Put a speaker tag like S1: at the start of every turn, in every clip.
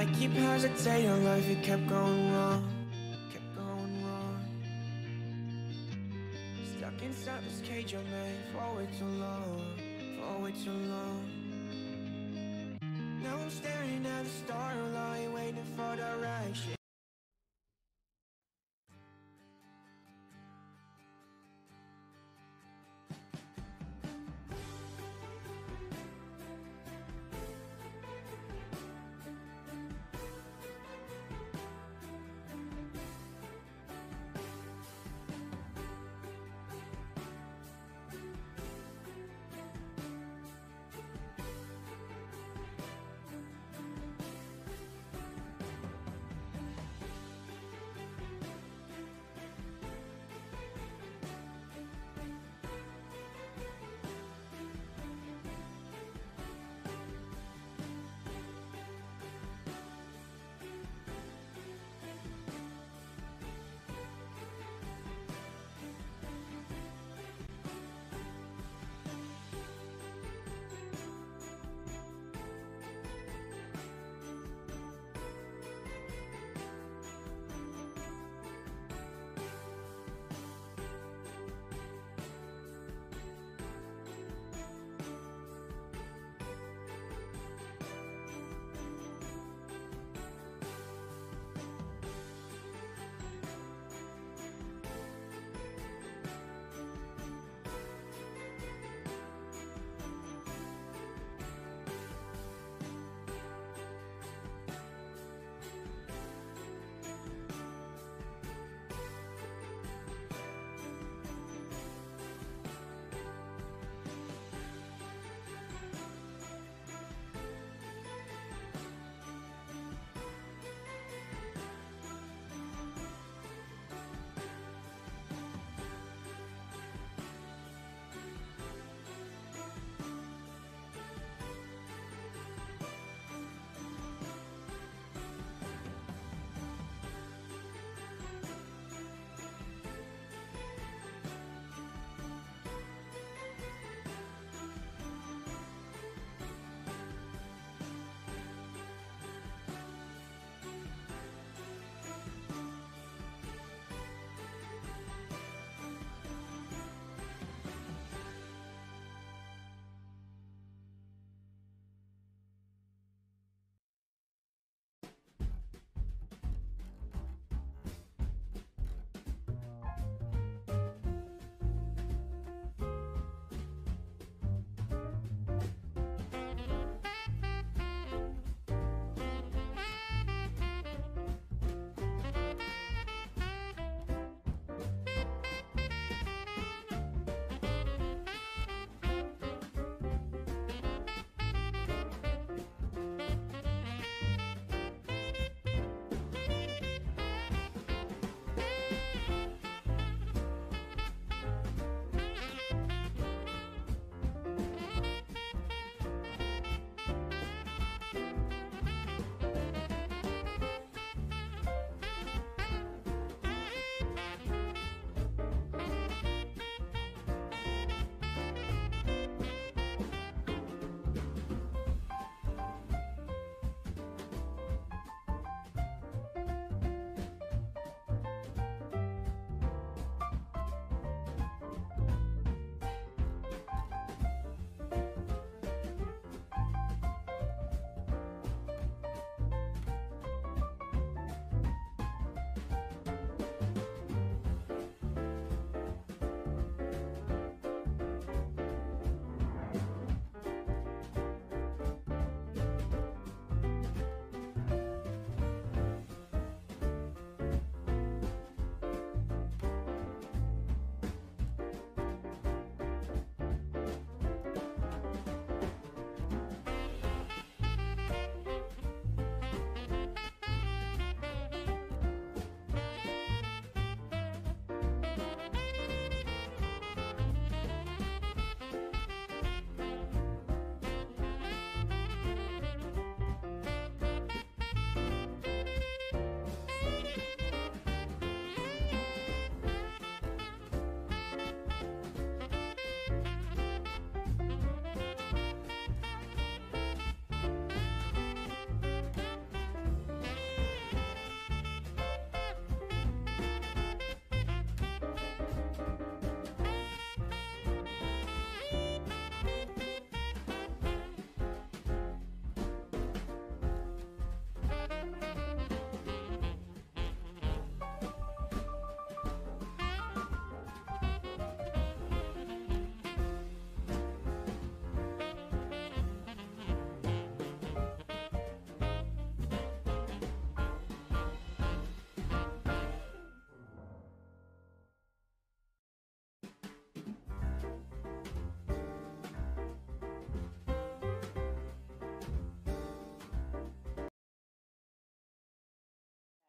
S1: I keep how's it day your life? It kept going wrong, kept going wrong. Stuck inside this cage you're made for way too long, for way too long. Now I'm staring at the starlight, waiting for direction.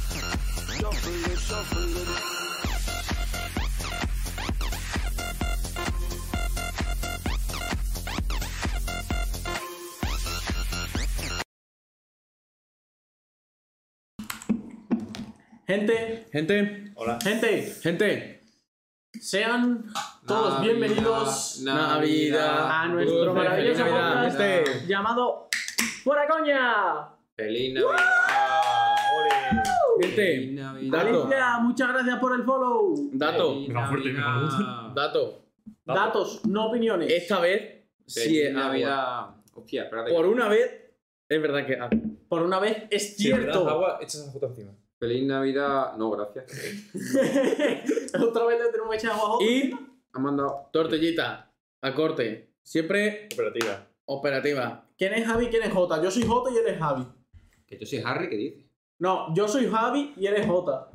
S2: Shuffling, shuffling.
S3: Gente,
S4: Gente,
S5: Hola.
S3: gente,
S4: gente.
S3: sean todos
S6: Navidad,
S3: bienvenidos
S4: Navidad,
S3: a nuestro
S4: dulce
S3: maravilloso
S4: Navidad.
S3: podcast
S4: Este.
S3: llamado ¡Fuera coña!
S6: Feliz Navidad.
S4: Gente, dato,
S3: Alicia, muchas gracias por el follow.
S4: dato,
S6: Feliz Navidad.
S4: dato.
S3: Datos, no opiniones.
S4: Esta vez, sí
S6: Feliz
S4: es agua.
S6: Navidad. Hostia, espérate.
S4: Por una vez, es verdad que es agua.
S3: Por una vez es cierto.
S7: agua, echas la foto encima.
S6: Feliz Navidad. No, gracias.
S3: Otra vez le tenemos que echar agua a otro.
S4: Y
S6: Han mandado.
S4: tortillita, a corte. Siempre
S7: Operativa.
S4: operativa.
S3: ¿Quién es Javi? ¿Quién es Jota? Yo soy Jota y él es Javi.
S6: Que yo soy Harry, ¿qué dices?
S3: No, yo soy Javi y él es Jota.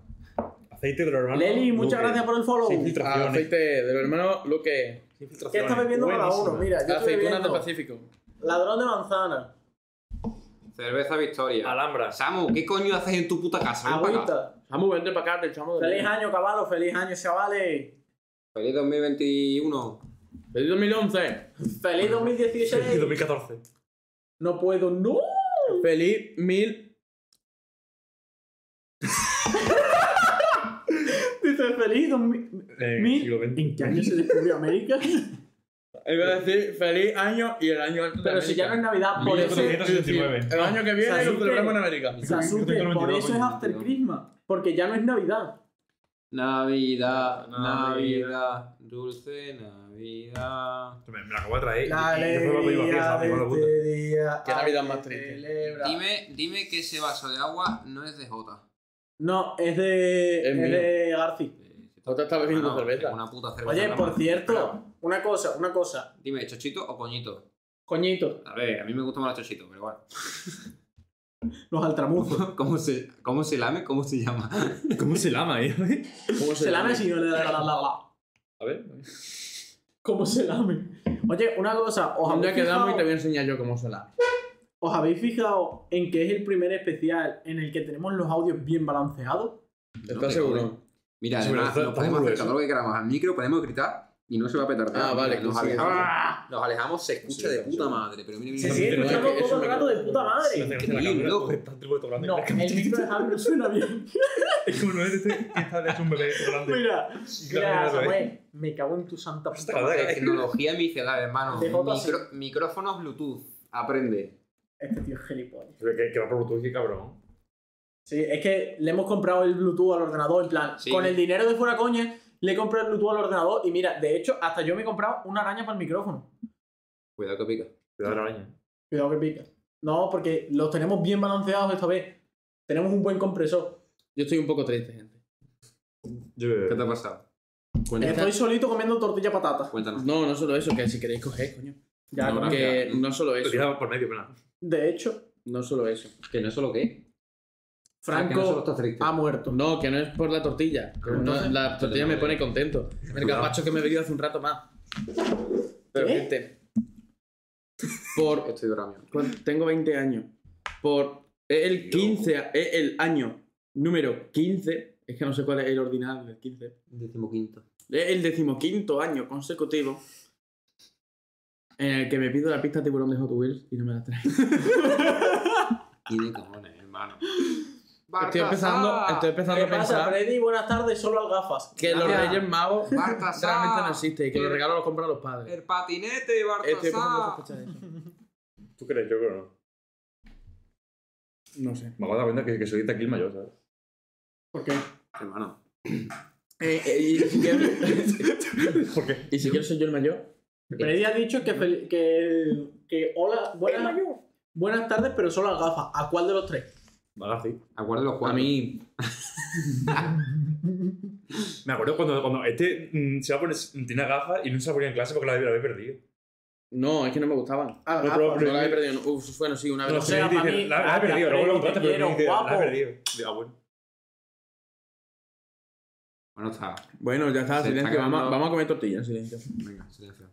S7: Aceite de los hermanos.
S3: Leli, muchas
S7: Luque.
S3: gracias por el follow.
S7: Sin
S3: ¿Qué
S7: filtraciones.
S4: Aceite de los hermanos Luque.
S7: Sin filtraciones.
S3: está bebiendo cada uno?
S7: Buenísima.
S3: Mira, yo estoy
S4: Aceitunas del
S3: bebiendo
S4: Pacífico.
S3: Ladrón de manzana,
S6: Cerveza Victoria.
S7: Alhambra.
S6: Samu, ¿qué coño haces en tu puta casa? Ven para acá.
S3: agüita.
S4: Vamos, vente para acá, te echamos de
S3: Feliz año, caballo, feliz año, chavales.
S6: Feliz 2021.
S4: Feliz 2011.
S3: Feliz 2016.
S7: 2014.
S3: No puedo, no.
S4: Feliz mil.
S3: Dice feliz 2000.
S7: Eh,
S3: Mil-
S7: siglo XX.
S3: ¿En qué año se descubrió América?
S4: Iba a decir feliz año y el año antes de
S3: Pero si ya no es Navidad, por eso.
S7: 1969.
S4: El año que
S3: O sea,
S4: viene
S3: sí
S4: lo
S3: que-
S4: celebramos en América.
S3: Sasuke, por eso es After Christmas. Porque ya no es Navidad.
S6: Navidad, Navidad,
S7: Navidad.
S6: dulce Navidad.
S7: Me, me la acabo de traer. y, y después me iba a fiesta, me iba a la puta.
S3: este día.
S4: Qué Navidad más triste.
S3: celebra.
S6: Dime, dime que ese vaso de agua no es de Jota.
S3: No, es de,
S4: Es
S3: es
S4: mío.
S3: de Garci.
S6: Eh,
S4: Jota está bebiendo
S6: ah, no,
S4: cerveza.
S6: tengo Una puta cerveza en
S3: Oye,
S6: la
S3: por
S6: mano. Espera.
S3: cierto, una cosa, una cosa.
S6: Dime, ¿chochito o coñito?
S3: Coñito,
S6: A ver, a mí me gusta más el chochito, pero bueno.
S3: los altramuzos.
S6: ¿Cómo se, cómo se lame? ¿Cómo se llama?
S7: ¿Cómo se lama, eh?
S4: ¿Cómo
S3: Se lame si no le da la la la la.
S7: A ver.
S3: ¿Cómo se lame? Oye, una cosa, os
S4: Un día
S3: habéis,
S4: quedamos y te
S3: fijado,
S4: voy a enseñar yo cómo se lame.
S3: os habéis fijado en que es el primer especial en el que tenemos los audios bien balanceados.
S4: ¿Estás
S6: te jodes.
S4: seguro?
S6: Mira,
S7: Sí,
S6: además, nos
S7: pero está- está
S6: podemos
S7: muy
S6: hacer
S7: grueso.
S6: todo lo que queramos al micro, podemos gritar y no se va a petar.
S4: Ah, vale,
S6: Nos,
S4: que sí,
S6: alejamos,
S4: sí, sí.
S6: nos alejamos, se escucha
S7: Sí,
S6: de
S7: sí,
S6: puta
S7: sí.
S6: madre. Pero mira,
S3: Se
S6: mira,
S3: sigue
S4: sí,
S6: mira.
S4: no,
S3: escuchando
S4: es que
S3: todo
S4: eso
S3: el
S4: me-
S3: rato de puta madre.
S6: Qué lindo.
S7: pues,
S3: No, el micro de Javi no suena bien.
S7: Es como no es este que está hecho un bebé grande.
S3: Mira, mira,
S7: Claro,
S3: Samuel, me cago en tu santa
S7: Hasta
S3: puta
S7: la
S3: madre.
S6: Tecnología micelar, hermano.
S3: De Jota, sí.
S6: Micro- micrófonos Bluetooth. Aprende.
S3: Este tío es gilipollas.
S7: Pero que, que va por Bluetooth, qué cabrón.
S3: Sí, es que le hemos comprado el Bluetooth al ordenador, en plan,
S6: Sí.
S3: con el dinero de fuera coña, le he comprado el Bluetooth al ordenador y mira, de hecho, hasta yo me he comprado una araña para el micrófono.
S6: Cuidado que pica.
S7: Cuidado la araña.
S3: Cuidado que pica. No, porque los tenemos bien balanceados esta vez. Tenemos un buen compresor.
S4: Yo estoy un poco triste, gente.
S7: Yo
S6: ¿Qué te ha pasado?
S3: Estoy solito comiendo tortilla patata.
S6: Cuéntanos.
S4: No, no solo eso, que si queréis coger, coño.
S3: Ya,
S6: Pues, No,
S3: coño.
S6: gracias.
S4: Que no solo eso,
S7: Cuidado por medio, pena.
S3: de hecho,
S4: no solo eso.
S6: Que no es solo qué. Ah, que no solo
S3: Franco
S6: estás triste.
S3: ha muerto.
S4: No, que no es por la tortilla. que no-
S3: entonces-
S4: la tortilla me pone contento. El capacho que me he bebido hace un rato más. Pero,
S3: ¿Qué?
S4: gente, por
S6: Estoy dormido.
S4: ¿Cuánto? Tengo 20 años. Por es el 15, a- es el año número 15. Es que no sé cuál es el ordinal del 15.
S6: Décimo quinto.
S4: Es el decimoquinto año consecutivo en el que me pido la pista tiburón de Hot Wheels y no me la trae.
S8: Ah,
S6: Y de cojones, hermano.
S4: Estoy empezando, estoy empezando
S3: ¿Qué
S4: a
S3: pasa,
S4: pensar
S3: Freddy? Buenas tardes, solo al gafas.
S4: que los
S6: Gracias.
S4: Reyes Magos
S6: Baltasar.
S4: realmente no existen y que los regalos los compran los padres.
S6: El patinete,
S4: Estoy empezando a
S6: Bartasá.
S4: sospechar eso.
S7: ¿Tú crees? Yo creo que no.
S4: No sé.
S7: Me acabo de dar cuenta que, que soy de aquí el mayor, ¿sabes?
S3: ¿Por qué?
S6: Hermano.
S4: Eh, eh, y, si quiero,
S7: ¿Por qué?
S4: y si quiero soy yo el mayor.
S3: Freddy ha dicho que, fel- que, que hola, buenas, buenas tardes, pero solo al gafas. ¿A cuál de los tres?
S7: Magazine.
S6: Acuerdo los
S4: A
S6: cuatro.
S4: mí.
S7: Me acuerdo cuando, cuando este mm, se va a poner, tenía gafas y no se la ponía en clase porque la había, la había perdido.
S4: No, es que no me gustaban.
S3: A
S7: No,
S3: gafas.
S4: No la he perdido. no. Uf, bueno, sí, una vez.
S3: No
S7: sí,
S3: sea,
S7: dice,
S3: para mí,
S7: la, la he
S3: gracias,
S7: perdido, luego lo
S3: Freddy,
S7: encontraste,
S3: te
S7: pero
S3: quiero,
S7: dice, la
S3: guapo.
S7: he perdido. Digo, Ah, bueno.
S8: Bueno, está.
S4: Bueno, ya está,
S8: Se
S4: silencio.
S8: está
S4: vamos, a-
S8: acabando.
S4: vamos a comer tortillas, silencio.
S8: Venga, silencio.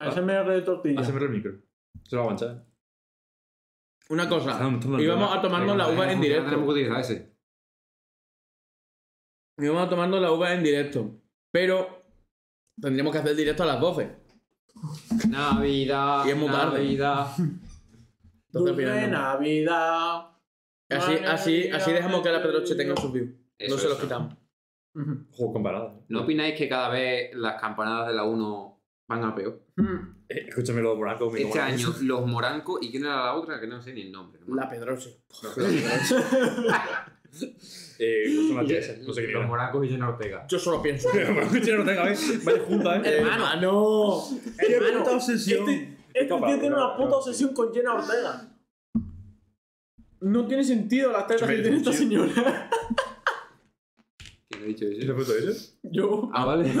S3: ASMR de tortilla.
S7: Haceme el micro. Se lo va a manchar.
S4: Una cosa,
S7: Está un montón de
S4: íbamos
S7: altura.
S4: a tomarnos la uva en
S8: Funciona, Tenemos
S4: directo.
S8: que utilizar ese.
S4: Íbamos a tomarnos la uva en directo. Pero tendríamos que hacer el directo a las 12.
S8: Navidad.
S4: Y es muy tarde.
S8: Navidad.
S4: Entonces,
S3: Dulce
S4: al final, no.
S3: Navidad.
S4: Así, así, así dejamos que la Pedroche tenga sus views.
S8: Eso,
S4: No se los
S8: eso.
S4: quitamos.
S3: Ujú.
S7: Juego comparado.
S8: ¿No opináis que cada vez las campanadas de la 1 van a peor?
S7: Eh, escúchame lo de Moraco. mi
S8: Este
S7: colega.
S8: año, los morancos y quién era la otra, que no sé ni el nombre. ¿no?
S4: La Pedroche.
S7: Eh, escúchame a
S8: Y-
S7: Teresa, No sé qué
S8: los
S7: era.
S8: morancos y Jenna Ortega.
S4: Yo solo pienso.
S7: Escúchame, no tenga, ¿eh? Vaya junta, ¿eh?
S4: ¡Hermano!
S7: ¡Qué
S3: hermano,
S7: puta obsesión!
S3: Este, este tío tiene una puta obsesión con Jenna Ortega. No tiene sentido las tetas que
S7: Chumel,
S3: tiene esta
S7: tío.
S3: señora.
S8: ¿Quién ha dicho
S7: ¿Y le
S8: eso?
S7: he puesto eso?
S3: Yo,
S8: Ah, vale.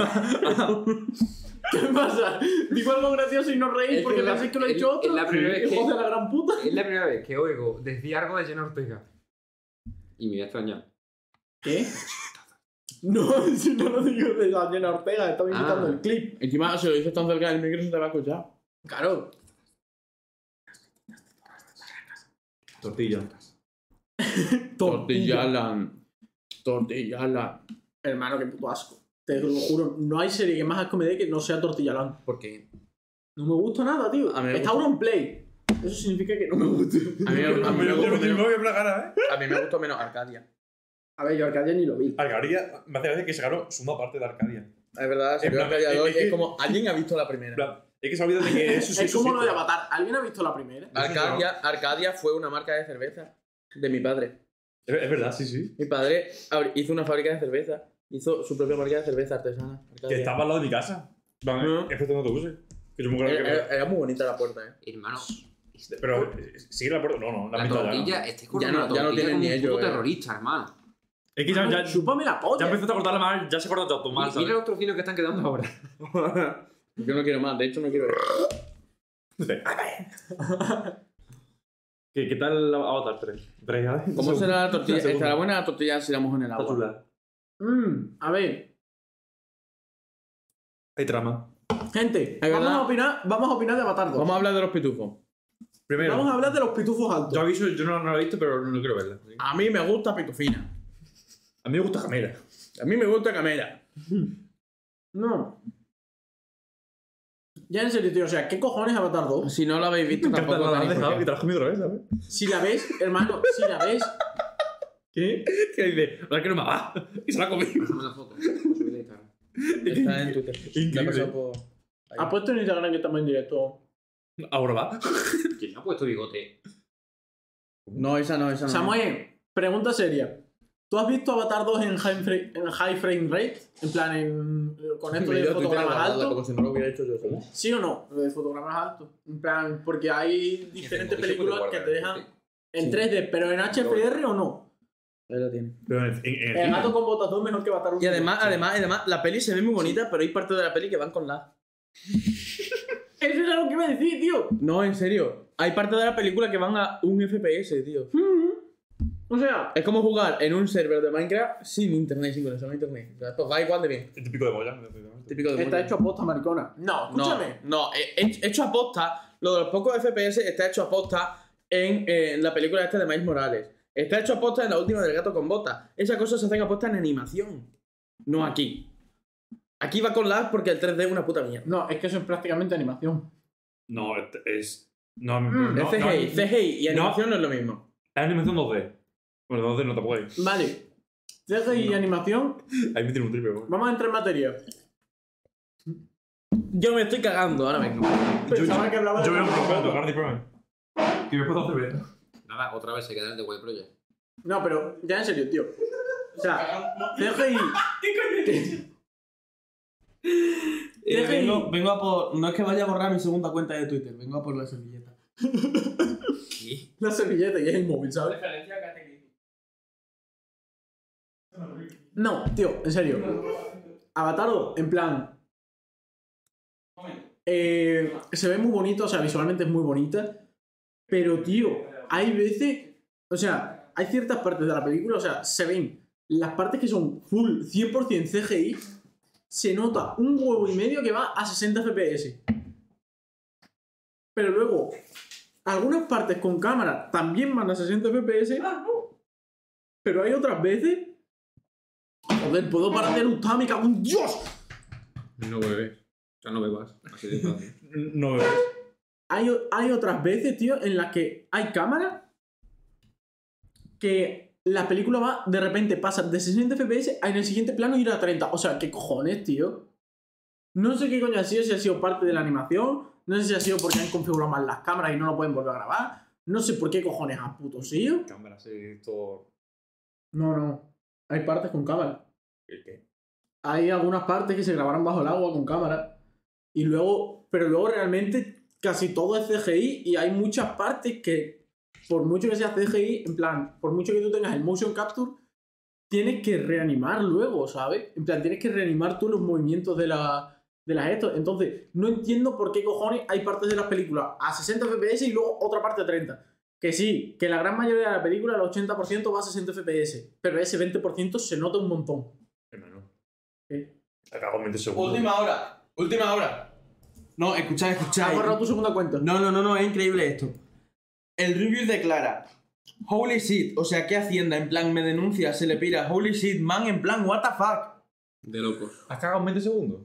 S3: ¿qué pasa? Digo algo gracioso y no reís
S8: Es
S3: porque
S8: que la-
S3: pensáis que lo ha
S8: es-
S3: dicho
S8: es
S3: otro.
S8: la primera vez que-
S3: Hijo de la gran puta.
S8: es la primera vez que oigo decir algo de Jenna Ortega. Y me voy a extrañar.
S3: ¿Qué? No, si no lo digo de la Jenna Ortega, estaba imitando
S8: Ah.
S3: el clip.
S4: Encima, si lo dices tan cerca del micro, se te va a escuchar.
S3: Claro.
S7: Tortilla.
S4: Tortillalan. Tortillalan.
S3: Hermano, qué puto asco. Te lo juro, no hay serie que más asco me dé que no sea Tortillalán.
S4: ¿Por qué?
S3: No me gusta nada, tío.
S4: A mí me
S3: Está
S4: gusta.
S3: uno en play. Eso significa que no me gusta.
S4: A mí, a
S3: Ah,
S4: mí me
S7: Yo
S4: gusta
S7: me
S4: menos,
S7: voy a plagar, ¿eh?
S4: a mí me gusta menos Arcadia.
S3: A ver, yo Arcadia ni lo vi.
S7: Arcadia, me hace gracia que se ganó suma parte de Arcadia.
S4: Es verdad, se
S7: En
S4: vio
S7: plan,
S4: Arcadia
S7: eh,
S4: 2 y
S7: eh,
S4: es como... ¿Alguien ha visto la
S7: En
S4: primera?
S7: plan, es que se ha olvidado de que eso sí
S3: es como lo de
S7: existe.
S3: Avatar. ¿Alguien ha visto la primera?
S4: Arcadia, Arcadia fue una marca de cerveza de mi padre.
S7: Es es verdad, sí, sí.
S4: Mi padre abri- hizo una fábrica de cerveza. Hizo su propia marca de cerveza artesana. Arcadia.
S7: Que estaba al lado de mi casa. Van,
S4: No.
S7: Es que tengo autobuses. Que yo me acuerdo
S4: Era,
S7: que...
S4: era- era muy bonita la puerta, eh.
S8: Hermano,
S7: Pero, eh, ¿sigue la puerta? No, no, la,
S8: la
S7: mitad ya.
S8: tortilla, este con
S4: Ya
S8: una
S4: no- ya no
S8: tortilla
S4: tienen
S8: como
S4: ni
S8: un
S4: ellos,
S8: puto
S4: eh.
S8: terrorista, hermano.
S7: Es que
S4: Ah,
S7: ya, ya, ya
S3: Chúpame la polla.
S7: empezaste a cortarla mal, ya se corta todo mal,
S8: Mira
S7: ¿sabes?
S8: los trocinos que están quedando ahora.
S4: Yo no quiero más, de hecho no quiero...
S7: ¿Qué, ¿Qué tal la Avatar 3?
S4: ¿Cómo será la tortilla?
S7: Una segunda.
S4: ¿Estará buena la tortilla si la mojamos en el
S7: Está
S4: agua?
S7: chula.
S3: Mm, a ver,
S7: Hay trama.
S3: gente,
S4: Es
S3: vamos
S4: verdad.
S3: a, opinar, vamos a opinar de Avatar 2.
S4: Vamos a hablar de los pitufos.
S7: Primero,
S3: Vamos a hablar de los pitufos
S7: yo
S3: altos.
S7: aviso, yo no, no la he visto, pero no, no quiero verla.
S4: A mí me gusta Pitufina.
S7: A mí me gusta Camila.
S4: A mí me gusta Camela.
S3: No. Ya en serio, tío, o sea, ¿qué cojones Avatar 2?
S4: Si no la habéis visto, tampoco
S7: la han
S4: tenéis por
S7: dejado
S4: qué.
S7: que te la has comido otra vez, ¿sabes?
S3: Si la ves, hermano, si la ves. ¿Qué?
S7: Que dice, ahora que no me va. Y se la ha comido.
S8: Dame una foto. Voy a subirla a Instagram.
S4: Está en Twitter. La he pasado por-
S3: Ha puesto en Instagram que estamos en directo.
S7: Ahora va.
S8: ¿Quién ha puesto bigote?
S4: No, esa no, esa no.
S3: Samuel, pregunta seria. ¿Tú has visto Avatar 2 en high frame, en high frame rate? En plan, en, con
S4: Me
S3: esto
S4: he
S3: de
S4: ido a Twitter a
S3: fotogramas
S4: guardarla,
S3: altos.
S4: Como si no lo hubiera hecho yo.
S3: ¿Sí o no? Lo de fotogramas altos. En plan, porque hay diferentes películas que te dejan en
S4: Sí.
S3: 3D, pero en HFR o no.
S4: Ahí la tiene.
S7: Pero en, en, en
S3: El gato con botas 2 mejor que Avatar 1.
S4: Y además, además, además, la peli se ve muy bonita, pero hay partes de la peli que van con la.
S3: Eso era lo que iba a decir, tío.
S4: No, en serio. Hay partes de la película que van a un FPS, tío.
S3: O sea,
S4: Es como jugar en un server de Minecraft sin internet, sin conexión a internet. O sea, pues va igual de bien.
S7: el típico de Goya.
S4: Típico
S3: está
S4: de Minecraft.
S3: hecho a posta, maricona. No,
S4: No,
S3: escúchame.
S4: no, eh, he- he- hecho a posta. Lo de los pocos FPS está hecho a posta en eh, la película esta de Miles Morales. Está hecho a posta en la última del gato con botas. Esas cosas se hacen a posta en animación. No aquí. Aquí va con lag porque el 3D es una puta mierda.
S3: No, es que eso es prácticamente animación.
S7: No, este es. No,
S3: Mm,
S7: no,
S4: es CGI,
S7: no,
S4: CGI y
S7: no.
S4: animación no. es lo mismo.
S7: Es animación 2D. Bueno, 2D no tampoco hay.
S3: Vale. CGI y
S7: No.
S3: animación,
S7: Ahí me tiene un triple, bueno.
S3: vamos a entrar en materia.
S4: Yo me estoy cagando ahora mismo.
S3: Pensaba que hablaba de-
S7: Yo veo un poco de tocar de Que me he puesto cerveza.
S8: Nada, otra vez se quedan de Way Project.
S3: No, pero ya en serio, tío. O sea, CGI.
S4: Eh,
S3: CGI.
S4: vengo, vengo a por. No es que vaya a borrar mi segunda cuenta de Twitter, vengo a por la servilleta.
S3: La servilleta y es el móvil, ¿sabes? No, tío, en serio. Avatar 2, en plan. Eh, se ve muy bonito, o sea, visualmente es muy bonita. Pero, tío, hay veces. O sea, hay ciertas partes de la película, o sea, se ven las partes que son full 100% CGI, se nota un huevo y medio que va a 60 FPS. Pero luego, algunas partes con cámara también van a 60 FPS. Pero hay otras veces. Joder, puedo parar de luchar, me cago en Dios.
S8: No bebes. O sea, no bebas. Así de fácil.
S7: No veo.
S3: Hay, o- hay otras veces, tío, en las que hay cámara que la película va, de repente pasa de 60 FPS a en el siguiente plano ir a 30. O sea, ¿qué cojones, tío? No sé qué coño ha sido, si ha sido parte de la animación, no sé si ha sido porque han configurado mal las cámaras y no lo pueden volver a grabar, no sé por qué cojones ha puto sido.
S7: Cámaras, sí, todo.
S3: No, no, hay partes con cámara.
S7: ¿El qué?
S3: hay algunas partes que se grabaron bajo el agua con cámara. Y luego, pero luego realmente casi todo es CGI y hay muchas partes que, por mucho que sea CGI, en plan, por mucho que tú tengas el motion capture, tienes que reanimar luego, ¿sabes? En plan, tienes que reanimar tú los movimientos de la de las esto. Entonces, no entiendo por qué cojones hay partes de las películas a 60 FPS y luego otra parte a 30. Que sí, que la gran mayoría de la película, el 80% va a 60 FPS, pero ese 20% se nota un montón.
S7: Hermano.
S3: ¿Qué?
S7: La cago en 20 segundos.
S4: Última hora. Última hora. No, escuchad,
S3: ¿Has borrado
S4: escuchad.
S3: tu segunda cuenta?
S4: No, no, no, no, es increíble esto. El review declara. Holy shit, o sea, ¿qué hacienda? En plan, me denuncia, se le pira. Holy shit, man, en plan, what the fuck.
S8: De locos.
S7: ¿Has cagado en 20 segundos?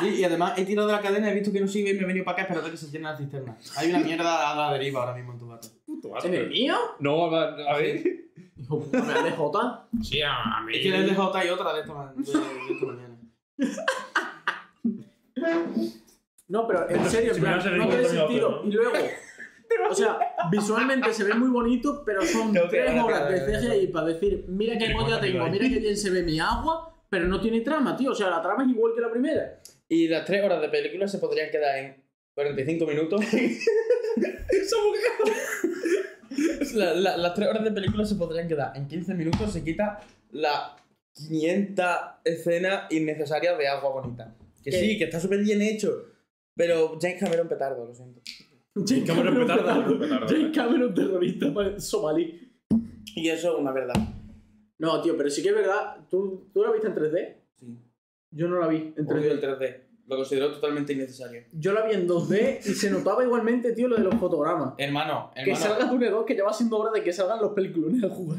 S4: Sí, y además he tirado de la cadena, he visto que no sigue y me he venido para acá esperando a que se llene la cisterna. Hay una mierda a la deriva ahora mismo en tu barrio.
S7: Puto
S3: ¿En el mío?
S7: No, a, a ver.
S3: Hijo puta, ¿me has de jota?
S8: Sí, a mí.
S4: Es que les dejado otra y otra de esta, ma- de- de esta mañana.
S3: No, pero en serio, en
S7: Si me
S3: plan,
S7: vas a reír,
S3: no tiene
S7: cuéntame
S3: sentido.
S7: otra,
S3: Y luego, o sea, visualmente se ve muy bonito, pero son
S4: Tengo que
S3: tres
S4: ganar,
S3: horas de
S4: ganar,
S3: CGI para decir, mira qué
S7: Mira
S3: polla
S7: cuánta
S3: tengo,
S7: mierda hay.
S3: mira qué bien se ve mi agua, pero no tiene trama, tío. O sea, la trama es igual que la primera.
S4: Y las tres horas de película se podrían quedar en 45 minutos. La- la- las tres horas de película se podrían quedar en 15 minutos. Se quita la 500 escenas innecesarias de agua bonita. Que
S3: ¿Qué?
S4: sí, que está súper bien hecho. Pero James Cameron petardo, lo siento.
S3: James
S7: Cameron petardo, Cameron petardo,
S3: James
S7: eh.
S3: Cameron terrorista pa- somalí.
S4: Y eso es una verdad.
S3: No, tío, pero sí que es verdad. ¿Tú, tú la viste en 3D?
S4: Sí.
S3: Yo no la vi en 3D.
S4: Odio el 3D. Lo considero totalmente innecesario.
S3: Yo la vi en 2D y se notaba igualmente, tío, lo de los fotogramas.
S4: Hermano,
S3: Que
S4: hermano.
S3: salga Dune 2, que ya va siendo hora de que salgan los películas a jugar.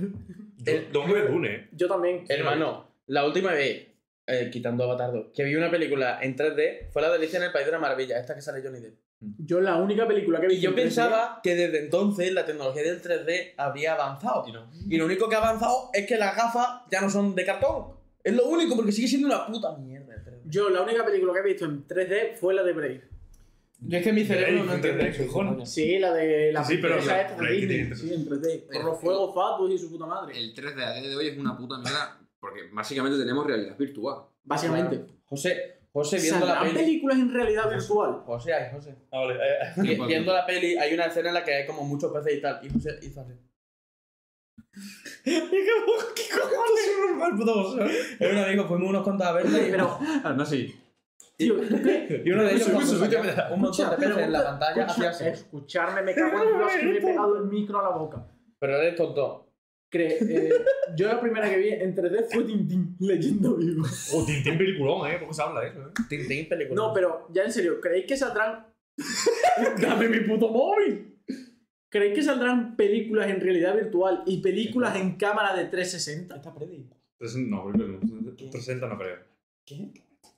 S4: El-
S7: Yo me Dune. eh.
S3: Yo también.
S4: Hermano, la última vez, eh, quitando Avatar 2, que vi una película en 3D fue La Delicia en el País de la Maravilla, esta que sale Johnny Depp.
S3: Yo la única película que vi.
S4: Y yo pensaba que desde entonces la tecnología del 3D habría avanzado. Y lo único que ha avanzado es que las gafas ya no son de cartón. Es lo único, porque sigue siendo una puta mierda. el 3D.
S3: Yo la única película que he visto en 3D fue la de Brave.
S4: Yo es que mi cerebro no entiende. eso, coño.
S3: Sí, la de la
S7: Sí, sí, pero
S3: princesa
S7: la-
S3: esta de
S7: Brave que
S3: Disney.
S7: tiene en 3D.
S3: Sí, en 3D. Por
S8: El-
S3: los fuegos fatos y su puta madre.
S8: El 3D a día de hoy es una puta mierda. Porque básicamente tenemos realidad virtual.
S3: Básicamente.
S4: José, José viendo la
S3: ¿Saldrán
S4: peli.
S3: películas en realidad virtual?
S4: José, ay, José.
S7: Ah, vale. eh, eh.
S8: Sí,
S4: Vi-
S8: porque-
S4: Viendo la peli, hay una escena en la que hay como muchos peces y tal. Y José hizo así. ¿Qué cojones? Es un amigo, fuimos unos cuantos a verla y,
S3: Pero,
S7: Ah, no, sí.
S3: tío, ¿tú
S7: eh.
S3: crees?
S4: y uno de ellos
S7: Eso,
S4: cuando
S7: eso, eso,
S4: salía un montón de
S3: Escucha,
S4: peces
S3: pero-
S4: en la pantalla hacía
S3: escucha-
S4: así.
S3: Escucharme, me cago en Dios, que me he pegado el micro a la boca.
S4: Pero eres tonto.
S3: Cre- eh, yo la primera que vi en 3D fue Tintín, leyenda viva.
S7: Oh, Tintín peliculón, ¿eh? Poco se habla de eso, ¿eh?
S4: Tintín película.
S3: No, pero ya en serio, ¿creéis que saldrán. ¡Dame mi puto móvil! ¿Creéis que saldrán películas en realidad virtual y películas en cámara de 360?
S4: Está Freddy.
S7: Entonces, no, creo que no. 360 no creo.
S4: ¿Qué?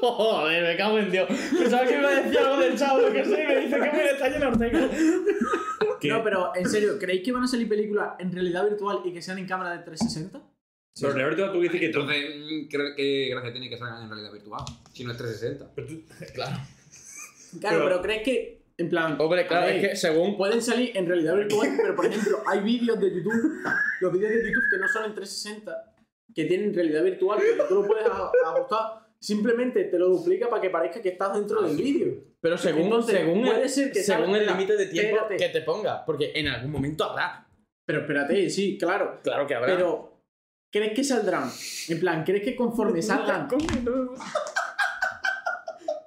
S4: Joder, me cago en Dios. Pensaba que me decía algo del chavo, que sé, me dice que me está lleno Ortega.
S7: ¿Qué?
S3: No, pero en serio, ¿creéis que van a salir películas en realidad virtual y que sean en cámara de 360?
S7: Pero de verdad tú dices que tú...
S8: Entonces, mm, creo que gracias tiene que salgan en realidad virtual. Si no es 360.
S7: pero tú-
S3: Claro, pero,
S7: Pero-
S3: ¿creéis que. En plan.
S4: Hombre, claro,
S3: Hombre,
S4: es que según.
S3: Pueden salir en realidad virtual, pero por ejemplo, hay vídeos de YouTube, los vídeos de YouTube que no son en 360, que tienen realidad virtual, pero tú lo puedes a- ajustar, simplemente te lo duplica para que parezca que estás dentro del vídeo.
S4: Pero según,
S3: Entonces,
S4: según
S3: puede
S4: el,
S3: ser que
S4: según
S3: salga-
S4: el límite de tiempo
S3: espérate.
S4: que te ponga. Porque en algún momento habrá.
S3: Pero espérate, sí, claro.
S4: Claro que habrá.
S3: Pero, ¿crees que saldrán? En plan, ¿crees que conforme salgan.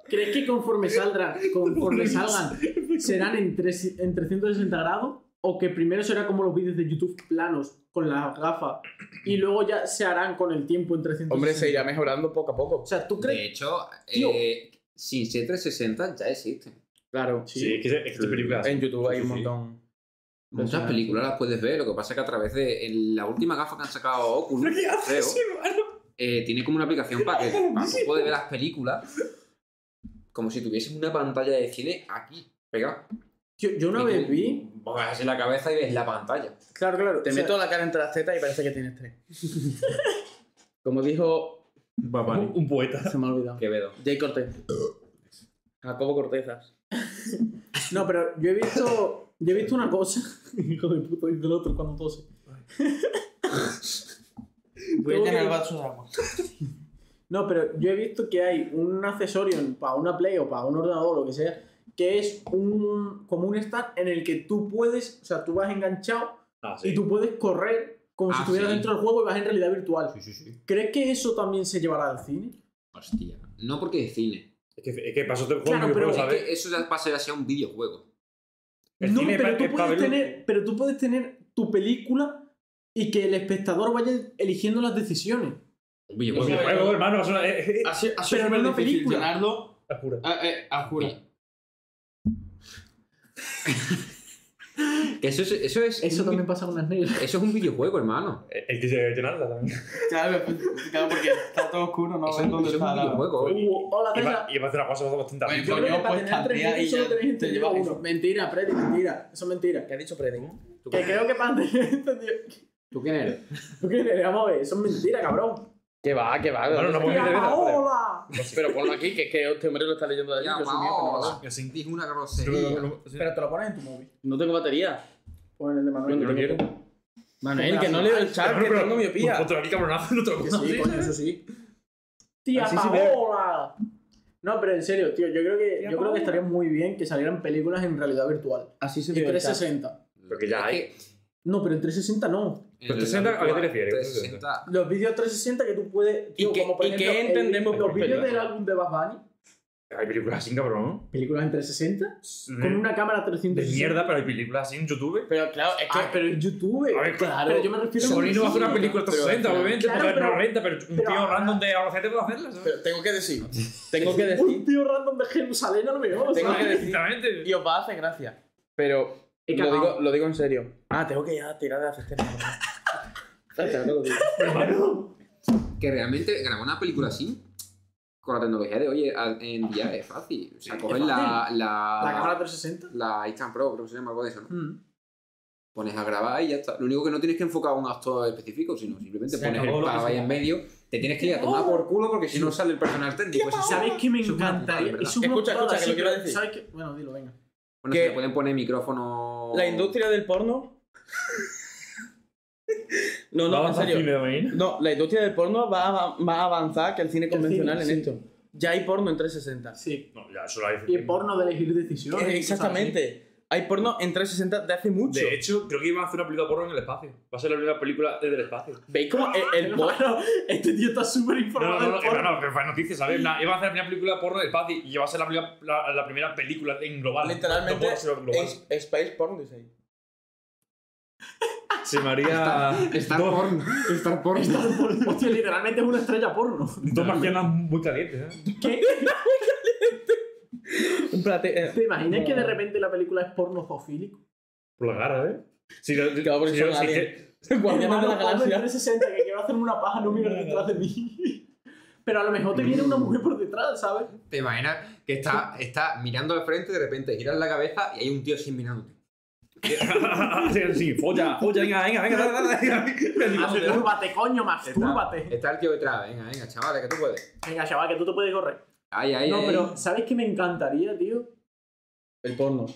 S3: ¿Crees que conforme salgan, conforme salgan, serán en, tres- en 360 grados? o que primero será como los vídeos de YouTube planos con las gafas y luego ya se harán con el tiempo en 360.
S4: Hombre, se irá mejorando poco a poco.
S3: O sea, ¿tú
S6: De
S3: crees?
S6: hecho,
S3: Tío.
S6: eh, sin ser 360 ya existe.
S4: Claro.
S7: Sí, es que, es que esta película.
S4: En YouTube hay
S7: Sí,
S4: un
S7: sí.
S4: montón.
S6: Muchas películas las puedes ver, lo que pasa es que a través de en la última gafa que han sacado Oculus, creo, eh, tiene como una aplicación para que para que puedes ver las películas como si tuviesen una pantalla de cine aquí, pegada.
S3: Yo, yo una
S6: Y
S3: vez
S6: tú
S3: vi.
S6: Pongas así la cabeza y ves la pantalla.
S3: Claro, claro.
S4: Te
S3: o sea,
S4: meto la cara entre las tetas y parece que tienes tres. Como dijo.
S7: Un, un poeta.
S4: Se me ha olvidado.
S6: Quevedo.
S4: Jay Cortez. Jacobo Cortezas.
S3: No, pero yo he visto. Yo he visto una cosa. Hijo de puta, dice el otro cuando tose.
S4: Voy
S3: Tengo que-
S4: vaso de agua.
S3: No, pero yo he visto que hay un accesorio en- para una Play o para un ordenador o lo que sea, que es un como un stand en el que tú puedes, o sea, tú vas enganchado
S7: Ah,
S3: y
S7: sí.
S3: tú puedes correr como si
S6: Ah,
S3: estuvieras
S6: sí.
S3: dentro del juego y vas en realidad virtual.
S6: Sí, sí, sí.
S3: ¿Crees que eso también se llevará al cine?
S6: Hostia. No porque es cine.
S7: Es que, es que pasó otro juego
S3: Claro,
S7: que
S3: pero
S7: puedo
S6: Es
S7: saber.
S6: que eso ya pasa ya sea un videojuego.
S7: El
S3: no,
S7: cine
S3: pero
S7: pa-
S3: tú,
S7: es pa'
S3: puedes
S7: verlo.
S3: tener, pero tú puedes tener tu película y que el espectador vaya eligiendo las decisiones.
S6: Un
S7: Un
S6: videojuego.
S4: Sí,
S7: videojuego, Pues hermano. Es una. Es, es-
S4: Ha sido, ha sido
S3: Pero
S4: súper
S3: no una
S4: difícil
S3: película.
S4: llenarlo.
S7: es pura.
S4: A, eh, a jura.
S6: Que eso es. Eso es, un vi-
S3: pasa con las negras.
S6: eso es un videojuego, hermano.
S7: El que se llenarla también.
S4: Claro, claro, porque está todo oscuro, no
S6: Eso es, eso es un videojuego.
S3: Hola,
S7: Y
S3: César.
S7: va, y va a hacer una cosa bastante
S4: Bueno,
S3: Yo
S7: artística.
S4: coño,
S3: creo que para
S4: pues,
S3: tener tres
S4: tantea y
S3: minutos solo
S4: ya
S3: tenéis
S4: te
S3: entendido
S4: lleva
S3: uno.
S4: uno.
S3: Mentira, Freddy, mentira. Eso es mentira.
S4: ¿Qué ha dicho Predin?
S6: ¿Tú
S3: Que
S6: quién
S3: creo que para tener entendido.
S6: ¿Tú quién eres?
S3: ¿Tú qué le- Vamos a ver, eso es mentira, cabrón.
S4: Que va, que va.
S7: Bueno, no puedo-
S3: ¡Tía
S7: de verdad,
S3: Paola!
S4: Pero ponlo aquí, que es que este hombre lo está leyendo de aquí.
S6: Ya,
S4: yo soy un viejo, no lo hago.
S6: vamos.
S7: Yo sí.
S6: Dijo una
S7: No, no, no,
S6: grosería.
S7: no, sí.
S3: te lo pones en tu móvil.
S4: No tengo batería.
S3: Pues en el de Manuel.
S7: Yo no quiero.
S4: Manuel, que no leo el chat, que tengo miopía.
S7: Otro aquí, cabronazo, no te lo
S3: Que
S7: puedo
S3: sí,
S7: decir.
S3: coño, eso sí. ¡Tía
S4: Así sí
S3: Paola! No, pero en serio, tío, yo creo que,
S4: Tía
S3: yo creo
S4: Paola.
S3: que estaría muy bien que salieran películas en realidad virtual.
S4: Así se
S3: En 360.
S7: Porque ya hay.
S3: No, pero en 360 no.
S7: Pero 360, ¿a qué te refieres?
S6: 360.
S3: Los vídeos 360 que tú puedes.
S4: ¿Y qué- y qué
S3: el-
S4: entendemos por
S3: Los vídeos
S4: película?
S3: del álbum de Bad Bunny.
S7: Hay películas así, cabrón.
S3: Películas en 360.
S7: De,
S3: Con una cámara
S7: Mm. de
S3: 360.
S7: mierda, pero hay películas así en YouTube.
S4: Pero claro, es que.
S3: Ah, pero en YouTube.
S7: A ver,
S3: claro. Pero yo me refiero a.
S7: Sony no va a hacer una película
S4: pero-
S7: 360, obviamente,
S3: claro,
S7: porque
S3: pero-
S7: no renta, pero un
S3: pero
S7: tío
S3: ahora-
S7: random de Albacete puede hacerla, ¿sabes?
S4: pero tengo que decir. Tengo que
S3: Un
S4: decir.
S3: tío random de Jerusalén a lo mejor.
S4: Tengo
S3: ¿sabes?
S4: que decir.
S7: Exactamente.
S4: Y os va a hacer gracia. Pero.
S3: He
S4: Lo
S3: cagado.
S4: digo, lo digo en serio. Ah, tengo que ya tirar de la cestera.
S6: Que realmente grabar una película así, con la tecnología de hoy a- en día es fácil. O sea, coges
S3: es
S6: la,
S3: fácil. La cámara
S6: la,
S3: 360.
S6: la Instant Pro, creo que se llama algo de eso, ¿no?
S3: Ah. Mm.
S6: Pones a grabar y ya está. Lo único que no tienes que enfocar a un actor específico, sino simplemente
S7: Se
S6: pones el
S7: acabó lo que
S6: pavo
S7: se
S6: ahí en medio. Te tienes que ir a tomar por culo porque si no sale el personal técnico.
S4: Ah,
S6: Eso sí.
S3: ¿Sabéis qué me
S6: Eso es una
S3: encanta?
S6: putada, de verdad.
S3: Es una
S4: Escucha,
S3: putada,
S4: escucha, que
S3: sí,
S4: lo quiero
S3: pero
S4: decir.
S3: ¿sabéis qué? Bueno, dilo, venga.
S6: Bueno, se
S4: que-
S6: le pueden poner micrófono.
S4: La industria del porno. No, no, en
S7: Vamos a
S4: serio.
S7: cine, Domain.
S4: No, la industria del porno va a, va a avanzar que el cine convencional
S3: cine,
S4: en
S3: sí.
S4: esto. Ya hay porno en 360.
S3: Sí.
S7: No, ya, eso lo hay.
S3: Y el porno de elegir decisiones.
S4: Eh,
S3: cosas
S4: Exactamente. Hay porno en 360 de hace mucho.
S7: De hecho, creo que iban a hacer una película porno en el espacio. Va a ser la primera película desde el espacio.
S4: ¿Veis cómo el, el
S3: así.
S4: porno?
S3: Hermano, este tío está súper
S7: No, no,
S3: informado.
S7: no,
S3: del
S7: no,
S3: porno.
S7: no, pero fue noticia, ¿sabes? En plan, Iba a hacer la primera película porno del espacio y iba a ser la, primera- la, la primera película en global.
S4: Literalmente,
S7: No puedo ser global.
S4: es- Space Porn Design.
S7: Se me haría
S6: Star
S7: dos,
S6: porno. Star porno.
S3: Hostia, literalmente es una estrella porno.
S7: dos marcianas muy calientes, ¿eh?
S3: ¿Qué? ¿Te imaginas que de repente la película es porno zoofílico?
S7: Por la cara, ¿eh? Si,
S4: Claro, porque son aliens. Guardianes de la
S3: Hermano, ponme
S4: Galaxia.
S3: 360 que quiero hacerme una paja, no miras detrás de mí. Pero a lo mejor te viene una mujer por detrás, ¿sabes?
S6: Te imaginas que está, está mirando al frente, de repente giras la cabeza y hay un tío sin mirándote.
S7: sí, sí, folla, folla, venga, venga, venga, dale, dale, dale.
S3: Mastúrbate, Ah, pues coño, mastúrbate.
S6: Está el tío detrás. Venga, venga, chavales, que tú puedes.
S3: Venga, chaval, que tú te puedes correr.
S6: Ay,
S4: Eh.
S6: ay,
S3: No,
S6: ay.
S3: pero ¿sabes qué me encantaría, tío?
S4: El porno.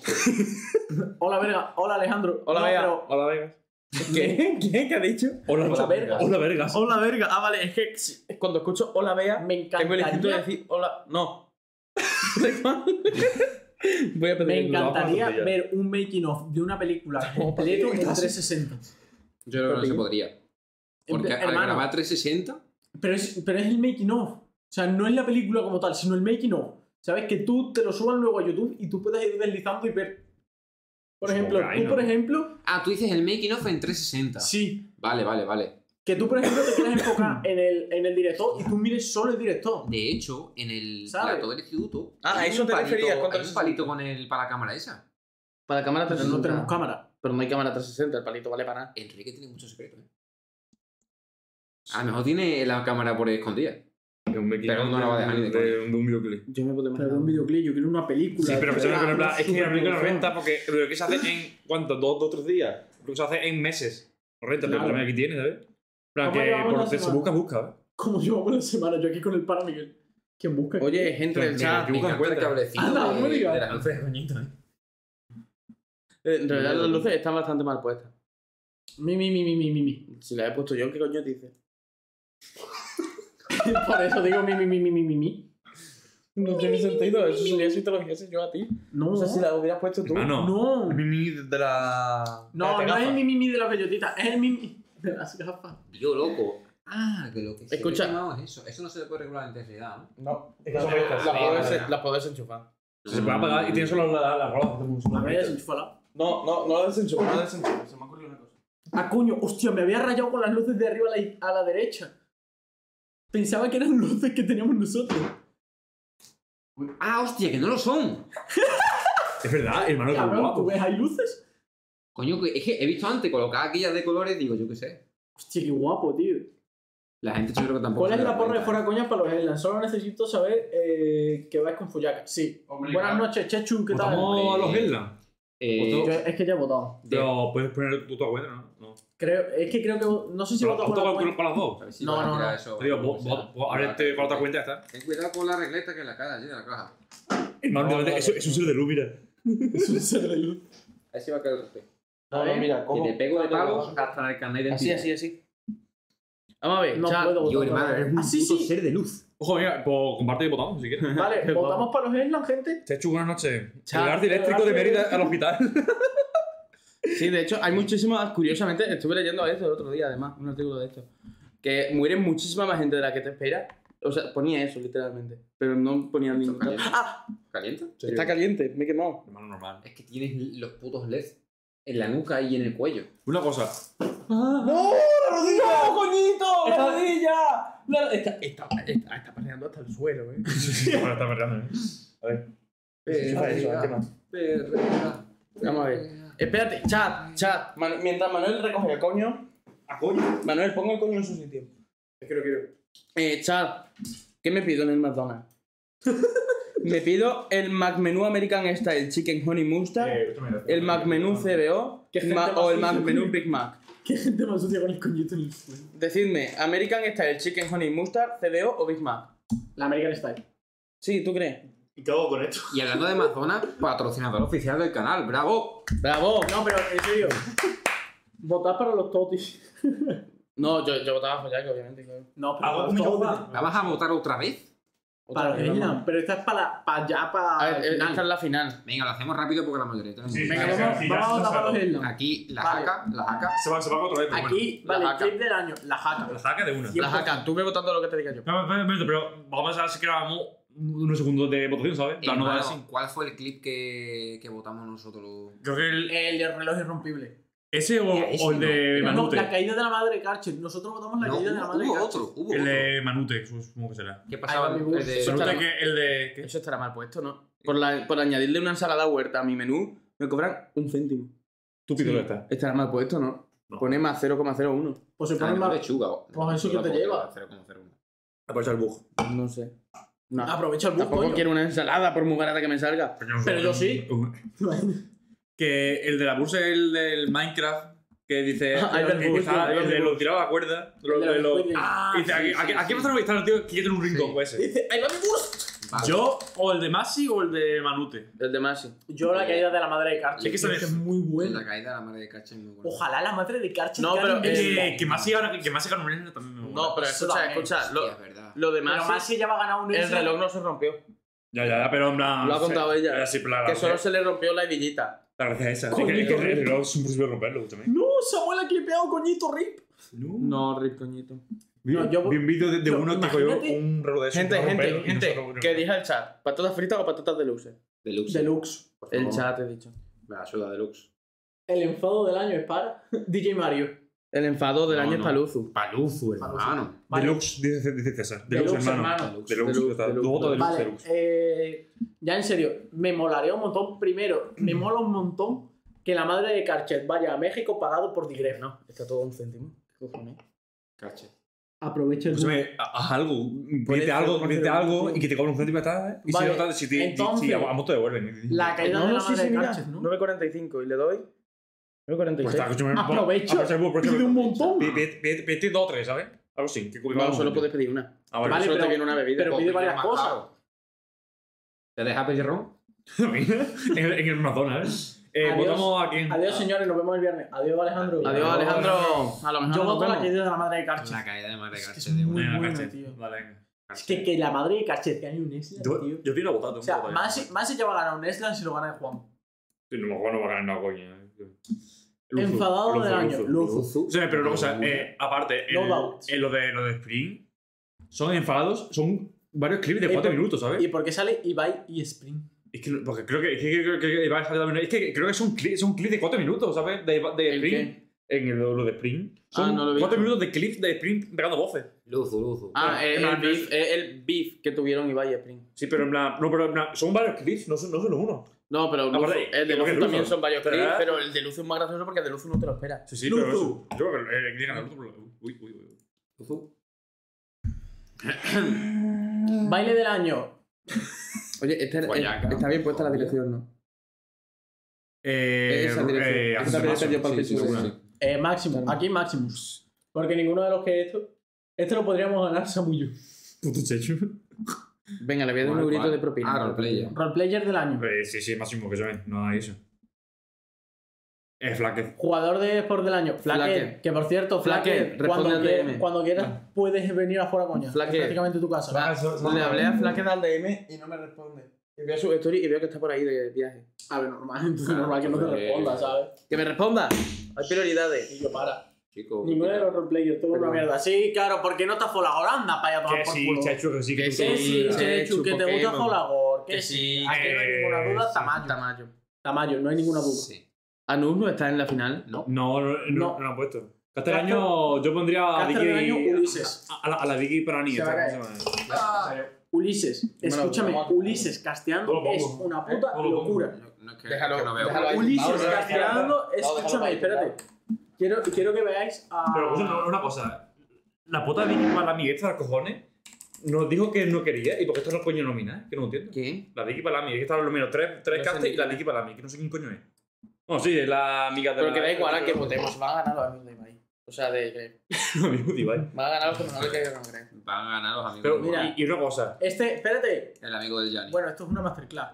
S3: Hola, verga. Hola, Alejandro.
S4: Hola,
S3: no,
S4: Bea.
S3: pero-
S7: Hola, Vegas.
S4: ¿Qué? ¿Qué? ¿Qué ha dicho?
S7: Hola,
S6: Hola,
S7: verga.
S6: vergas.
S7: Hola, Vergas.
S4: Hola, verga. Ah, vale, es que si- cuando escucho hola, vea,
S3: Me
S4: tengo el instinto de
S3: encantaría,
S4: decir hola. No. Voy a pedir
S3: me
S4: el lugar.
S3: encantaría
S7: Vamos a
S3: ver un making of de una película completo en 360.
S6: Yo creo que no se podría. Porque
S3: Empe-
S6: al
S3: hermano.
S6: grabar 360,
S3: Pero es, pero es el making of. O sea, no es la película como tal, sino el making of. ¿Sabes? Que tú te lo suban luego a YouTube y tú puedes ir deslizando y ver. Por
S7: Supongo
S3: ejemplo,
S7: que hay,
S3: tú,
S7: ¿no?
S3: por ejemplo,
S6: Ah, tú dices el making of en 360.
S3: sí.
S6: Vale, vale, vale.
S3: Que tú, por ejemplo, te quieras enfocar en el, en el director y tú mires solo el director.
S6: De hecho, en el
S3: ¿Sabe?
S6: plato del instituto.
S4: Ah,
S6: hay
S4: a eso
S6: un
S4: te
S6: palito-
S4: referías,
S6: Hay
S4: contra
S6: un palito con el, para la cámara esa.
S4: Para la cámara
S3: Pero no
S4: 360.
S3: tenemos cámara.
S4: Pero no hay cámara 360, el palito vale para nada.
S6: Enrique tiene muchos secretos, ¿eh? A lo mejor tiene la cámara por ahí escondida.
S7: Es un making
S6: Pero
S7: of
S6: no la va a dejar ni de
S7: de un de un videoclip.
S4: Yo me puedo
S3: Pero de un videoclip, yo quiero una película.
S7: Sí, pero
S3: de
S7: pensaba
S3: verdad,
S7: que no en plan,
S3: una
S7: es que la película no
S3: superproducción.
S7: renta porque lo que se hace en ¿cuánto? ¿Dos, dos, tres días? Lo que se hace en meses. No renta, pero el
S3: Claro.
S7: problema aquí tiene, ¿sabes? En plan,
S3: ¿Cómo llevamos
S7: que
S3: la
S7: por se
S3: semana?
S7: busca, busca, ¿eh?
S3: ¿Cómo llevamos la semana? Yo aquí con el para Miguel. ¿Quién busca?
S4: Oye, gente del
S7: Mira,
S4: chat.
S7: yo-
S6: Me encanta
S7: Yuca
S6: el
S7: encuentra.
S6: cablecito
S3: Anda,
S6: de,
S3: no me digas.
S6: de las luces, coñito, ¿eh?
S4: eh, En realidad las luces están bastante mal puestas.
S3: Mi, mi, mi, mi, mi, mi, mi.
S4: Si las he puesto yo, ¿qué coño dices?
S3: Por eso digo mi, mi, mi, mi, mi, mi, mi.
S4: No tiene sentido. Eso sería si te lo dijese yo a ti.
S3: No,
S4: O sea, si la hubieras puesto tú.
S7: Hermano.
S3: no.
S7: Mimi de la.
S3: No, no es el mi, mi, mi de las bellotitas, es el mi, mi de las gafas.
S6: Yo, loco. Ah, que lo que se
S4: Escucha.
S6: ve quemado es eso. Eso no se le puede regular en realidad, ¿no?
S4: No.
S7: Es que son estas.
S4: Las
S7: Sí,
S4: puedes-
S7: vale.
S4: las podés enchufar.
S7: Se puede apagar y tiene solo la, la rola.
S3: La voy a desenchufar.
S4: No, no, no lo desenchufas. No lo desenchufas. Se me ha ocurrido una cosa.
S3: Ah, coño, hostia, me había rayado con las luces de arriba a la, a la derecha. Pensaba que eran luces que teníamos nosotros.
S6: Ah, hostia, que no lo son.
S7: Es verdad, hermano, que
S3: eh, Cabrón, ¿tú
S7: guapo.
S3: ves? ¿Hay luces?
S6: Coño, que- es que he visto antes colocar aquellas de colores, digo, yo qué sé.
S3: Hostia, qué guapo, tío.
S6: La gente yo creo que tampoco.
S3: ¿Cuál
S6: se
S3: es
S6: da
S3: la porra de
S6: cuenta.
S3: fuera coñas para los Islands? Solo necesito saber eh, que vais con Fuyaca. Sí. Buenas noches, Chechu, ¿qué tal?
S7: Votamos a los
S6: Hombre.
S7: Headland.
S6: Eh,
S3: Pues Yo- es que ya he votado.
S6: de-
S7: Pero puedes poner tu tu cuenta, ¿no? No.
S3: Creo, es que creo que. No sé si he votado
S7: Voto
S3: por la
S7: con-
S3: cuenta.
S7: para los dos.
S6: a ver si
S3: No,
S6: van a
S3: no,
S6: tirar
S3: no.
S6: eso.
S7: Te digo,
S6: como
S7: vos-
S6: sea.
S7: vos- vos abrete con otra cuenta, ya está.
S6: Ten cuidado con la regleta que la cara, allí de la caja.
S7: Hermano,
S4: No, no,
S7: es es un ser de luz, mira.
S3: Es un ser de luz.
S6: Ahí se va a caer el respeto.
S4: No, no, mira,
S6: Que
S4: ¿cómo?
S6: te pego de palos hasta el carnet de
S4: Así,
S6: identidad.
S4: así, así. Vamos a ver,
S3: No
S4: chat.
S3: puedo votar.
S6: Yo, hermano, eres un
S3: Ah, sí,
S6: puto
S3: sí.
S6: ser de luz.
S7: Ojo, mira, pues comparte y votamos si quieres.
S3: Vale, votamos para los Islands, gente.
S7: Te he hecho buenas noches.
S4: Chao.
S7: El arte eléctrico de Mérida al hospital.
S4: Sí, de hecho, hay muchísimas. Curiosamente, estuve leyendo esto el otro día, además, un artículo de esto. Que muere muchísima más gente de la que te espera. O sea, ponía eso, literalmente. Pero no ponía ningún.
S6: calienta?
S4: ¡Ah!
S6: ¿Calienta?
S4: Está caliente, me he quemado.
S7: Hermano, normal.
S6: Es que tienes los putos LEDs en la nuca y en el cuello.
S7: Una cosa.
S4: ¡No! ¡La rodilla! ¡No, coñito!
S3: Está-
S4: rodilla! La- Está, está, está, está paseando hasta el suelo, eh.
S7: Ahora está perreando, ¿eh?
S4: Enchufa eso,
S6: Perrea,
S4: ¿qué más?
S6: perrea,
S4: Vamos a ver.
S6: perrea.
S4: Espérate, chat, chat. Manu- mientras Manuel recoge el coño. ¿A coño? Manuel, ponga el coño en su sitio. Es que lo quiero. Eh, chat, ¿qué me pido en el McDonald's? me pido el McMenú American Style Chicken Honey Mustard,
S7: Eh,
S4: el McMenú CBO
S3: Qué gente
S4: ma-
S3: más
S4: o el
S3: sucia,
S4: McMenú
S3: tío.
S4: Big Mac.
S3: Qué gente más sucia con el coñito en el suelo.
S4: Decidme, ¿American Style Chicken Honey Mustard, CBO o Big Mac?
S3: La American Style.
S4: Sí, ¿tú crees?
S9: ¿Y qué hago con esto?
S6: Y hablando de Amazonas, patrocinador oficial del canal, bravo.
S4: ¡Bravo!
S3: No, pero en serio. Votad para los Totis.
S4: No, yo, yo votaba a Follaco, obviamente. claro.
S3: No,
S7: Ah,
S9: ¿Hago
S3: para los
S9: como yo,
S3: Totis.
S9: va?
S6: ¿La vas a votar otra vez?
S4: Otra
S3: Para los
S4: vez, vamos.
S3: Islands. Pero esta es para, para allá, para.
S4: A ver, eh,
S3: el
S4: esta es
S3: final.
S4: la final.
S6: Venga, lo hacemos rápido porque la mayoría tenemos.
S9: Sí.
S3: Venga,
S9: Sí,
S3: vamos,
S9: sí,
S3: vamos a
S9: ya está
S3: votar para los
S9: sacado.
S3: Islands.
S6: Aquí la
S3: Vale.
S6: jaca, la jaca.
S7: Se va, se va otra vez, pero
S3: Aquí,
S4: La
S3: vale, el
S4: jaca.
S3: clip del año, la jaca.
S7: bueno. La saca de una.
S4: La jaca, tú ve votando lo que te diga yo.
S7: No, espera, espera, pero vamos a ver si grabamos unos segundos de votación, ¿sabes? Claro, no
S6: Hermano,
S7: vale así.
S6: ¿Cuál fue el clip que, que votamos nosotros?
S7: Creo que el,
S3: El del reloj irrompible.
S7: ese o,
S6: Ya, ese
S7: o el de
S3: Eh, No,
S7: Manute.
S3: la caída de la madre de Karcher. Nosotros votamos la
S6: No,
S3: caída de la
S6: hubo,
S3: madre de
S6: hubo
S3: Karcher.
S6: otro, hubo
S7: El
S6: otro.
S7: de Manute, supongo que será.
S6: ¿Qué pasaba?
S3: Ahí va mi
S6: El de...
S3: bus.
S7: Manute
S4: claro.
S7: que el de... ¿qué?
S4: Eso estará mal puesto, ¿no? Por, la- por añadirle una ensalada huerta a mi menú, me cobran un céntimo.
S7: Estúpido lo está.
S4: Estará mal puesto, ¿no?
S7: No.
S4: Pone más 0,01.
S3: Pues se
S6: Ah,
S3: ponen
S6: no,
S3: mal.
S6: lechuga.
S3: Pues eso que te lleva.
S6: 0,01.
S7: Aprovecha el bug.
S4: No sé. No.
S3: Ah, Aprovecha el bus,
S4: Tampoco
S3: coño.
S4: quiero una ensalada por muy barata que me salga.
S3: Pero yo sí.
S7: Que el de la bursa es el del Minecraft, que dice...
S4: Ah, el del
S7: que
S4: bus,
S7: está-
S4: el del
S7: el de
S4: bus.
S7: lo tiraba a cuerda.
S3: El de la Ah,
S7: lo- lo- Ah,
S3: Squid Game.
S7: Y dice, aquí, aquí, aquí vas a entrevistar al tío que tiene un rincón con ese.
S3: Dice, ahí va mi bus.
S6: Vale.
S7: Yo, o el de Masi o el de Manute.
S4: El de Masi.
S3: Yo la caída de la madre de Karcher.
S7: Es que Eh, sabes-
S3: es muy
S6: La
S3: buena.
S6: caída de la madre de Cacha es muy buena.
S3: Ojalá la madre de Karcher.
S4: No,
S3: gane
S4: pero,
S3: un
S4: eh,
S3: Island.
S7: Que, que Masi ahora que Masi gana un Island también me mola.
S4: No, pero escucha,
S3: Solamente.
S4: escucha.
S6: Hostia,
S4: Lo,
S6: es verdad.
S4: lo de
S3: Pero
S4: Masi,
S3: Masi ya va a ganar un
S4: el
S3: Island.
S4: reloj no se rompió.
S7: Ya, ya, ya, pero en plan.
S4: Lo ha contado
S7: sí,
S4: ella.
S7: ya, Sí, pero la
S4: Que
S7: gracia,
S4: solo se le rompió la hebillita.
S7: la gracia es esa. Es
S3: Coño,
S7: que, es
S3: qué
S7: que el reloj es imposible romperlo, justamente.
S3: No, Samuel ha clipeado, coñito, rip.
S7: No.
S4: No, Rip, coñito.
S7: Vi,
S3: No, yo-
S7: vi un vídeo de, de
S3: yo-
S7: uno que cogió
S3: imagínate-
S7: un reloj de esos
S4: Gente,
S7: para
S4: gente,
S7: romperlo y no se
S4: gente.
S7: lo-
S4: ¿Qué dije el chat? ¿Patatas fritas o patatas deluxe?
S6: Deluxe.
S3: Deluxe.
S6: por favor.
S4: El chat, he dicho.
S6: Me la suda Deluxe.
S3: El enfado del año es para DJ Mario.
S4: El enfado del
S6: No,
S4: año
S6: no.
S4: es Paluzu.
S6: Paluzu, hermano.
S3: Vale.
S7: Deluxe, dice, dice César. Deluxe,
S3: Deluxe,
S7: hermano.
S3: hermano.
S7: Deluxe,
S4: Deluxe,
S7: total.
S4: deluxe,
S7: Tu voto deluxe,
S3: Vale,
S7: deluxe.
S3: eh, ya en serio, me molaría un montón. Primero, me mola un montón que la madre de Carchet vaya a México pagado por Digref.
S4: No, está todo un céntimo. ¿Qué cojones?
S6: Cache.
S3: Aprovecha el boom.
S7: Escúchame, Pues haz algo, pídete
S3: eso,
S7: algo,
S3: por
S7: pídete
S3: eso,
S7: algo
S3: tío.
S7: y que te cobren un céntimo y tal. ¿eh? Y si
S3: Vale,
S7: no tal, si te- si-
S3: entonces,
S7: si a ambos te devuelven.
S3: La caída de la madre de
S4: mira.
S3: Karchet, ¿no?
S4: 9.45 y le doy.
S7: Pues
S4: 9.46.
S7: está, escúchame,
S3: Aprovecha,
S7: aprovecha, aprovecha.
S3: pide un montón.
S7: Pi- pi- pi- Pídete dos o tres, ¿sabes? Algo así. que
S4: no,
S7: cubrimos
S4: solo
S7: un
S4: puedes pedir una.
S7: Ah, vale.
S3: Vale,
S4: solo
S3: pero-
S4: te viene una bebida.
S3: pero pide varias
S6: más
S3: cosas.
S6: caro. ¿Te deja pedir ron?
S7: en, el, en el McDonald's. Eh,
S3: Adiós.
S7: votamos a quién.
S3: Adiós, señores, nos vemos el viernes. Adiós, Alejandro.
S4: Adiós, Alejandro. A lo mejor
S3: Yo
S4: nos
S3: voto la
S4: vemos.
S3: caída de la madre de Carchet.
S6: La caída de madre
S3: Es que es
S6: Cache de
S3: muy
S6: una.
S7: Venga,
S3: bueno,
S7: Cachet.
S3: tío.
S7: Vale, venga.
S3: Es que, que la madre de Carchet gane un Eslan, tío.
S7: Yo tengo votado.
S3: O sea, Masi Masi ya va a ganar un Eslan si lo gana el Juan.
S7: No, no va a ganar nada, ¿eh? coña.
S3: Enfadado del año. Luzu.
S7: O sea, pero una cosa, eh, aparte,
S3: No
S7: el-
S3: doubts.
S7: eh, lo, de, lo de Spring son enfadados, son varios clips de
S3: Y
S7: 4
S3: por-
S7: minutos, ¿sabes?
S3: ¿Y por qué sale Ibai y Spring?
S7: Es que, no- porque creo que, es que, creo que, Ibai sale también- es que creo que son clips son clips de 4 minutos, ¿sabes? De, de
S4: ¿El
S7: Spring. En el, lo de Spring. Son
S4: Ah, no lo he
S7: 4
S4: visto.
S7: minutos de clips de Spring pegando voces.
S6: Luzu, Luzu.
S4: Ah, eh,
S7: no,
S4: el,
S7: no es-
S4: beef, eh, el beef que tuvieron Ibai y Spring.
S7: Sí, pero en plan, no, pero en plan, son varios clips, no, son- no solo uno.
S4: No, pero Luzu-
S7: Aparte,
S4: el de
S7: igual que
S4: Luzu
S7: Luzu.
S4: también son varios
S7: Pero-
S4: clips, pero el de Luzu es más gracioso porque el de Luzu no te lo esperas.
S7: Sí, sí,
S3: Luzu.
S7: pero eso- yo creo que el que gana el otro. pero- Uy, uy, uy.
S6: Luzu.
S3: Baile del año.
S4: Oye, esta-
S6: Guayaca.
S4: está bien puesta la dirección, ¿no?
S7: Eh,
S4: Esa dirección.
S7: eh,
S4: Esa
S7: hace
S4: también
S7: paso,
S4: está yo para el
S7: sí, sí,
S4: pecho.
S7: seguro.
S3: Eh, Maximus. Aquí Maximus. Porque ninguno de los que esto. Este lo podríamos ganar Samuyo.
S7: Puto checho.
S4: Venga, le voy a dar un
S6: ¿Cuál,
S4: eurito
S6: cuál?
S4: de propina.
S6: Ah, roleplayer.
S3: Roleplayer del año.
S7: Eh, sí, sí, máximo que yo no hay eso. Es flaque.
S3: Jugador de Sport del año. Flaque.
S4: Flaque.
S3: Que por cierto, Flaque,
S4: Flaque,
S3: cuando,
S4: responde al
S3: quie-
S4: DM.
S3: cuando quieras puedes venir afuera, coña.
S4: Flaque.
S3: Es prácticamente tu casa.
S4: Le hablé a Flaque de DM y no me responde. Y veo su story y veo que está por ahí de viaje.
S3: A ver, normal. Entonces,
S6: Ah,
S3: normal que no te
S6: pues,
S3: responda,
S6: eh.
S3: ¿sabes?
S4: ¡Que me responda! Hay prioridades.
S3: Y yo para.
S6: Chico.
S3: Ninguno de
S6: mira.
S3: los roleplayers, todo una
S4: Perdón.
S3: mierda. Sí, claro, porque no te has la Holanda para ir a tomar
S7: Que
S3: por
S7: sí,
S3: culo.
S7: chacho, que sí, que
S4: Que
S7: tú-
S3: Que sí,
S4: Sí,
S3: Chechu, que te gusta
S4: Pokémon.
S3: Folagor, que
S4: Que
S3: sí.
S4: sí,
S3: Aquí no hay
S7: eh,
S3: ninguna duda,
S7: sí.
S3: Tamayo.
S4: Tamayo.
S3: Tamayo, no hay ninguna duda.
S6: Sí.
S4: Anus Ah, no está en la final.
S6: No.
S7: No, no, no,
S3: No.
S7: no lo han puesto. Castellaño, yo pondría a
S3: Castro
S7: Vicky.
S3: del año, Ulises.
S7: A, a la, a la Vicky Prani.
S3: Se va
S7: esta,
S3: a
S7: ¿cómo se llama?
S3: Ulises, escúchame,
S4: vamos a-
S3: Ulises casteando
S7: No lo
S3: es
S7: pongo.
S3: una puta
S7: No lo pongo.
S3: locura.
S6: No, no es que,
S4: Déjalo,
S6: es que no veo.
S4: déjalo ahí.
S3: Ulises
S4: Vamos a ver,
S3: casteando, es-
S4: déjalo,
S3: escúchame,
S4: déjalo.
S3: espérate. Quiero, quiero que veáis a.
S7: Pero pues, no, una cosa. La puta Vicky para la amigueta de cojones nos dijo que no quería y porque esto no coño nomina, ¿eh? que no entiendo.
S4: ¿Quién?
S7: La Vicky Palami, es que estaba en los menos tres, tres
S4: No sé
S7: castes
S4: ni-
S7: y la Vicky Palami, que no sé quién coño es. No, sí, es la amiga de
S4: Pero
S7: la-
S4: que da igual a que votemos. Van a ganar los amigos de Ibai. O sea, de Greg.
S7: Lo mismo de Ibai.
S4: Van a ganar los que no le caigan a Greg.
S6: Van a ganar los amigos.
S7: Pero,
S6: de
S3: mira.
S6: Morán.
S7: y, y una cosa,
S3: Este, espérate.
S6: El amigo de Gianni.
S3: Bueno, esto es una masterclass.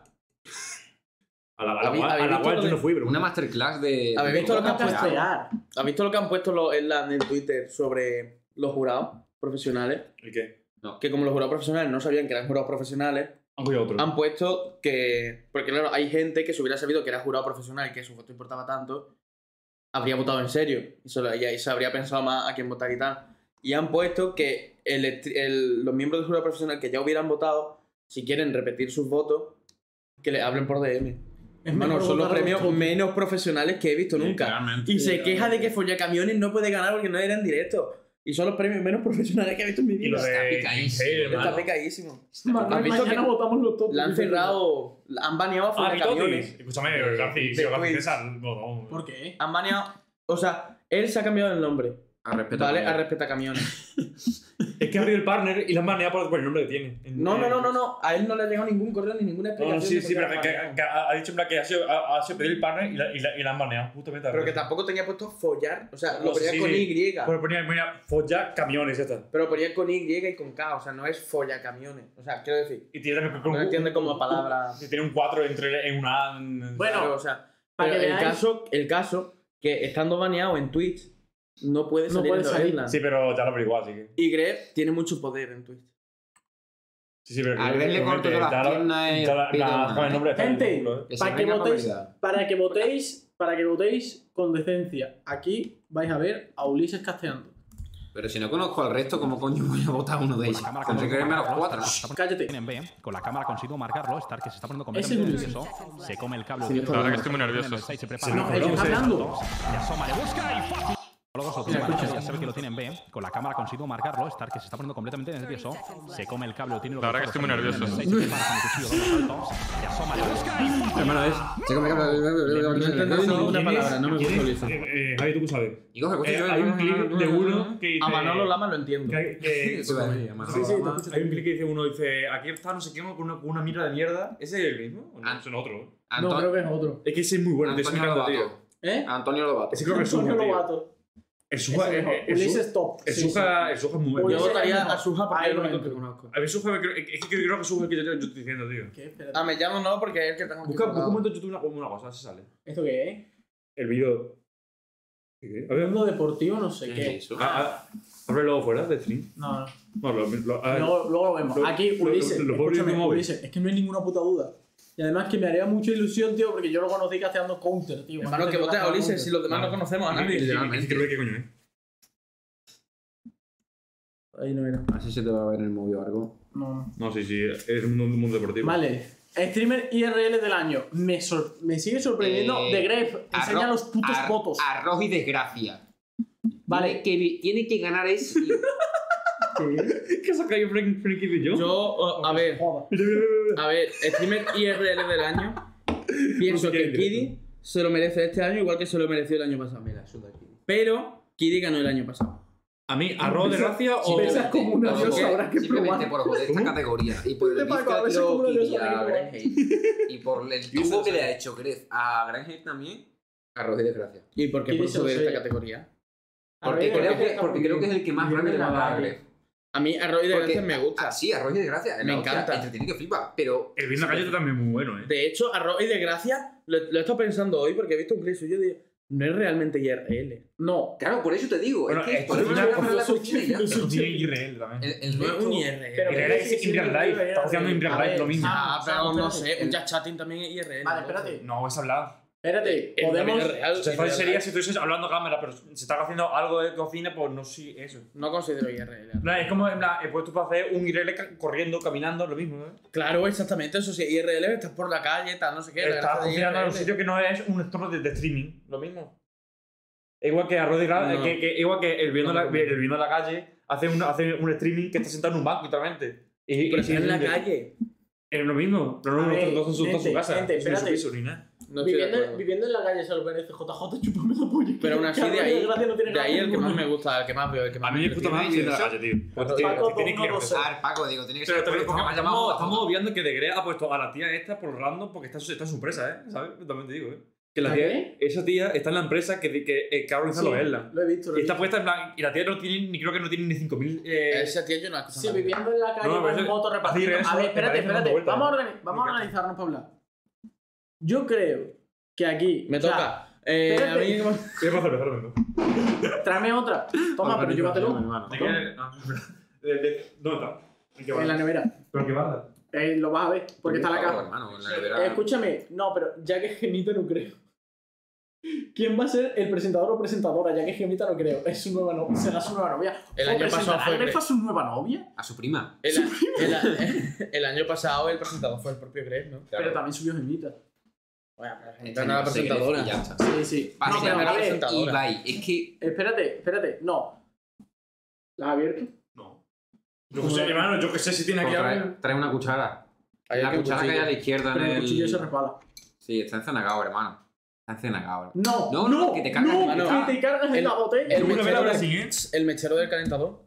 S7: a la, a la,
S4: ¿Habéis-
S7: cual- a
S4: habéis
S7: la
S4: visto
S7: cual
S4: lo
S7: yo
S4: de-
S7: no fui, pero
S6: Una masterclass de.
S4: ¿Habéis visto lo que
S6: de-
S4: han puesto?
S3: Castrear.
S4: ¿Has visto lo que han puesto los- en, la, en el Twitter sobre los jurados profesionales?
S7: ¿El qué?
S4: Que como los jurados profesionales no sabían que eran jurados profesionales,
S7: Han cogido
S3: Mm.
S7: otro.
S4: han puesto que. Porque claro, hay gente que si hubiera sabido que era jurado profesional y que su voto importaba tanto, habría votado en serio. Y, se lo- y ahí se habría pensado más a quién votar y tal. Y han puesto que el estri- el- los miembros del jurado profesional que ya hubieran votado, si quieren repetir sus votos, que le hablen por DM.
S3: Es
S4: Hermano,
S3: mejor
S4: son los
S3: votar a
S4: premios
S3: todos.
S4: menos profesionales que he visto nunca.
S6: Literalmente.
S4: Y se queja de que Follacamiones no puede ganar porque no era en directo. Y son los premios menos profesionales que he visto en mi
S7: Y lo
S4: vida.
S6: Está
S7: de
S6: picadísimo,
S7: Hey,
S6: está
S4: Está
S7: hermano.
S4: pecadísimo.
S3: Manuel,
S4: ¿Has visto
S3: mañana
S4: que
S3: votamos los top.
S4: La han cerrado. la- Han baneado a
S7: Ah,
S4: Follacamiones.
S7: Vitotis. Escúchame,
S4: Eh,
S7: Garci, si
S4: de
S7: lo Garci
S4: Twitch.
S7: César, no, no.
S3: ¿Por qué?
S4: Han baneado. O sea, él se ha cambiado el nombre.
S6: A respeto.
S4: ¿Vale?
S6: también.
S4: A respetacamiones.
S7: Es que ha abrido el partner y la han baneado por, por el nombre que tiene.
S4: No, no, no, no, no. A él no le ha llegado ningún correo ni ninguna
S7: No,
S4: explicación.
S7: no, sí,
S4: de
S7: sí,
S4: por qué
S7: pero
S4: lo han
S7: que,
S4: baneado.
S7: que ha ha dicho en plan que ha sido, ha, ha sido pedir el partner y la, y la, y la han baneado, justamente.
S4: Pero que tampoco tenía puesto follar. O sea,
S7: No,
S4: lo
S7: sí,
S4: ponía
S7: sí,
S4: con
S7: sí.
S4: Y.
S7: Pero ponía, ponía follar camiones, ya está.
S4: Pero ponía con Y y con K. O sea, no es follacamiones. O sea, quiero decir.
S7: Y tiene también como.
S4: No entiende como palabra.
S7: Si tiene un 4 entre en una. en-
S3: Bueno,
S4: Claro, o sea,
S3: para
S4: pero
S3: que
S4: el
S3: veáis-
S4: caso, el caso que estando baneado en Twitch no puede
S3: No
S4: salir
S3: puede
S4: en los
S3: salir.
S4: Islands.
S7: Sí, pero ya lo averiguó, así que.
S4: Y Greg tiene mucho poder en Twitch.
S7: Sí, sí, pero.
S6: A Greg le corto todas las piernas y
S4: eh,
S7: Ya la-
S6: el pito,
S7: la- con el
S6: hermano.
S7: nombre de
S3: Gente.
S7: Facebook, ¿eh?
S6: Que se
S3: Para que,
S6: venga
S3: votéis,
S6: Pablo
S3: para que votéis, para que votéis con decencia. Aquí vais a ver a Ulises casteando.
S6: Pero si no conozco al resto, ¿cómo coño voy a votar a uno de ellos?
S9: cámara
S6: Tendré que verme a los cuatro.
S3: Cállate.
S9: Tienen B, con la cámara consigo marcarlo. Stark que se está poniendo
S3: Ese es
S9: completamente
S3: Luis.
S9: nervioso. Se come el cable.
S3: Sí,
S9: utiliza
S3: la
S9: el
S3: verdad que
S9: cable,
S10: estoy muy
S9: tiene el
S10: nervioso.
S9: side, se
S3: Se
S9: prepara.
S7: eh,
S3: enoja, ellos
S9: Se
S3: hablando.
S9: Se asoma, le busca y fácil. Luego se observa,
S3: escucha.
S9: ya sabe que lo tienen B. Con la cámara consigo marcarlo. Stark que se está poniendo completamente nervioso. Se come el cable. Tiene
S10: La verdad que estoy muy nervioso.
S9: Se asoma, le busca y fácil.
S3: Hermano, es. No he entendido ninguna palabra, no me
S7: ¿Quién
S3: gusta
S7: es? Eh, eh, Javi, tú que sabes.
S6: Y coge, coge,
S7: Eh,
S6: coge,
S7: hay un
S6: coge,
S7: clip
S6: coge,
S7: de
S6: coge,
S7: uno
S6: coge.
S7: que dice.
S4: A Manolo Lama lo entiendo.
S7: que- que-
S6: Eso también, a Manolo
S3: Sí, sí, te
S6: Lama.
S3: escucho.
S7: hay un clip que dice uno, dice, aquí está no sé quién con una, con una mira de mierda. ¿Ese es el mismo? ¿O no?
S6: Ah.
S7: Eso no es otro.
S3: No, creo
S6: Anto-
S3: que es otro.
S7: Es que ese es muy bueno, tío, ese me
S6: Antonio
S7: encanta, tío.
S6: Lobato.
S3: ¿Eh?
S6: Antonio Lobato.
S7: Ese creo que es suja,
S3: Antonio
S7: tío.
S3: Lobato.
S7: Es
S3: Ese
S7: suja,
S3: es
S7: eh,
S3: mejor.
S7: es suja-
S3: Ulises Top.
S7: es
S3: sí, sí.
S7: suja, es suja muy bueno.
S3: Ulises-
S4: Yo
S7: Yo-
S4: votaría a Suja porque es lo único
S3: Iron Man.
S4: que conozco.
S7: A ver, suja, creo- es que es que creo que suja es el que yo te estoy diciendo, tío.
S3: ¿Qué? Espérate.
S4: A Mellano Ah, no, porque es el que tengo
S7: Busca, busca un
S4: controlado.
S7: momento en YouTube una, una cosa, se sale.
S3: ¿Esto qué es?
S7: El vídeo. ¿Qué? A ver,
S3: Mundo deportivo, no sé
S6: ¿Qué
S3: qué.
S6: es eso?
S7: ah, ah, ábrelo fuera de stream.
S3: No, no.
S7: No, lo, lo, a ver.
S3: Luego, luego lo vemos.
S7: Lo-
S3: Aquí,
S7: lo-
S3: Ulises.
S7: lo- lo puedo abrir en
S3: escúchame,
S7: mi móvil.
S3: Ulises, es que no hay ninguna puta duda. Y además que me haría mucha ilusión, tío, porque yo lo conocí casteando counter, tío.
S4: Hermano, que vote a Ulises, si los demás no conocemos a
S7: Ah,
S4: nadie.
S6: literalmente.
S7: creo que qué coño, eh.
S3: Ahí no era.
S6: Así se te va a ver en el móvil o algo.
S3: No, no.
S7: No, sí, sí, es un mundo, un mundo deportivo.
S3: Vale. Streamer IRL del año. Me, sor- me sigue sorprendiendo.
S6: Eh,
S3: The Grefg. Enseña los putos
S6: ar-
S3: fotos.
S6: Arroz y desgracia.
S3: Vale.
S6: Tiene que, vi- tiene que ganar ese. tío.
S7: ¿Qué saca yo Frank, Frankie de yo?
S4: Yo, uh, a ver,
S3: Joda.
S4: a ver, streamer IRL del año. Pienso
S7: No sé
S4: que
S7: qué es
S4: Kiddy se lo merece este año, igual que se lo mereció el año pasado. Mira, suda Kiddy. Pero Kiddy ganó el año pasado.
S7: A mí, arroz de gracia o.
S3: Pesas como una
S6: Porque
S3: diosa, habrá que
S6: Simplemente
S3: probar.
S6: por joder esta
S7: ¿Cómo?
S6: categoría. Y por el
S3: Dile, Paco, a
S6: bizca
S3: ver si como una diosa habrá
S6: a
S3: que probar.
S6: Grenheim. Y por el tubo que le ha hecho Gref a Granheim también. Arroz y desgracia.
S4: ¿Y por qué
S3: Kiddy
S4: por
S3: se lo
S4: subir esta
S3: sella.
S4: categoría?
S3: Arroz
S6: Porque,
S3: y
S6: creo, que,
S3: desgracia,
S6: porque creo que es el que más
S3: porque
S6: grande le va a dar a
S3: viene
S6: Gref.
S4: A mí, Arroyo de
S6: Porque-
S4: Gracia me gusta.
S6: Ah, sí, arroz y desgracia. es
S4: Me
S6: la hostia,
S4: encanta.
S6: Entretiene que flipa. Pero
S7: El vino galleta también es muy bueno, eh.
S4: De hecho, Arroyo de Gracia lo, lo he estado pensando hoy porque he visto un clip suyo y digo, no es realmente IRL.
S3: No.
S6: Claro, por eso te digo.
S7: Bueno,
S6: es que
S7: esto
S6: por
S7: es
S6: eso
S7: una
S6: no le ganan a la
S7: cosa
S6: Argentina ya.
S7: Eso tiene IRL también.
S6: El, el
S4: No es
S6: resto-
S4: un IRL.
S3: Pero
S7: Mira,
S3: creo que
S7: es
S3: sí,
S7: Imperial
S3: sí,
S7: Life,
S3: sí,
S7: estamos haciendo
S3: sí.
S7: Imperial
S3: A
S7: Life,
S3: ver,
S7: lo mismo.
S4: Ah, pero no sé, un
S3: espérate.
S4: Just Chatting también es IRL.
S3: Vale,
S4: entonces.
S3: espérate.
S7: No, es hablar.
S3: Espérate.
S4: Eh, En la vida
S3: Podemos.
S4: real,
S7: O sea,
S4: en
S7: esto
S4: realidad,
S7: sería si estuvieses hablando a cámara, pero si estás haciendo algo de cocina, pues no sí, eso.
S4: No considero IRL.
S7: En plan, es como, en plan, he puesto para hacer un IRL ca- corriendo, caminando, lo mismo, ¿eh?
S4: Claro, exactamente. Eso sí, IRL, estás por la calle, tal, no sé qué. la
S7: Estás
S4: gracia de
S7: cocinando en un
S4: IRL.
S7: sitio que no es un entorno de, de streaming, lo mismo. Igual que arroz de gra-
S4: No.
S7: que, que- igual que el vino,
S4: No,
S7: a
S4: no,
S7: la,
S4: no.
S7: el vino a la calle hace un, hace un streaming que está sentado en un banco, literalmente. Y,
S4: Pero
S7: y-
S4: está en la
S7: y-
S4: calle.
S7: Es lo mismo, pero no
S3: A
S7: no
S3: ver,
S7: está en su, está en su
S3: gente,
S7: casa.
S3: gente,
S7: es en su
S3: espérate.
S7: piso, ni nada.
S4: No estoy de
S3: Viviendo,
S4: acuerdo.
S3: viviendo en la calle se lo merece JJ, chupame la polla.
S4: Pero aún así,
S3: Que
S4: de
S3: Arroyo
S4: ahí,
S3: Gracia no tiene
S4: de ahí
S3: gracia
S4: el que más
S3: ninguna.
S4: me gusta, el que más veo, el que más
S7: A mí me
S4: me
S7: puta
S4: gusta.
S7: madre el vino a la calle, tío. Porque tiene-
S3: Paco,
S7: tiene
S3: pongo
S7: que ir a
S3: dos,
S7: hacer-
S6: A ver, Paco, digo, tiene que
S7: Pero
S6: ser.
S7: también porque
S6: porque me ha llamado
S7: estamos,
S6: a
S7: estamos
S6: Jota.
S7: obviando que De Grey ha puesto a la tía esta por random porque está, en su- está en su empresa, ¿eh? ¿Sabes? También te digo, ¿eh? Que la
S3: ¿La
S7: tía,
S3: qué?
S7: esa tía está en la empresa que, que, eh, que ha organizado
S3: Sí,
S7: verla.
S3: Lo he visto. lo
S7: Y
S3: he
S7: está
S3: visto.
S7: puesta en plan. Y la tía no tiene, ni creo que no tiene ni 5.000. Eh,
S4: Ese tío yo no
S3: Sí, viviendo en la calle
S7: No, me
S3: con
S7: parece-
S3: moto repartiendo.
S7: así, eso
S3: A ver,
S7: me
S3: espérate,
S7: parece una
S3: espérate.
S7: vuelta,
S3: vamos, a
S7: ¿no?
S3: organi- vamos a
S7: Me encanta.
S3: organizarnos para hablar. Yo creo que aquí.
S4: Me
S3: o sea,
S4: toca. Eh, a
S3: espérate.
S4: mí que más-
S7: ¿Qué pasa, Alejandro? ¿no?
S3: Tráeme otra. Toma, pero llévatelo.
S7: ¿De qué? Ah, de- de- ¿Dónde está? ¿En qué
S3: En la
S7: barra?
S3: nevera.
S7: ¿Pero en qué barra?
S3: Eh, lo vas a ver, porque está la
S6: Paco,
S3: caja.
S6: hermano, en la
S3: Eh,
S6: nevera.
S3: escúchame, no, pero ya que Gemita no creo. ¿Quién va a ser el presentador o presentadora? Ya que Gemita no creo. Es su nueva novia. Será su nueva novia.
S4: El
S3: ¿O
S4: año pasado
S3: presentará
S4: fue
S3: el Grefa
S4: Gref.
S3: su nueva novia?
S6: A su prima.
S4: El, el- el año pasado el presentador fue el propio Greg, ¿no?
S6: Claro.
S3: Pero también subió Gemita.
S4: Bueno, pero
S6: Esta
S4: está nada
S6: no sé qué
S4: presentadora.
S6: decir, ya está.
S3: Sí, sí.
S6: Vale,
S3: no,
S6: ya
S3: pero
S4: me la
S3: a ver,
S4: presenta. presentadora.
S6: Ibai, es que
S3: Espérate, espérate. No. ¿La has abierto?
S7: No. Yo que sé, hermano, yo que sé si tiene
S6: Pues
S7: aquí
S6: trae,
S7: algo.
S6: trae una cuchara.
S4: Ahí
S6: la
S4: hay que
S6: cuchara que hay a la
S4: cuchillo.
S6: izquierda
S3: Pero
S6: en
S3: el cuchillo se
S6: Ah, el.
S3: resbala.
S6: Sí, está encenagado, hermano. Está encenagado.
S3: No,
S6: No,
S3: no,
S6: no,
S3: no,
S6: que te cargas en la
S4: cara.
S3: que te cargas en
S4: El-
S3: la botella.
S4: el-
S7: Yo una vez
S4: mechero
S7: ahora
S4: de-
S7: sí, ¿eh?
S4: El mechero del calentador.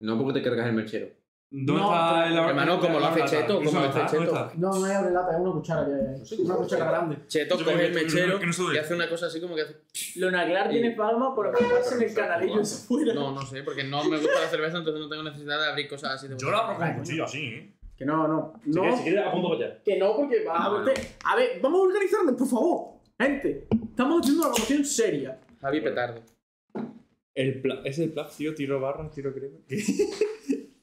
S6: No porque te cargas el merchero.
S7: ¿Dónde
S3: No,
S7: está el
S4: hermano, como lo hace Cheto, como lo hace Cheto.
S3: No, no es abre lata, es una cuchara. Que, una cuchara grande.
S4: Cheto
S7: Yo
S4: coge
S7: me-
S4: el
S7: yo me-
S4: mechero
S7: que no se doy.
S4: y hace una cosa así como que hace...
S3: Luna Clark
S4: tiene
S3: tiene palma por aplicarse en el canalillo
S6: canalillo
S3: fuera.
S4: No, no sé, porque no me gusta la cerveza, entonces no tengo necesidad de abrir cosas así de
S7: Yo la abro con un cuchillo así, ¿eh?
S3: Que no, no.
S7: Si
S3: No,
S7: quieres, si quieres, apunto para allá.
S3: que no, porque vas a
S6: No,
S3: verte. A ver, vamos a organizarnos, por favor. Gente, estamos haciendo una promoción seria.
S4: Javi Petardo.
S7: El pla- ¿Es el plaf, tío? ¿Tiro barra? ¿Tiro crema?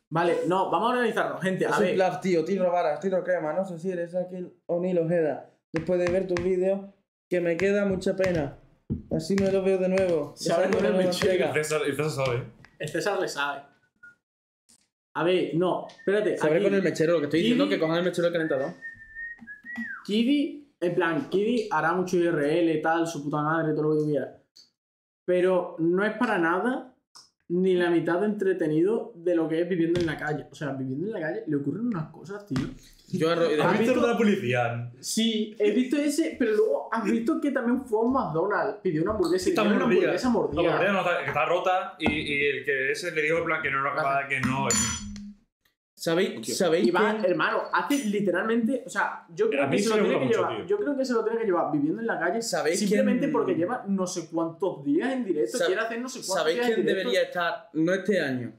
S3: Vale, no, vamos a organizarnos, gente. A
S4: Soy
S3: ver,
S4: Plaf, tío, tiro varas, tiro crema, no sé si eres aquel O'Neill Ojeda. Después de ver tus vídeos, que me queda mucha pena. Así me lo veo de nuevo.
S3: Se abre con el
S4: Esa
S3: mechero.
S7: César, el César sabe.
S3: El César le sabe. A ver, no, espérate.
S4: Se abre
S3: aquí,
S4: con el mechero, lo que estoy diciendo,
S3: Y-
S4: que cojan el mechero del calentador.
S3: Kiddy, en plan, Kiddy hará mucho IRL, tal, su puta madre, todo lo que tuviera. Pero no es para nada ni la mitad de entretenido de lo que es viviendo en la calle. O sea, viviendo en la calle le ocurren unas cosas, tío.
S4: Yo arro- y de-
S3: ¿Has
S7: ¿Has visto
S3: visto?
S7: lo de la policía?
S3: Sí, he visto ese, pero luego has visto que también fue a un McDonald's, pidió una hamburguesa y
S7: Está
S3: le dieron una
S7: mordida.
S3: hamburguesa
S7: La
S3: mordida.
S7: guardia no está, que está rota y, y el que ese le dijo en plan que no era capaz, que no. eh.
S4: ¿Sabéis? ¿Sabéis?
S3: Y va,
S4: quién-
S3: hermano, hace literalmente, o sea, yo
S7: Pero a
S3: creo que
S7: mí
S3: se
S7: sí
S3: lo
S7: me
S3: tiene que
S7: gusta mucho,
S3: llevar.
S7: tío.
S3: Yo creo que se lo tiene que llevar viviendo en la calle
S4: ¿Sabéis
S3: simplemente
S4: quién-
S3: porque lleva no sé cuántos días en directo,
S4: Sab-
S3: quiere hacer no sé cuántos
S4: ¿Sabéis
S3: días en
S4: quién
S3: directo.
S4: debería estar? No este año,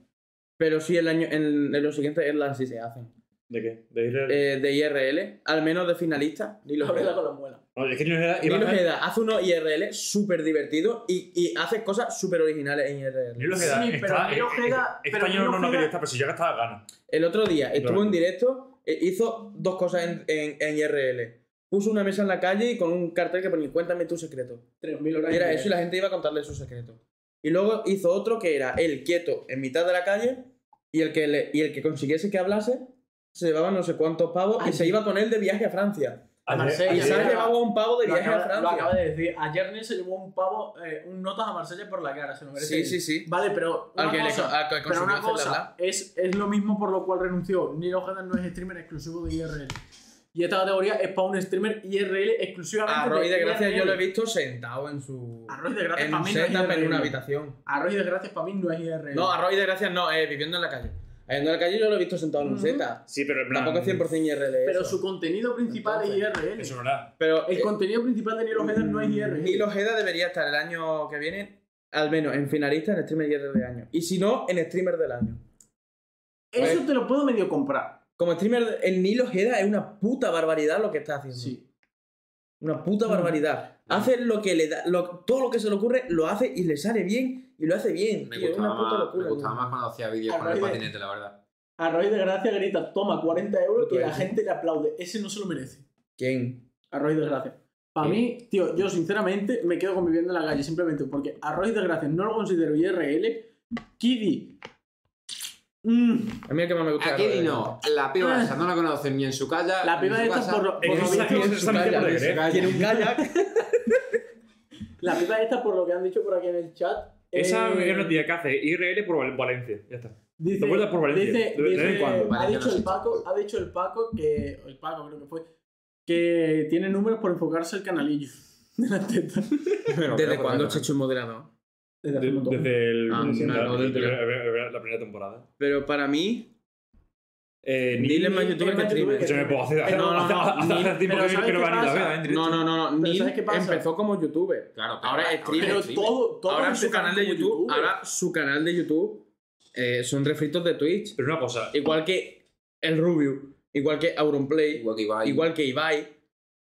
S4: pero sí el año, en, en los siguientes Airlines si se hacen.
S7: ¿De qué? De ir al-
S4: Eh, de IRL, al menos de finalista. Ni los
S3: Ábrela
S4: Ojeda.
S3: con la muela.
S7: No, es que yo era.
S4: Nilo
S7: Iba a
S4: Ojeda hace unos IRL súper divertidos y, y hace cosas súper originales en IRL.
S7: Nilo Ojeda
S3: Sí, pero
S7: está.
S3: Nilo Ojeda-
S7: Este
S3: pero
S7: año no,
S3: Nilo
S7: no
S3: Ojeda-
S7: quería estar, pero si llega estaba gana.
S4: El otro día estuvo
S7: Claro.
S4: en directo, eh, hizo dos cosas en, en- en IRL. Puso una mesa en la calle y con un cartel que ponía cuéntame tu secreto.
S3: 3.000 horas.
S4: Y era
S3: en
S4: eso y la gente iba a contarle sus secretos. Y luego hizo otro que era él quieto en mitad de la calle y el que, le- y el que consiguiese que hablase se llevaba no sé cuántos pavos y
S3: Ay.
S4: se iba con él de viaje a Francia.
S3: A Marsella.
S4: Y
S3: Ay,
S4: se
S3: ay,
S4: ha
S3: ay.
S4: llevado a un pavo de
S3: Lo
S4: viaje a
S3: acaba, lo acaba
S4: Francia.
S3: de decir. Ayer Nils se llevó un pavo, eh, un notas a Marsella por la cara, se lo merece.
S4: Sí, sí, sí.
S3: Vale, pero una
S4: Al que le-
S3: cosa,
S4: al que
S3: pero
S4: consiguió
S3: una
S4: hacerle
S3: cosa
S4: hablar.
S3: es, es lo mismo por lo cual renunció. Neil Ojeda no es streamer exclusivo de IRL. Y esta categoría es para un streamer IRL exclusivamente
S4: A Roy de Gracia
S3: IRL.
S4: yo lo he visto sentado en su.
S3: A Roy de Gracia
S4: en
S3: para
S4: un
S3: mí no es
S4: setup en
S3: IRL.
S4: una habitación.
S3: Arroz y desgracias para mí no es IRL.
S4: No, a Roy de Gracia no, eh, viviendo en la calle. Viviendo en la calle yo lo he visto sentado en un
S3: Ujú.
S4: setup.
S7: Sí, pero en plan.
S4: Tampoco es 100% IRL.
S3: Pero
S4: eso.
S3: su contenido principal es
S7: Eso
S3: IRL.
S7: es verdad.
S4: Pero
S3: El
S4: eh,
S3: contenido principal de Neil Ojeda no es IRL.
S4: Nil Ojeda debería estar el año que viene, al menos en finalista en streamer IRL del año. Y si no, en streamer del año.
S3: Eso
S4: Pues-
S3: te lo puedo medio comprar.
S4: Como streamer, de- el Nil Ojeda es una puta barbaridad lo que está haciendo.
S3: Sí.
S4: Una puta
S3: Mm.
S4: barbaridad. Hace lo que le da, lo- todo lo que se le ocurre, lo hace y le sale bien y lo hace bien.
S6: Me
S4: tío, es
S6: gustaba,
S4: una puta
S6: más, me
S4: locura.
S6: gustaba
S4: tío.
S6: más cuando hacía vídeos con
S3: Arroyo
S6: el
S3: de-
S6: patinete, la verdad.
S3: Arroz y desgracia grita, toma 40 euros y
S4: Puto
S3: la
S4: ese.
S3: gente le aplaude. Ese no se lo merece.
S4: ¿Quién?
S3: Arroz y desgracia. Para
S6: Sí.
S3: mí, tío, yo sinceramente me quedo conviviendo en la calle simplemente porque Arroz y desgracia no lo considero IRL. Kiddy. mm,
S4: A mí el que más me gusta.
S6: Aquí
S4: es Rodri.
S6: no, la piba esa no la conocen ni en su calle.
S3: la
S6: ni en
S3: piba
S6: su
S3: esta
S6: casa.
S3: por lo, por
S7: En
S3: lo
S7: esa-
S3: visto-
S7: en esa-
S4: Tiene
S7: Calla,
S4: un
S7: Luis,
S4: kayak,
S7: calla.
S4: tiene un kayak.
S3: la piba esta, por lo que han dicho por aquí en el chat.
S7: Esa
S3: eh,
S7: es una tía que hace IRL por Val- Valencia. Ya está.
S3: Dice,
S7: Te vueltas por Valencia,
S3: dice-
S7: de- de vez en
S3: dice-
S7: cuando.
S3: Ha
S6: Valencia
S3: dicho,
S6: no
S3: el
S6: existe.
S3: Paco, ha dicho el Paco que. El Paco creo que fue. Que tiene números por enfocarse el canalillo. De la teta.
S4: ¿Desde cuándo Chechu es moderador?
S3: Desde hace
S7: De-
S3: un montón.
S7: Desde el-
S4: Ah,
S7: desde
S4: claro,
S7: la-
S4: desde
S7: desde
S4: la-
S7: la la primera temporada.
S4: Pero para mí,
S7: Eh,
S4: Nil es
S7: Neil-
S4: más youtuber que streamer.
S7: Yo me puedo hacer.
S3: Pero
S7: hace-
S4: Eh, no, no,
S7: hace- hace-
S4: Neil-
S7: hace tiempo
S3: pero ¿sabes
S7: que- que no
S3: qué
S7: va Neil
S3: pasa?
S7: Ojeda, ¿eh? en directo.
S4: No, no, no, no.
S3: Pero
S4: Neil
S3: ¿sabes qué pasa?
S4: empezó como youtuber.
S6: Claro,
S4: Ahora es streamer.
S3: Pero
S6: streamer.
S3: todo, todo
S4: ahora su
S3: empezaron
S4: canal de
S3: como
S4: YouTube,
S3: youtuber.
S4: ahora su canal de YouTube eh, son refritos de Twitch.
S7: Pero una cosa.
S4: Igual que el Rubio, igual que Auronplay,
S6: Igual que Ibai.
S4: igual que Ibai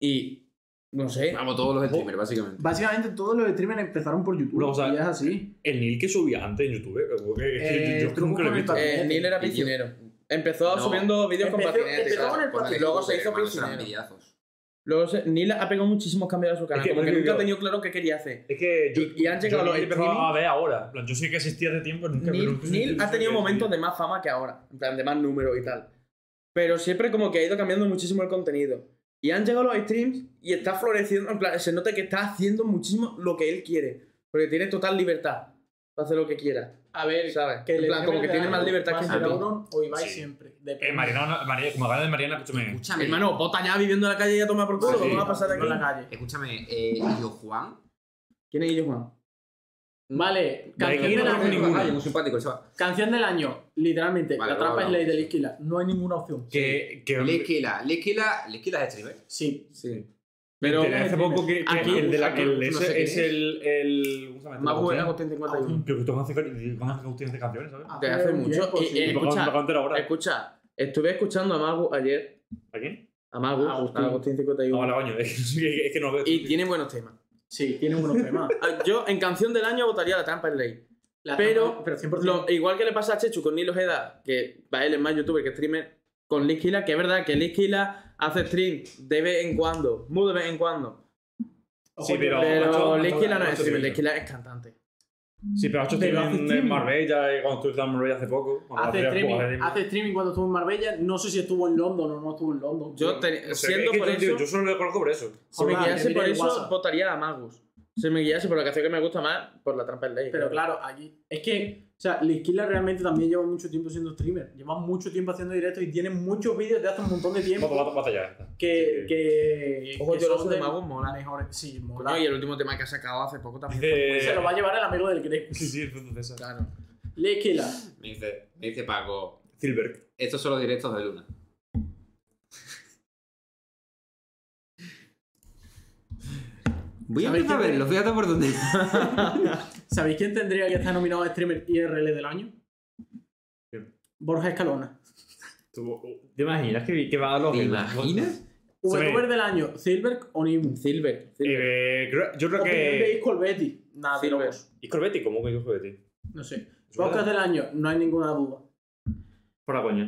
S4: y no sé.
S6: Vamos, todos los streamers, básicamente.
S3: Básicamente todos los streamers empezaron por YouTube.
S7: Una cosa-
S3: y es así.
S7: El Neil que subía antes en YouTube. eh, como que- es que
S3: Eh,
S7: yo- yo
S3: truco
S7: nunca lo he
S3: con el
S7: visto.
S3: papel.
S4: Eh, Neil era piscinero. Empezó
S6: No.
S4: subiendo vídeos con
S3: Empezó-
S4: patinete.
S3: empezó con
S4: claro.
S3: el patinete.
S4: Luego se hizo
S6: piscinero.
S4: piscinero. Luego se- Neil ha pegado muchísimos cambios a su canal,
S7: que
S4: como que
S7: me
S4: nunca
S7: digo-
S4: ha tenido claro qué quería hacer.
S7: Es que yo.
S4: Y, y han llegado
S7: yo
S4: los
S7: Neil he empezado
S4: streaming.
S7: a ver ahora. En plan, Yo sé que existía hace tiempo, nunca pero
S4: Neil,
S7: nunca
S4: Neil
S7: nunca
S4: ha
S7: sabía
S4: tenido
S7: que
S4: momentos de
S7: existía.
S4: más fama que ahora, en plan de más números y tal. Pero siempre como que ha ido cambiando muchísimo el contenido. Y han llegado los streams y está floreciendo, en plan, se nota que está haciendo muchísimo lo que él quiere. Porque tiene total libertad para hacer lo que quiera.
S3: A ver,
S4: ¿Sabes? en plan, como que tiene más libertad que
S6: ser
S4: tú.
S3: Auron o Ibai
S7: Sí.
S3: siempre.
S7: Eh,
S3: Depende.
S7: Mariana, María, como hablaba de Mariana, escúchame.
S6: Escúchame,
S4: Hermano, bota ya viviendo en la calle y ya toma por culo.
S6: Sí.
S4: ¿Qué va a pasar de
S3: Vivo en la
S4: aquí?
S3: calle.
S6: Escúchame, eh, yo Juan.
S4: ¿Quién es yo, Juan?
S3: Vale,
S7: De
S3: canción
S7: aquí
S3: del
S7: no
S3: año.
S7: tengo ninguna.
S6: Yo muy simpático, el chaval.
S3: Canción del año, literalmente.
S6: Vale,
S3: la trampa es
S6: vamos,
S3: ley de la
S6: sí.
S3: esquila. No hay ninguna opción.
S7: Que. que-
S6: Lequila, Lequila, Lequila es streamer.
S3: Sí.
S4: Sí.
S7: Pero
S4: Pero
S7: hace poco que, que
S4: Aquí,
S7: el de la que
S4: aquí,
S7: el-
S4: no sé
S7: ese
S4: qué
S7: es
S4: es.
S7: el. el ¿Cómo se llama? este
S4: más buena,
S7: Agustín.
S4: Agustín 51.
S7: Pero que tú conoces conoces Agustín de canciones,
S3: Eh,
S7: ¿sabes?
S4: Que hace
S3: un
S4: mucho. eh,
S3: tiempo,
S4: Y-
S3: sí.
S4: y-
S7: Me lo
S4: escucha,
S7: conté ahora.
S4: Escucha, estuve escuchando a Magu ayer.
S7: ¿A quién?
S4: A Magu, a
S3: Agustín.
S4: Agustín
S7: No,
S4: 51.
S7: ahora coño, es que es que no veo.
S4: Y tiene buenos temas.
S3: Sí, tiene unos temas.
S4: Ah, Yo en canción del año votaría la trampa en ley.
S3: La
S4: Pero,
S3: trampa- pero 100%.
S4: lo- igual que le pasa a Chechu con Nil Ojeda, que para él es más youtuber que streamer, con Liz Kila, que es verdad que Liz Kila hace stream de vez en cuando, muy de vez en cuando.
S7: Sí, pero.
S4: Pero
S7: macho,
S4: Leskilan no es
S7: macho,
S4: streamer,
S7: tío.
S4: Leskilan es cantante.
S7: Sí, pero Hacho
S3: Pero
S7: estuvo
S3: hace
S7: en
S3: streaming.
S7: Marbella y cuando estuve en Marbella hace poco. cuando
S3: Hace
S7: hacía
S3: streaming,
S7: jugadas de-
S3: hace streaming cuando estuvo en Marbella. No sé si estuvo en London o no estuvo en London. pero-
S4: Yo, te-
S7: O sea,
S4: siendo
S7: es que
S4: por
S7: yo, tío,
S4: eso,
S7: yo solo le conozco por eso.
S4: si me
S3: Hola, que
S4: guiase
S3: viene
S4: por
S3: el
S4: eso,
S3: WhatsApp.
S4: votaría a Magus. Si me guiase por la canción que me gusta más, por la trampa del ley.
S3: Pero claro, aquí. Es que, o sea, Liskila realmente también lleva mucho tiempo siendo streamer. Lleva mucho tiempo haciendo directos y tiene muchos vídeos de hace un montón de tiempo.
S7: Vamos a batallar.
S3: que, que,
S4: Ojo,
S3: que
S4: yo lo
S3: son
S4: uso de mago, mola.
S3: mejores. Sí, mola.
S4: Coño, y el último tema que ha sacado hace poco también.
S3: Pues Se lo va a llevar el amigo del Greg.
S7: Sí, sí, el fruto de esa.
S4: Claro.
S3: Liskila.
S6: Me dice, me dice Paco,
S7: Silberg.
S6: estos son los directos de Luna. Voy a
S3: ¿Sabéis
S6: empezar a
S3: quién
S6: verlos, fíjate por dónde.
S3: ¿Sabéis quién tendría que estar nominado a streamer IRL del año?
S7: ¿Quién?
S3: Borja Escalona.
S7: Tuvo-
S8: ¿Te imaginas que, que va a los
S6: ¿Te imaginas?
S3: VTuber del año, Silberg o Nimu.
S4: Silver.
S7: Eh, creo- yo creo
S3: Opinión de
S7: que.
S3: Isco Betty. Nada, de
S4: Silver.
S3: locos.
S7: ¿Y Corbetti? ¿Cómo que yo jugué de ti?
S3: No sé.
S7: ¿Es
S3: Podcast
S7: verdad?
S3: del año, no hay ninguna duda.
S7: Por la coña.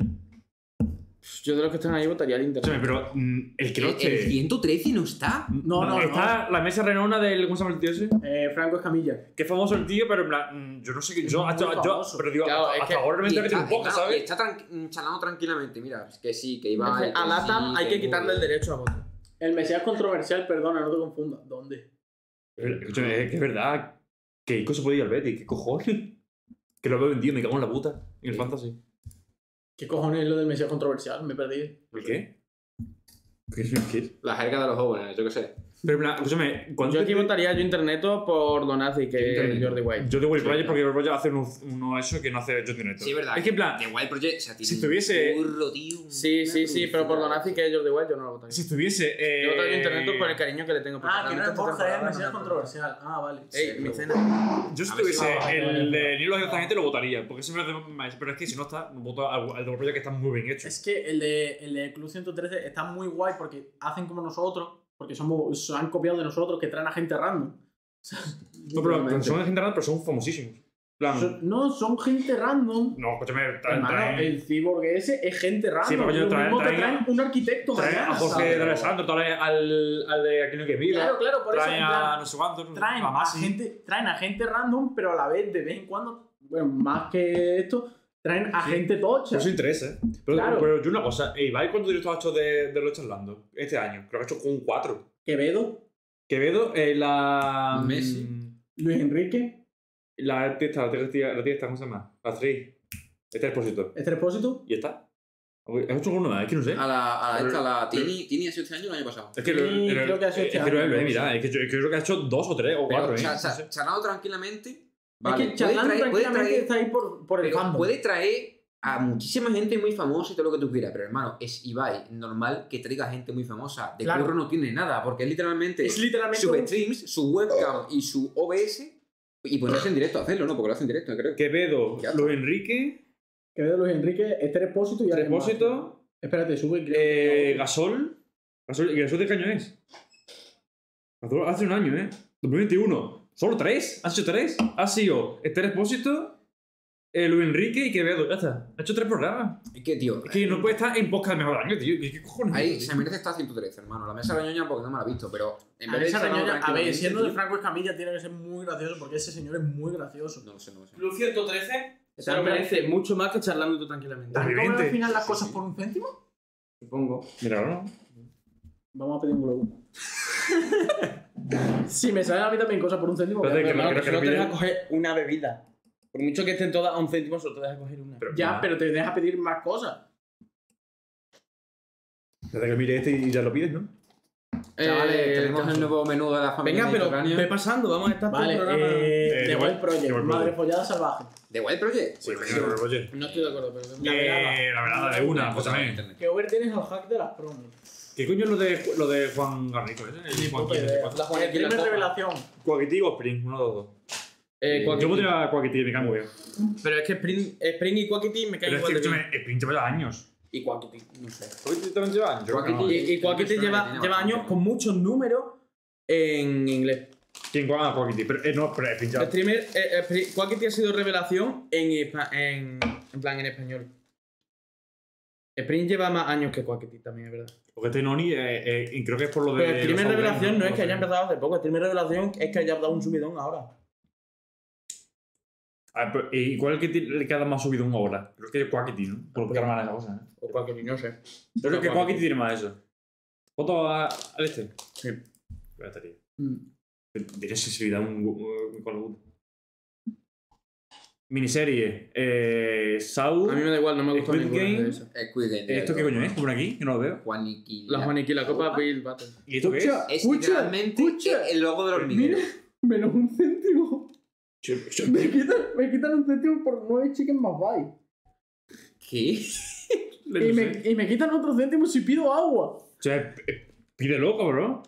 S4: Yo de los que están ahí votaría al Inter.
S7: Escúchame, pero. mm, El
S6: ¿El,
S7: croche.
S6: 113 no está?
S3: No, no, no.
S7: Está la mesa renona del. ¿Cómo se llama el tío ese?
S3: Eh, Franco Escamilla.
S7: Qué famoso el tío, pero en plan. mm, Yo no sé qué. Yo,
S3: muy
S7: hasta, yo.
S3: famoso.
S7: Pero digo,
S4: Claro,
S7: hasta,
S4: es
S7: hasta
S4: que-
S7: ahora
S6: Y
S7: realmente ha
S6: está,
S7: metido un poco,
S6: está- y
S7: ¿sabes?
S6: está tran- charlando tranquilamente, mira, es que sí, que iba
S4: Entonces, A Latam hay que quitarle el
S6: derecho.
S4: derecho a voto.
S3: El Mesías controversial, perdona, no te confundas. ¿Dónde?
S7: Pero, Escúchame, es que es verdad. Que Ico se puede ir al Betty, qué cojones. Que lo había vendido, me cago en la puta. En el fantasy.
S3: ¿Qué cojones es lo del Mesías controversial? Me perdí.
S7: ¿El qué? ¿Qué es el qué?
S6: La jerga de los jóvenes, yo qué sé.
S7: Pero en plan, escúchame, ¿cuánto
S4: Yo aquí
S7: te-
S4: votaría a yo Interneto por Donazzi, que es
S7: Interneto.
S4: Jordi White.
S7: Yo de Will Project porque Will Project hace uno, uno eso que no hace John Neto.
S6: Sí, es verdad.
S7: Es que en plan,
S6: The Wild Project, o sea, tiene
S7: Ah. si tuviese-
S6: un curro, tío, un-
S4: Sí, sí,
S6: una
S4: sí, pero por
S6: producción.
S4: Donazzi, que es Jordi White, yo no lo votaría.
S7: si estuviese. Eh,
S4: Yo votaría a Interneto por el cariño que le tengo. porque
S3: Ah, que no es
S4: realmente esta
S3: Borja, es el
S4: temporada
S3: Mesías
S4: no me-
S3: controversial. Ah, vale.
S4: Ey,
S6: Sí,
S4: mi
S6: pero-
S4: cena.
S7: Yo si
S6: A ver si
S7: estuviese
S6: va,
S7: el de Nilo directamente lo votaría, porque siempre hace más. Pero es que si no está, voto al, al de Will Project que está muy bien hecho.
S3: Es que el de, el de Club 113 está muy guay porque hacen como nosotros, porque somos, se han copiado de nosotros, que traen a gente random.
S7: No, pero, pero son gente rara, pero son famosísimos. En plan,
S3: Son- no, son gente random.
S7: no, escúchame, traen,
S3: Hermano,
S7: traen,
S3: el cyborg ese es gente random.
S7: Sí, pero yo
S3: Lo
S7: traen-
S3: mismo te
S7: traen-
S3: traen un arquitecto
S7: traen a
S3: mañana,
S7: Jorge
S3: ¿sabes?
S7: de Alessandro, traen al, al de Aquino que vive,
S3: Claro, claro, por eso.
S7: traen
S3: en plan,
S7: a no sé cuántos,
S3: traen
S7: a
S3: a,
S7: Masi.
S3: gente, traen a gente random, pero a la vez, de vez en cuando, bueno, más que esto, traen a gente tocha.
S7: Eso interesa, ¿eh? Pero,
S3: Claro.
S7: pero yo una cosa, eh, Ibai, ¿cuántos directos ha hecho de, de los charlando este año? Creo que ha hecho con cuatro.
S3: Quevedo,
S7: Quevedo, eh, la. mm,
S6: Messi.
S3: Luis Enrique,
S7: La artista, la artista, la artista, ¿cómo se llama? La actriz. Este expositor.
S3: Esther Expósito.
S7: Y está. ¿Has hecho alguno más? Es que no sé.
S6: A la, a la,
S7: Pero-
S6: esta, la
S7: pero-
S6: Tini, Tini ha sido este año o el año pasado.
S7: es que,
S3: Ah, Sí,
S7: lo- lo-
S3: creo que ha hecho
S7: eh,
S3: este
S7: es que lo-
S3: año,
S7: eh, mira, es que yo, es que yo creo que ha hecho dos o tres
S6: Pero
S7: o cuatro. ¿eh?
S6: cha-
S7: No
S6: cha-
S7: sé.
S6: charlando tranquilamente.
S3: es
S6: Vale,
S3: que
S6: puede
S3: charlando
S6: traer, puede
S3: tranquilamente
S6: traer-
S3: está ahí por, por el
S6: pero
S3: fandom.
S6: puede traer a muchísima gente muy famosa y todo lo que tú quieras, pero hermano, es Ibai, normal que traiga gente muy famosa. De
S3: Claro.
S6: curro no tiene nada, porque es literalmente
S3: Es literalmente
S6: sus
S3: un-
S6: streams, su webcam y su OBS y ponerse en directo a hacerlo, ¿no? Porque lo hace en directo, creo.
S7: Quevedo,
S6: Ya está.
S7: Luis Enrique,
S3: Quevedo Luis Enrique, Esther Expósito y alguien más.
S7: Repósito,
S3: Espérate, sube. creo que-
S7: eh, Gasol. Gasol. ¿y ¿Gasol de qué año es? Gasol Hace un año, ¿eh? 2021. ¿Solo tres? ¿Has hecho tres? Ha sido Esther Expósito, eh, Luis Enrique y Quevedo. Ya está. Ha hecho tres programas.
S6: Es que, tío,
S7: Es que no puede estar en podcast de mejor año, tío. ¿Qué cojones?
S6: ahí
S7: tío?
S6: se merece estar 113, hermano. La mesa de la ñoña porque no me la he visto, pero en
S3: A
S6: vez
S3: ver,
S6: de
S3: esa
S6: charlarlo
S3: reñoña- a ver,
S6: tranquilamente,
S3: siendo de
S6: tío,
S3: Franco Escamilla tiene que ser muy gracioso porque ese señor es muy gracioso.
S6: No lo sé, no lo sé.
S4: Club 113 se
S3: Está
S4: lo
S3: en plan-
S4: merece mucho más que charlando tú tranquilamente.
S7: Dale.
S3: ¿Cómo van
S7: Evidente.
S3: al final las cosas por un céntimo?
S4: Supongo.
S7: Mira, ¿no?
S3: Vamos a pedir un globo. si me salen a mí también cosas por un céntimo. voy a
S7: Espérate, que me-
S3: pedir-
S4: Pero
S7: creo que
S4: solo te
S7: pide-
S4: deja coger una bebida. Por mucho que estén todas a un céntimo, solo te deja coger una.
S7: Pero-
S3: Ya, pero te deja pedir más cosas.
S7: Desde que mire este y ya lo pides, ¿no?
S4: Eh,
S6: Chavales, tenemos el
S4: entonces-
S6: nuevo menú de la familia
S4: Venga, pero ve
S6: mediterránea.
S4: pasando, vamos a estar por
S3: Vale,
S4: el programa.
S3: eh,
S7: Eh,
S3: The
S7: The
S3: Wild
S7: Wild- The
S3: Project,
S7: Wild
S3: Madre
S7: Project.
S3: Follada Salvaje.
S6: ¿De Wild Project?
S7: Sí, pero oye.
S4: eh, No estoy de acuerdo, pero...
S3: La velada.
S7: Eh, la verdad, de una,
S6: pues,
S7: cosa también.
S3: Que over tienes el hack de las promos.
S7: ¿Qué coño es lo de, lo de Juan Garrico? ¿eh? El Juan
S3: Puta idea.
S4: La Juan
S3: El primer
S4: Esquina Copa.
S3: revelación.
S7: Cuaquití o Spring, uno de los dos.
S4: Eh,
S7: Yo
S4: Quackity.
S7: podría Cuaquití, me cago bien.
S4: Pero es que Spring, Spring y Quackity me caen
S7: Pero es que
S4: igual de bien.
S7: escúchame, Spring lleva años.
S4: Y Quackity, no sé.
S7: ¿Cuaquití también lleva años?
S6: Cuaquití.
S4: Y, y Quackity
S6: Tiene
S4: lleva,
S6: bastante,
S4: lleva
S6: ¿no?
S4: años con muchos números en inglés.
S7: ¿Quién juega a Cuaquití? Pero, eh, no, pero Spring lleva.
S4: Streamer, eh, eh, Spring- Quackity ha sido revelación en, hispa- en, en plan en español. Spring lleva más años que Quackity también, es verdad.
S7: Porque este Noni, eh, eh, y creo que es por lo de.
S4: Pero Streamer
S7: los
S4: Revelación
S7: Outlands,
S4: no es que haya
S7: sé.
S4: empezado hace poco, Streamer Revelación es que haya dado un subidón ahora.
S7: Ah, pero, ¿Y cuál es el que ti- el que ha más subido una hora? Creo que es Quackity, ¿no? Por buscar más la cosa. ¿eh?
S4: O cualquier niño, no sé.
S7: Yo creo que Quackity tiene más eso. ¿Foto a- al este? Sí. Ya estaría.
S4: Mm.
S7: Tiene sensibilidad un, un, un Call of Duty. Miniserie. Eh, Sau.
S4: A mí me da igual, no me gusta
S7: Squid
S4: ninguna
S7: Game.
S4: de esas.
S6: Squid Game.
S7: ¿Esto qué coño es? ¿Por aquí? Que no lo veo.
S6: Juaniqui.
S4: La Juaniqui, la Copa Bill Battle.
S7: ¿Y esto qué es?
S3: Escucha,
S6: Es
S3: escucha,
S6: literalmente
S3: escucha.
S6: el logo del hormiguero.
S3: Mira, menos un céntimo. Me quitan, me quitan un céntimo por nueve chicken más bye.
S6: ¿Qué?
S3: Y me, y me quitan otro céntimo si pido agua.
S7: O sea, p- pide loco, bro.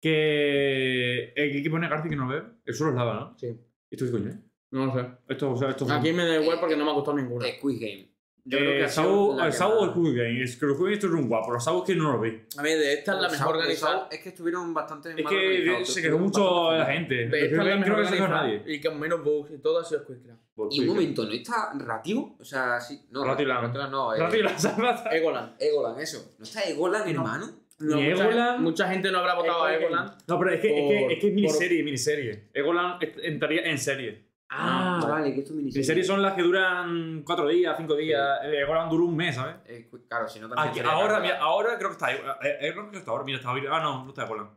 S7: Que. eh, que- que pone Garci que no lo veo. El suelo es lava, ¿no?
S4: Sí.
S7: ¿Y esto qué coño es?
S4: No lo sé.
S7: Esto, o sea, esto
S4: Aquí me da igual porque no me ha gustado ninguna.
S6: Squid Eh, Game. Yo creo que
S7: Eh,
S6: ha sido
S7: Sau
S6: la
S7: el
S6: que
S7: Sau
S6: más-
S7: o el Squid Game. Es que el Squid Game esto es un guapo. Los Sau es que no lo vi.
S4: A ver, de esta es la
S6: Sau-
S4: mejor
S6: Sau-
S4: organizada.
S6: Es que estuvieron bastante
S7: Es
S6: mal
S7: que eh,
S6: organizados,
S7: se quejó
S6: estuvieron
S7: mucho
S6: bastante
S7: la
S6: mal.
S7: gente.
S4: De
S7: El
S4: esta
S7: Squid
S4: es la
S7: Game
S4: mejor
S7: creo que no se quejó
S4: organizada.
S7: nadie.
S4: Y con menos bugs y todo ha sido Squid Craft.
S6: Y un momento, ¿no está Ratio? O sea, sí. No,
S7: Ratilan.
S6: Ratilan no. eh,
S7: Rápido la salva.
S4: Egoland.
S6: Egolan, eso. ¿No está Egolan, hermano?
S4: No,
S7: Ni
S4: mucha,
S7: Egoland.
S4: mucha gente no habrá votado a Egoland.
S7: No, pero es que, es, que,
S4: Por-
S7: es que
S4: por-
S7: es miniserie, miniserie. Egoland est- entraría en serie.
S6: Ah,
S7: vale.
S6: vale, que esto es miniserie.
S7: Miniseries son las que duran cuatro días, cinco días. Eh, Egoland duró un mes, ¿sabes?
S6: Eh, cu- claro, si no también.
S7: Aquí,
S6: sería
S7: ahora,
S6: raro.
S7: mira, ahora creo que está. eh, eh, creo que está ahora. Mira, está ahora. Ah, no, no está Egoland.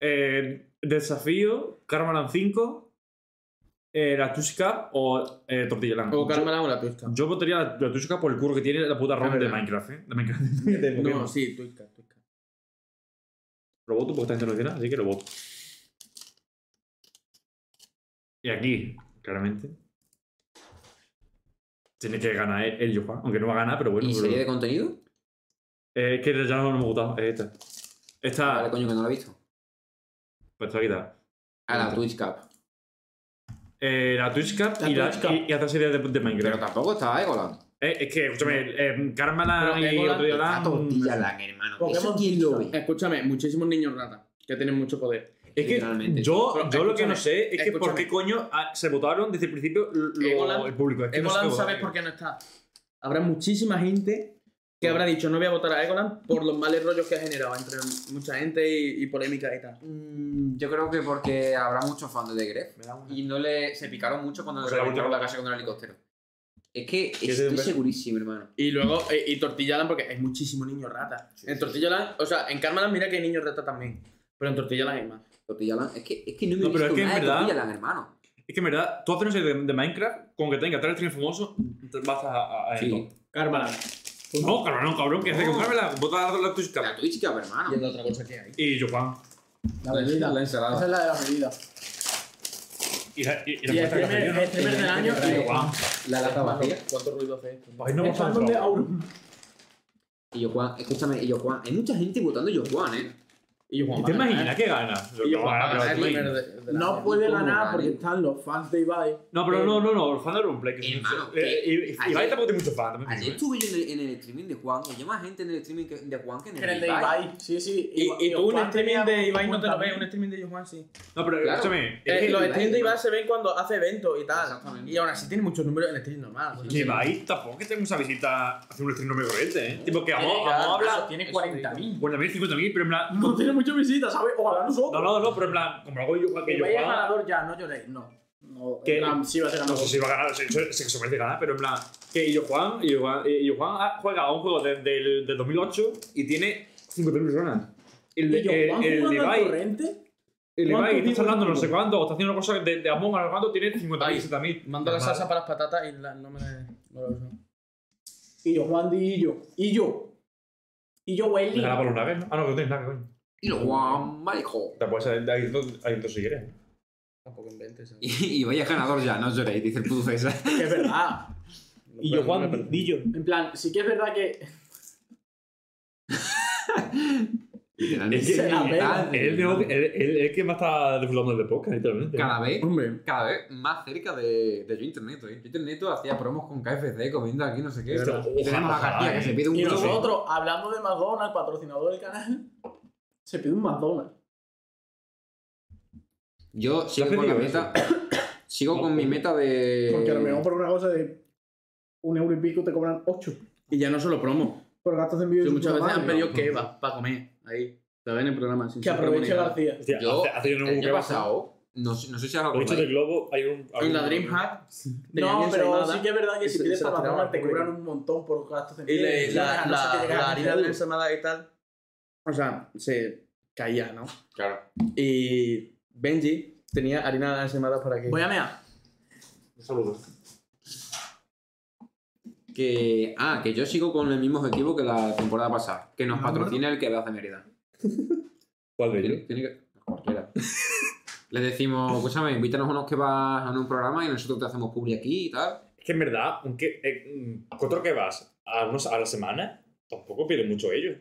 S7: Eh, desafío, Carmalan 5, eh, la Tushka o eh, Tortillaland.
S4: O Carmela o la pista.
S7: Yo votaría la, la Tushka por el curro que tiene la puta ROM de
S4: verdad.
S7: Minecraft, ¿eh? De Minecraft. de Pokémon.
S4: No, sí, Twitchcat, Twitchcat.
S7: Lo voto porque esta gente lo tiene, así que lo voto. Y aquí, claramente. Tiene que ganar él, él y Johan, aunque no va a ganar, pero bueno.
S6: ¿Y
S7: pero-
S6: serie de contenido?
S7: Eh, es que ya no me ha gustado, es esta. Esta,
S6: Vale, coño, que no la he visto.
S7: pues te la quita.
S6: A la
S7: Vale.
S6: Twitch Cup.
S7: Eh, la Twitch Cup
S3: La
S7: y, la,
S3: Twitch Cup.
S7: y, y otra serie de, de
S6: Pero
S7: Minecraft.
S6: tampoco está Egolan.
S7: Eh, es que, escúchame, eh, Carmela
S4: Pero
S7: y
S4: Egoland
S7: otro día
S6: Está
S7: Land-
S6: Tortilla Lan, hermano. ¿Eso
S3: Pokémon
S6: quién lo
S3: Twitch
S6: ve?
S4: Escúchame, muchísimos niños ratas que tienen mucho poder.
S7: Es que
S6: Literalmente.
S7: yo,
S4: Pero,
S7: yo lo que no
S4: escúchame,
S7: sé es que por
S4: escúchame.
S7: qué coño ah, se votaron desde el principio lo-
S4: Egoland-
S7: el público. Es que no sé
S4: Egoland,
S7: qué
S4: ¿sabes
S7: votaron.
S4: por qué no está? Habrá muchísima gente que habrá dicho no voy a votar a Egoland por los males rollos que ha generado entre mucha gente y, y polémica y tal.
S6: Mm, Yo creo que porque habrá muchos fans de Gref
S7: Me da una-
S6: y no le se picaron mucho cuando nos
S7: Porque la
S6: reventaron
S7: última-
S6: la casa con el helicóptero. Es que
S7: es de un
S6: estoy
S7: beso.
S6: segurísimo, hermano.
S4: Y luego, eh, y Tortillaland, porque hay muchísimo niño rata. en Tortillaland, o sea, en Carmelan mira que hay niños rata también. Pero en Tortillaland hay más.
S6: Tortilla Lan, es que, es que no me
S7: No,
S6: he
S7: pero
S6: visto
S7: es que en
S6: nada de
S7: verdad-
S6: Tortilla Lan, hermano.
S7: Es que en verdad, tú haces una serie de, de Minecraft con que tenga tres streams famosos, te vas a, a, a
S6: Sí.
S7: esto.
S3: Carmela.
S7: No, cabrón, no, cabrón, que hace con Carmela, vota la, la Twitch Cup.
S6: La Twitch Cup, hermano.
S4: la otra cosa que hay.
S7: Y Johan.
S3: La bebida.
S6: La ensalada.
S3: Esa es la de la bebida.
S7: Y la, y, y la
S3: Y este el
S7: puerta que hace yo,
S3: primer,
S7: ¿no?
S3: el primer del año.
S7: Y
S3: Y
S7: Johan.
S6: La lata vacía.
S4: ¿Cuánto ruido hace esto?
S7: Ay, no me
S3: Están
S7: ha
S3: donde
S7: entrado.
S3: Auron.
S6: Y yo, Juan, escúchame, y yo, Juan. Hay mucha gente votando yo, Juan, eh.
S4: Y Juan
S7: ¿Y te
S4: Bacana,
S7: imaginas
S4: ¿eh?
S7: que gana?
S4: Y
S7: No,
S4: Juan
S7: gana,
S4: Bacana,
S7: pero
S4: el
S7: te
S4: primer
S7: imaginas.
S4: de- de la-
S3: No puede
S6: ¿Cómo
S3: ganar
S6: ganan?
S3: porque están los fans de Ibai. Eh,
S7: No, pero no, no, no, el fan de Roleplay. que es
S6: Hermano,
S7: mucho- eh,
S6: que
S7: y- y-
S6: ayer-
S7: Ibai tampoco tiene mucho fan. también te
S6: Ayer
S7: digo,
S6: estuve yo en el, en el streaming de Juan, que hay más gente en el streaming que- de Juan que en el,
S3: Que el de
S6: de Ibai.
S3: Ibai. Sí, sí.
S4: Y, y tú un
S3: Juan
S4: streaming
S3: tenía
S4: de Ibai no te lo ves,
S3: también.
S4: un streaming de Juan sí.
S7: eh. No, pero
S6: Claro.
S7: escúchame.
S4: Eh,
S7: es que
S4: los
S6: Ibai,
S4: streams de Ibai
S6: ¿no?
S4: se ven cuando hace eventos y tal.
S6: Exactamente.
S4: Y aún así tiene muchos números en el stream normal. pues
S7: que Ibai tampoco que tenga esa visita hace un stream no me corriente, ¿eh? Tipo que vamos
S4: claro,
S7: vamos a
S4: eso
S7: hablar.
S4: tiene 40.000.
S7: 40.000, 50.000, pero en plan.
S3: No tiene muchas visitas, ¿sabes? Ojalá nosotros.
S7: No, no, no, pero en plan, como lo hago yo, igual que
S3: Que
S7: yo.
S3: vaya
S7: Juan,
S3: ganador ya, no lloréis, no. No,
S7: Que-
S3: en plan, sí va a ser
S7: No
S3: ganador.
S7: sé si va a ganar, sé, sé- sé que se merece ganar, pero en plan, que Illo Juan, Illo Juan, Illo Juan ha- juega a un juego de- del del 2008 y tiene 5.000 personas. El, de-
S3: Y yo,
S7: el,
S3: Juan
S7: el
S3: jugando al
S7: Levi,
S3: torrente,
S7: el
S3: ¿cuántos
S7: Levi
S3: vivos
S7: está hablando no
S3: tiene?
S7: sé cuánto, o está haciendo una cosa de, de Among o no sé cuánto, tiene 50.000,
S4: Ay,
S7: 70.000.
S4: Mando la
S7: Normal.
S4: salsa para las patatas y la- no me no la uso.
S3: y yo, Juan Di, y yo, y yo, y yo,
S7: Me
S3: Welly.
S7: gana por los naves, ¿no? Ah, no, que no tienes nave, coño.
S6: Y los Juan, malejo.
S7: Te puedes hacer ahí dos ahí dos si quieres.
S4: Tampoco inventes. ¿eh?
S6: Y, y vaya ganador ya, no lloréis, dice el puto César.
S3: Que es verdad.
S7: Illo Juan, Dillo.
S3: En plan, sí que es verdad que.
S6: Literalmente.
S3: Se la pela.
S7: El, el, el, el que más está disfrutando del podcast, literalmente.
S6: Cada vez,
S4: Hombre.
S6: cada vez más cerca de, de yo internet, ¿eh? Yo internet hacía promos con KFC, comiendo aquí, no sé qué.
S7: Es verdad.
S6: Y tenemos a
S7: Ojalá,
S6: García que
S7: eh.
S6: se pide un
S3: Y
S6: globo.
S3: nosotros, hablando de McDonald's, patrocinador del canal, se pide un McDonald's.
S6: Yo sigo
S7: has
S6: con la
S7: pedido
S6: meta. Sigo
S7: No,
S6: con mi
S7: coño.
S6: meta de.
S4: Eh,
S3: Porque a lo mejor por una cosa de un euro y pico te cobran ocho.
S4: Y ya no solo promo.
S3: por gastos de envío.
S4: Sí,
S3: de su
S4: muchas veces
S3: programa,
S4: han pedido kebab para comer. Ahí. Lo ven en el programa. sin
S3: Que
S4: ser
S3: aproveche
S4: premonido.
S3: García.
S7: Hostia,
S6: Yo,
S7: hace, hace yo no
S6: el
S7: hubo
S6: año
S7: que
S6: pasado, no, sé- no sé si has
S7: Los bichos de globo hay un. hay
S4: En
S7: un-
S4: la DreamHack.
S3: No,
S4: tenían
S3: pero
S4: ensalada
S3: sí que es verdad que
S4: y
S3: si
S4: se-
S3: pides
S4: se la
S3: para
S4: tiraban
S3: mamar
S4: al
S3: te
S4: público.
S3: cobran un montón por gastos de
S4: Y
S3: envío.
S4: le- la,
S3: a no ser que
S4: la,
S3: llegue a
S4: la harina de
S3: 15
S4: la
S3: euros.
S4: ensalada y tal. O sea, se caía, ¿no?
S6: Claro.
S4: Y Benji tenía harina de la ensalada para que.
S3: Voy a mear.
S7: Un saludo.
S6: Que, ah, que yo sigo con el mismo objetivo que la temporada pasada. Que
S7: Ah,
S6: nos patrocine el que de Mérida.
S7: ¿Cuál de
S6: Tiene,
S7: ellos?
S6: tiene que... Cualquiera. Le decimos, escúchame, invítanos a unos que vas a un programa y nosotros te hacemos publi aquí y tal.
S7: Es que en verdad, aunque, eh, mm, ¿cuatro que vas a, unos, a la semana? Tampoco piden mucho ellos.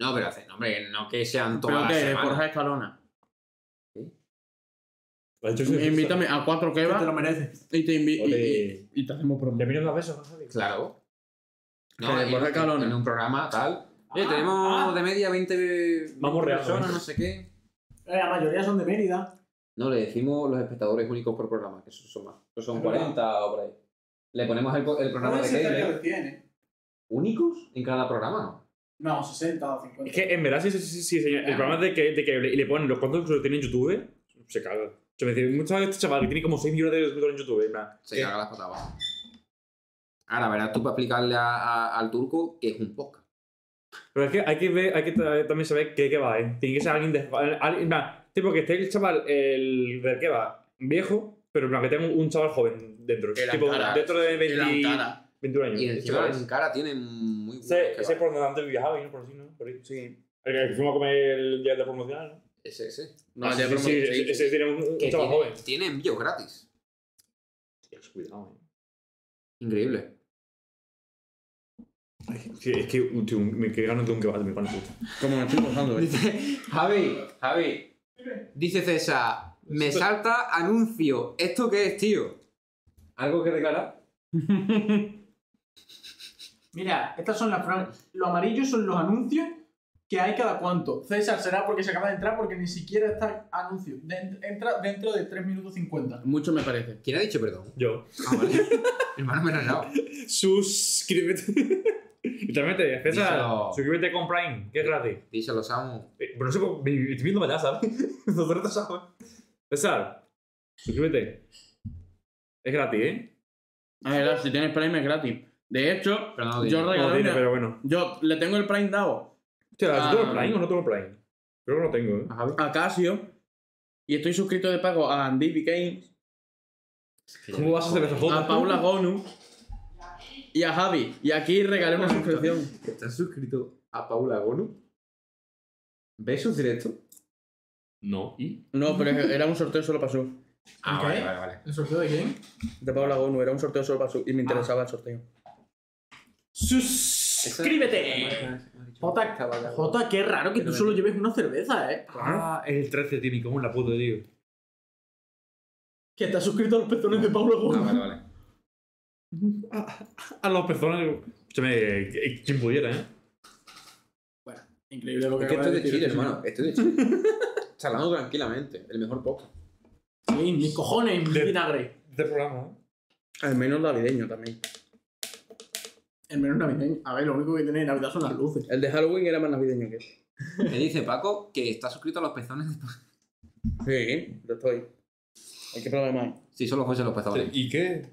S6: No, pero hace, no, hombre, no que sean todas
S4: Pero
S6: las
S4: que,
S6: semanas.
S4: Borja Escalona.
S7: Lo ha dicho Jesús.
S4: Mm, Invítame a cuatro
S3: Que te lo
S4: kebabs
S3: mereces.
S4: y te invito.
S7: Ole.
S4: Y, y te hacemos promo.
S7: Ya vino dos veces, ¿no, Javi?
S6: Claro.
S4: Que
S6: No,
S4: de
S6: en,
S4: Borja Calona.
S6: en un programa tal. Ah, Oye, Eh, tenemos de media 20 ve-
S7: Vamos reando,
S6: personas,
S7: ¿eh?
S6: no sé qué.
S3: Eh, La mayoría son de Mérida.
S6: No, le decimos los espectadores únicos por programa, que esos son más. Esos son
S3: Es verdad.
S6: 40 o por ahí. Le ponemos el, po- el programa de Kevin.
S3: tiene?
S6: ¿Únicos? En cada programa, ¿no?
S3: No, 60 o 50.
S7: Es que en verdad, sí, sí, sí, sí, señor. El programa de que, de que le, y le ponen los cuantos que lo tiene en YouTube, se caga. O sea, me dice, muchas veces este chaval que tiene como 6 millones de suscriptores en YouTube. en plan,
S6: Se
S7: ¿qué?
S6: caga las patas abajo. Ahora verás tú para explicarle a- a- al turco que es un podcast.
S7: Pero es que hay que, ver, hay que ta- también saber qué que va, ¿eh? Tiene que ser alguien de. Alguien, en plan, tipo que esté el chaval, el del que va, viejo, pero en plan que tenga un chaval joven dentro.
S4: El
S7: tipo,
S4: Antara.
S7: dentro de
S4: El
S7: 20,
S4: Antara.
S7: 21 años.
S6: Y encima
S7: chavales.
S6: en cara tiene muy buenos
S7: Ese,
S6: que
S7: ese es
S6: vale.
S7: por donde antes viajaba, ¿no? Por así, ¿no? Por ahí.
S4: Sí.
S7: El que fuimos a comer el día de promocional, ¿no?
S6: Ese, ese.
S4: No,
S7: Ah,
S4: ya
S7: sí,
S4: promo-
S7: sí,
S4: sí,
S7: ese, ese tiene un, un
S6: Que
S7: chaval joven.
S6: tiene, tiene envíos gratis.
S7: Dios, cuidado, ¿eh?
S6: Increíble.
S7: Sí, es que, tío, me quedé ganas de un kebab, me pone puto.
S4: Como me estoy gozando, eh.
S6: Dice, Javi, Javi. Dice César, me salta anuncio. ¿Esto qué es, tío? ¿Algo que regalar?
S3: Mira, estas son las franjas. Lo amarillo son los anuncios que hay cada cuánto. César será porque se acaba de entrar porque ni siquiera está anuncio. De- entra dentro de 3 minutos 50.
S4: Mucho me parece.
S6: ¿Quién ha dicho perdón?
S7: Yo.
S6: Ah, vale. Hermano, me he rayado.
S7: Suscríbete. Literalmente, César,
S6: Díselo.
S7: suscríbete con Prime, que es gratis.
S6: Díselo, Samu.
S7: Eh, Pero no sé, por- me me estoy viendo allá, ¿sabes? Nosotros no sabemos. César, suscríbete. Es gratis, ¿eh?
S4: A ver, si tienes Prime Ah, es gratis. De hecho,
S6: Pero no lo
S4: yo
S6: tiene.
S7: No
S4: regalé.
S7: tiene,
S4: una-
S7: pero bueno.
S4: Yo le tengo el Prime dado
S7: Hostia,
S4: Ah.
S7: ¿yo tengo Prime o no tengo Prime? Creo que no tengo, ¿eh?
S6: ¿A Javi?
S4: a Casio. Y estoy suscrito de pago a Andy Games,
S7: ¿Cómo vas a hacer esa
S4: a
S7: foto?
S4: Paula Gonu y a Javi. Y aquí regalé una suscripción.
S6: ¿Estás suscrito a Paula Gonu? ¿Ves sus directos?
S7: No. ¿Y?
S4: No, pero era un sorteo solo para su.
S6: Ah,
S3: Ok.
S6: vale, vale, vale.
S3: ¿El sorteo de quién?
S4: De Paula Gonu, era un sorteo solo para su. Y me interesaba el sorteo.
S6: ¡Suscríbete!
S3: Jota, Jota, qué raro que tú solo lleves una cerveza, ¿eh?
S7: Ah, es el 13, tío, como la puta, tío.
S3: Que estás suscrito a los pezones de Pablo
S6: Ah,
S3: Gómez.
S6: vale, vale.
S7: A los personas. Escúchame, eh, quien pudiera, ¿eh?
S3: Increíble lo que
S6: Es que esto
S3: acabas
S6: es de Chile,
S3: decir, sí,
S6: hermano. Esto es de Chile. Charlando tranquilamente. El mejor podcast.
S3: Sí, mis cojones, mi vinagre.
S7: Este programa, ¿eh?
S4: Al menos navideño también.
S3: El menú navideño. A ver, lo único que tiene en Navidad son las luces.
S4: El de Halloween era más navideño que este.
S6: Me dice Paco que está suscrito a los pezones.
S4: Sí, lo estoy. Hay que probar más.
S6: Sí, solo fuese los pezones.
S7: ¿Y qué?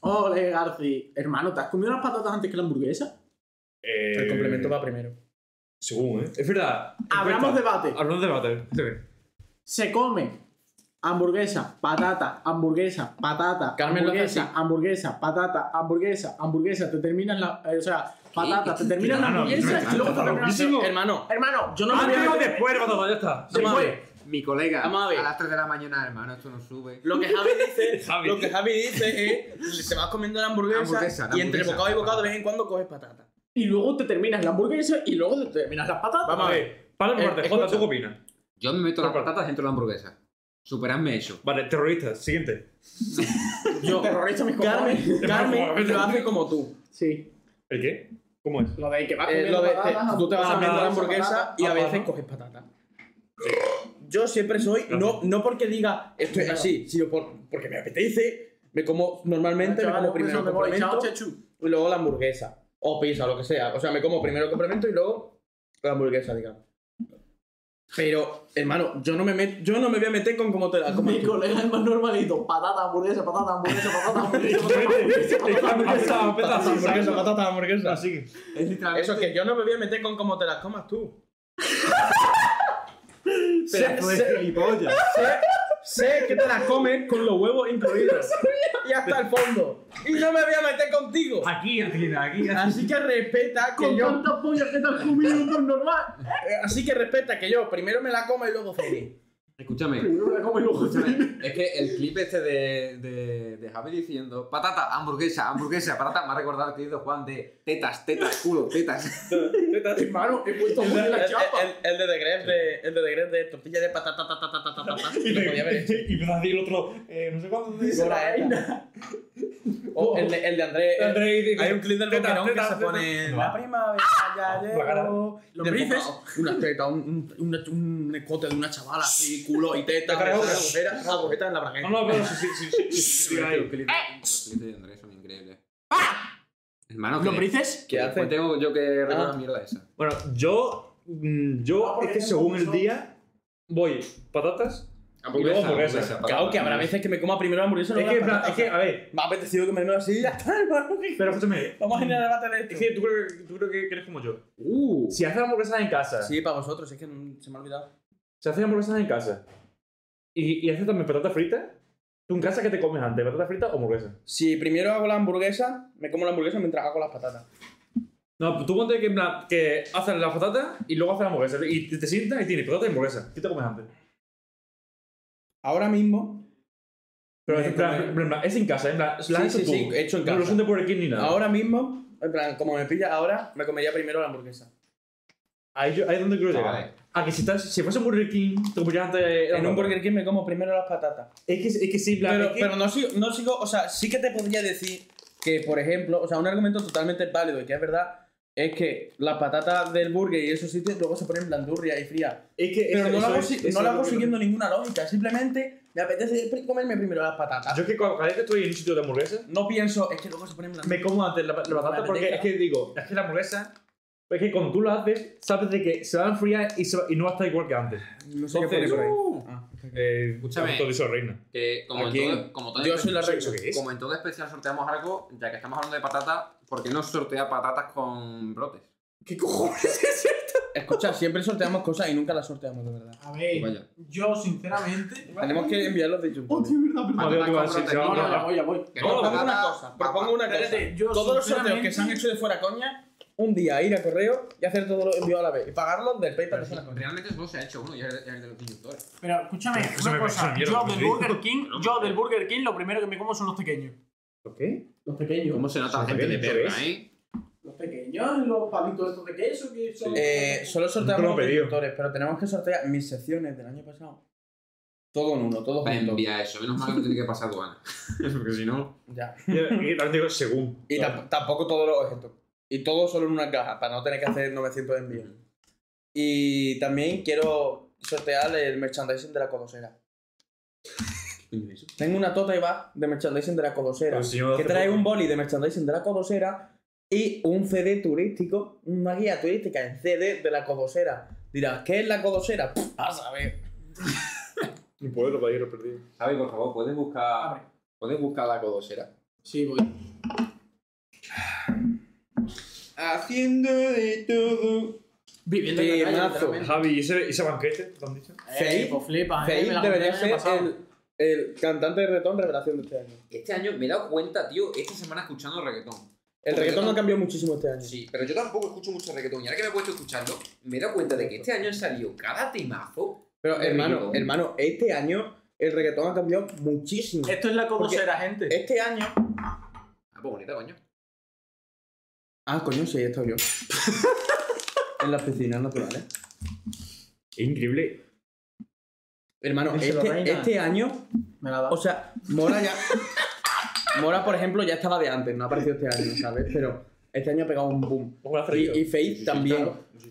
S3: Ole, Garci. Hermano, ¿te has comido las patatas antes que la hamburguesa?
S7: Eh,
S4: El complemento va primero.
S7: Según, ¿eh? Es verdad.
S3: Abramos
S7: Encuesta.
S3: debate.
S7: Hablamos de este. debate. Sí, bien.
S3: se come hamburguesa, patata, hamburguesa, patata,
S4: Carmen lo hace
S3: hamburguesa, hamburguesa, patata, hamburguesa, hamburguesa, te terminas la, eh, o sea, patata, te terminas la
S7: No, no,
S3: hamburguesa
S7: no,
S3: y luego te
S7: no, no,
S3: terminas
S7: no, no.
S4: Hermano,
S3: Hermano, yo no me voy
S7: Antes o
S3: a
S7: después, Rafa, ya está.
S3: Se fue.
S6: Mi colega,
S4: Vamos a
S6: a,
S4: ver.
S6: las 3 de la mañana, hermano, esto no sube.
S4: lo que Javi dice,
S7: Javi.
S4: Lo que Javi dice es, te vas comiendo la hamburguesa,
S6: Hamburguesa, la
S4: y entre
S6: hamburguesa.
S4: bocado y bocado de vez en cuando coges patata.
S3: Y luego te terminas la hamburguesa y luego te terminas las patatas.
S7: Vamos a ver. Para el
S4: Eh,
S7: parte, Jota, ¿tú
S4: escucha.
S7: qué opinas?
S6: Yo me meto las
S7: Pero, pero-
S6: patatas dentro de la hamburguesa. Superadme eso.
S7: Vale, terroristas, siguiente.
S4: Yo,
S3: Terrorista mis cojones.
S4: Carmen, Carmen
S7: Vamos,
S4: lo
S7: vamos.
S4: hace como tú.
S3: Sí.
S7: ¿El qué? ¿Cómo es?
S3: Lo de que vas
S4: Eh,
S3: comiendo
S4: lo de-
S3: patatas,
S4: te- tú te vas
S3: hamburguesa,
S4: comiendo la
S3: hamburguesa,
S4: hamburguesa y a
S7: patata,
S4: veces
S7: ¿no?
S4: coges patata. Yo siempre soy, no, no porque diga esto es así, sino por- porque me apetece, me como normalmente, me
S3: Chaval,
S4: como
S3: hombre, eso
S4: primero el
S3: me mola.
S4: complemento
S3: Chao, chachu.
S4: y luego la hamburguesa. O pizza o lo que sea. O sea, me como primero el complemento y luego la hamburguesa, digamos. Pero, hermano, yo no me, met- yo no me voy a meter con cómo te la comas
S3: Mi
S4: tú.
S3: colega es más normalito. Patata, hamburguesa, patata, hamburguesa, patata, hamburguesa. patata, hamburguesa, patata, hamburguesa.
S7: Patata,
S4: Patata, hamburguesa, patata, hamburguesa.
S7: Así que.
S3: Es literalmente-
S4: Eso que yo no me voy a meter con cómo te las comas tú. sé,
S8: Pedazo de
S4: sé,
S8: gilipollas.
S4: sé- sé que te las comes con los huevos incluidos. y hasta el fondo. Y no me voy a meter contigo.
S8: Aquí, aquí, aquí.
S4: Así que respeta que
S3: Con
S4: yo.
S3: tantas pollas que te has comido por normal.
S4: eh, Así que respeta que yo primero me la como y luego feliz.
S6: Escúchame,
S3: Primero me la como y luego
S6: escúchame. Es que el clip este de, de, de Javi diciendo patata, hamburguesa, hamburguesa, patata, me ha recordado el querido Juan de tetas, tetas, culo, tetas.
S3: Hermano, he puesto
S4: El,
S3: muy en la
S4: el-
S3: chapa.
S4: el- el de The Grefg de, el de, The Grefg de tortilla de patata, ta, ta, ta, ta, ta, ta, ta. Lo podía haber hecho.
S7: Y me a decir el otro. eh, No sé cuándo.
S4: Zoraida. O el de, el de Andrés.
S7: El André dice-
S4: Hay un clip del
S7: Teta,
S4: Boquerón que
S7: teta,
S4: se
S7: teta.
S4: pone.
S7: Va.
S4: La primavera ya
S7: la cara.
S4: llegó.
S3: Los
S4: De
S3: bríceps.
S4: bocado. Una teta, un, un, una- un escote de una chavala así, culo y teta.
S7: La cara de
S4: una
S7: otra.
S4: agujera, una agujeta en la bragueta.
S7: No, no, pero sí, sí, sí, sí. sí,
S6: Los
S7: ahí.
S6: clips de- los clips de Andrés son increíbles. Hermano, que-
S3: ¿Lombrices?
S6: ¡Ah! que
S4: ¿Qué hace?
S6: después tengo yo que recordar
S4: Ah.
S6: la mierda esa.
S7: Bueno, yo. mm, Yo, es que según el día. Voy patatas.
S6: Hamburguesa,
S7: hamburguesa.
S4: Claro
S6: patata,
S4: que habrá veces que me coma primero la hamburguesa.
S7: Es
S4: luego
S7: que, en
S4: la
S7: plan,
S4: patata.
S7: es que, a ver.
S4: Me ha apetecido que me lo así y ya está, hermano. que-
S7: Pero escúchame.
S4: Vamos a generar debate de
S7: Es
S4: esto.
S7: que tú creo, tú creo que eres como yo.
S6: Uh,
S7: Si haces hamburguesas en casa.
S4: Sí, para vosotros, es que mm, se me ha olvidado.
S7: Si haces hamburguesas en casa. Y, y haces también patatas fritas. ¿Tú en casa qué te comes antes? ¿Patatas fritas o hamburguesas?
S4: Si primero hago la hamburguesa, me como la hamburguesa mientras hago las patatas.
S7: No, pero tú ponte que, en plan, que haces las patatas y luego haces la hamburguesa. Y te, te sientas y tienes patatas y hamburguesa. ¿Qué te comes antes?
S4: Ahora mismo
S7: Pero
S4: Me
S7: en plan,
S4: come-
S7: en plan, es en casa, en plan,
S4: Sí,
S7: la has
S4: sí,
S7: hecho
S4: sí,
S7: tú.
S4: hecho en
S7: No lo
S4: casa.
S7: son de por aquí ni nada.
S4: Ahora mismo, en plan, como me pilla ahora, me comería primero la hamburguesa.
S7: Ahí, yo- ahí es donde quiero llegar.
S6: Chavales.
S7: A que si, estás, si fuese un Burger King, te comerías antes. la
S4: en un
S7: papa.
S4: Burger King me como primero las patatas.
S7: Es que, es que sí, en plan,
S4: Pero,
S7: es que-
S4: pero no, sigo, no sigo, o sea, sí que te podría decir que, por ejemplo, o sea, un argumento totalmente válido y que es verdad, es que las patatas del burger y esos sitios luego se ponen blandurria y frías.
S7: es que
S4: Pero
S7: eso-
S4: no lo
S7: eso
S4: hago,
S7: es-
S4: si-
S7: eso
S4: no
S7: es
S4: lo
S7: lo
S4: hago
S7: que-
S4: siguiendo ninguna lógica, simplemente me apetece pri- comerme primero las patatas.
S7: Yo es que cuando- cada vez que estoy en un sitio de hamburguesas,
S4: no pienso, es que luego se ponen
S7: me
S4: blandurria.
S7: como antes la, la patata
S4: Me
S7: porque
S4: apetece.
S7: es que digo, es que la hamburguesa, es que cuando tú lo haces, sabes de que se va a enfriar y, se va- y no va a estar igual que antes.
S4: No sé qué pone por ahí. Ah.
S7: Eh,
S6: Escúchame.
S7: Todo eso, reina.
S6: que como
S4: ¿A
S6: en,
S4: quién?
S6: todo, como, todo
S4: Yo
S6: espe-
S4: soy la reina.
S7: ¿Eso qué es?
S6: como en todo especial sorteamos algo, ya que estamos hablando de patata, ¿por qué no sortea patatas con brotes?
S4: ¿Qué cojones es esto? Escucha, siempre sorteamos cosas y nunca las sorteamos, de verdad.
S3: A ver,
S6: Pues Vaya.
S3: yo sinceramente.
S4: Tenemos que enviarlos de
S3: Oh,
S4: YouTube.
S3: tío, verdad, perdón.
S7: Vale,
S6: Patatas
S7: vale,
S6: con
S7: vale, sí,
S6: brotes.
S7: sí,
S3: No, no,
S7: vamos,
S3: ya
S7: vamos.
S3: voy, ya voy.
S6: Que
S4: Propongo
S6: no,
S4: una
S6: patata,
S4: cosa,
S6: papa.
S4: propongo una cosa.
S3: Espérate, yo
S4: Todos los sorteos
S3: sinceramente-
S4: que se han hecho de fuera coña, un día ir a correo y hacer todos los envíos a la vez. Y pagarlos del PayPal de fuera coña.
S6: Realmente solo se ha hecho uno y es el es el de los instructores.
S3: Pero escúchame,
S7: Eso
S3: una
S7: me parece
S3: cosa.
S7: una mierda,
S3: Yo
S7: como
S3: del
S7: te digo.
S3: Burger King, yo del Burger King, lo primero que me como son los pequeños.
S7: ¿Por qué?
S3: Los pequeños.
S6: ¿Cómo se nota la
S7: Son
S6: gente de
S7: pequeños,
S6: verga,
S7: ¿ves?
S6: eh?
S3: Los pequeños, los palitos estos de queso que son.
S4: Eh, solo
S7: Nunca lo
S4: sorteamos
S7: he
S4: los
S7: pedido.
S4: suscriptores, pero tenemos que sortear mis secciones del año pasado. Todo en uno, todo
S6: Va a
S4: junto.
S6: enviar Pues eso, menos mal que no tiene que pasar aduana. Porque si no.
S4: Ya.
S7: Y y también digo, según.
S4: Y tam- tampoco todos los objetos. Y todo solo en una caja, para no tener que hacer 900 envíos. Y también quiero sortear el merchandising de la codosera. Tengo una tota y va de merchandising de la codosera.
S7: Pues si yo
S4: que
S7: hace
S4: trae
S7: poco-
S4: un boli de merchandising de la codosera y un CD turístico, una guía turística en CD de la codosera. Dirás, ¿qué es la codosera? Pff, a saber.
S7: Mi pueblo para ir a perdido.
S6: Javi, por favor, puedes buscar.
S3: Abre.
S6: Puedes buscar la codosera.
S3: Sí, pues,
S4: Eh,
S3: voy.
S4: Haciendo de todo.
S3: Viviendo en la calle,
S4: Temazo.
S3: literalmente.
S7: Javi, ¿y ese, ese banquete? ¿Lo han dicho?
S3: Eh, pues flipa. eh,
S4: Fade
S3: me la compré
S4: debería
S3: el año
S4: ser
S3: pasado.
S4: el, el cantante de reggaetón revelación de este año.
S6: Este año me he dado cuenta, tío, esta semana escuchando reggaetón.
S4: El reggaetón no cambió muchísimo este año.
S6: Sí, pero yo tampoco escucho mucho reggaetón. Y ahora que me he puesto a escucharlo, me he dado cuenta de que este año han salido cada temazo.
S4: Pero hermano,
S6: Reggaetón.
S4: hermano, este año el reggaetón ha cambiado muchísimo.
S3: Esto es la codosera, gente.
S4: Este año.
S6: Ah, pues bonita, coño.
S4: Ah, coño, sí, he estado yo. en las piscinas naturales.
S7: Es increíble.
S4: Hermano,
S3: Díselo,
S4: este,
S3: reina.
S4: este año,
S3: Me la da.
S4: o sea, Mora ya. Mora, por ejemplo, ya estaba de antes, no ha aparecido este año, ¿sabes? Pero este año ha pegado un boom.
S7: ¿Cómo lo has traído?
S4: Y, y Faith también.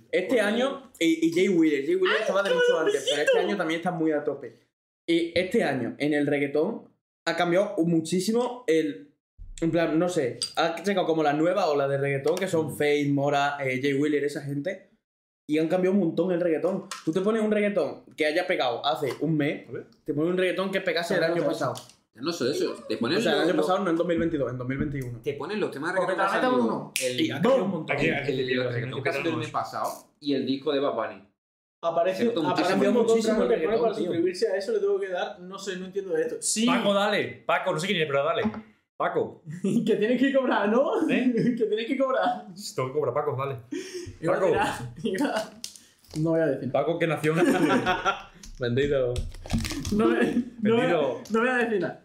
S4: Este año, y, y Jay Wheeler, Jay Wheeler estaba de mucho antes, pero este año también está muy a tope. Y este año, en el reggaetón, ha cambiado muchísimo el En plan, no sé, han sacado como la nueva ola de reggaetón, que son Faith, Mora, eh, Jay Wheeler, esa gente, y han cambiado un montón el reggaetón. Tú te pones un reggaetón que haya pegado hace un mes, te pones un reggaetón que pegase el
S3: Claro,
S4: año
S3: claro.
S4: pasado.
S6: Ya no solo eso, te ponen,
S4: O sea, el
S6: los,
S4: año pasado no en 2022, en 2021.
S6: te ponen los temas de
S3: Porque
S6: reggaetón.
S3: te la
S6: más
S3: meten
S6: antiguos, El,
S4: Y ha cambiado un montón.
S7: Aquí,
S6: el-
S7: aquí,
S6: el- el reggaetón que ha salido el mes pasado y el disco de Bad Bunny.
S3: Aparece,
S6: Cierto, muchísimo.
S3: aparece un
S4: Muchísimo
S3: contrato que pone
S4: reggaetón,
S3: para
S4: tío.
S3: suscribirse a eso, le tengo que dar, no sé, no entiendo de esto. Sí,
S7: Paco, dale. Paco, no sé quién es, pero dale. Paco.
S3: que tienes que cobrar, ¿no?
S7: ¿Eh?
S3: que tienes que cobrar.
S7: Si tengo que cobrar, Paco, dale.
S3: Y va a
S7: Paco.
S3: tirar, y va- No voy a decir nada.
S7: Paco que nació en este- Asturias.
S4: Bendito.
S3: No, voy- no, voy a-
S7: Vendido.
S3: no voy a decir nada.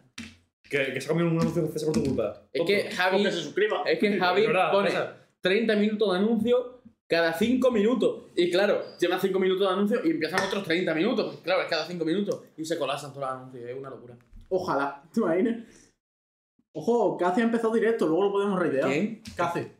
S7: que, que se ha comido un anuncio de César por tu culpa.
S4: Es que Javi,
S3: suscriba.
S4: es que Javi
S7: Es verdad,
S4: pone
S7: César.
S4: 30 minutos de anuncio cada 5 minutos. Y claro, llevan 5 minutos de anuncio y empiezan otros 30 minutos. Claro, es cada 5 minutos. Y se colapsan todos los anuncios, es una locura.
S3: Ojalá, ¿te imaginas? Ojo, Cace ha empezado directo, luego lo podemos reidear. Cace.
S4: ¿Eh?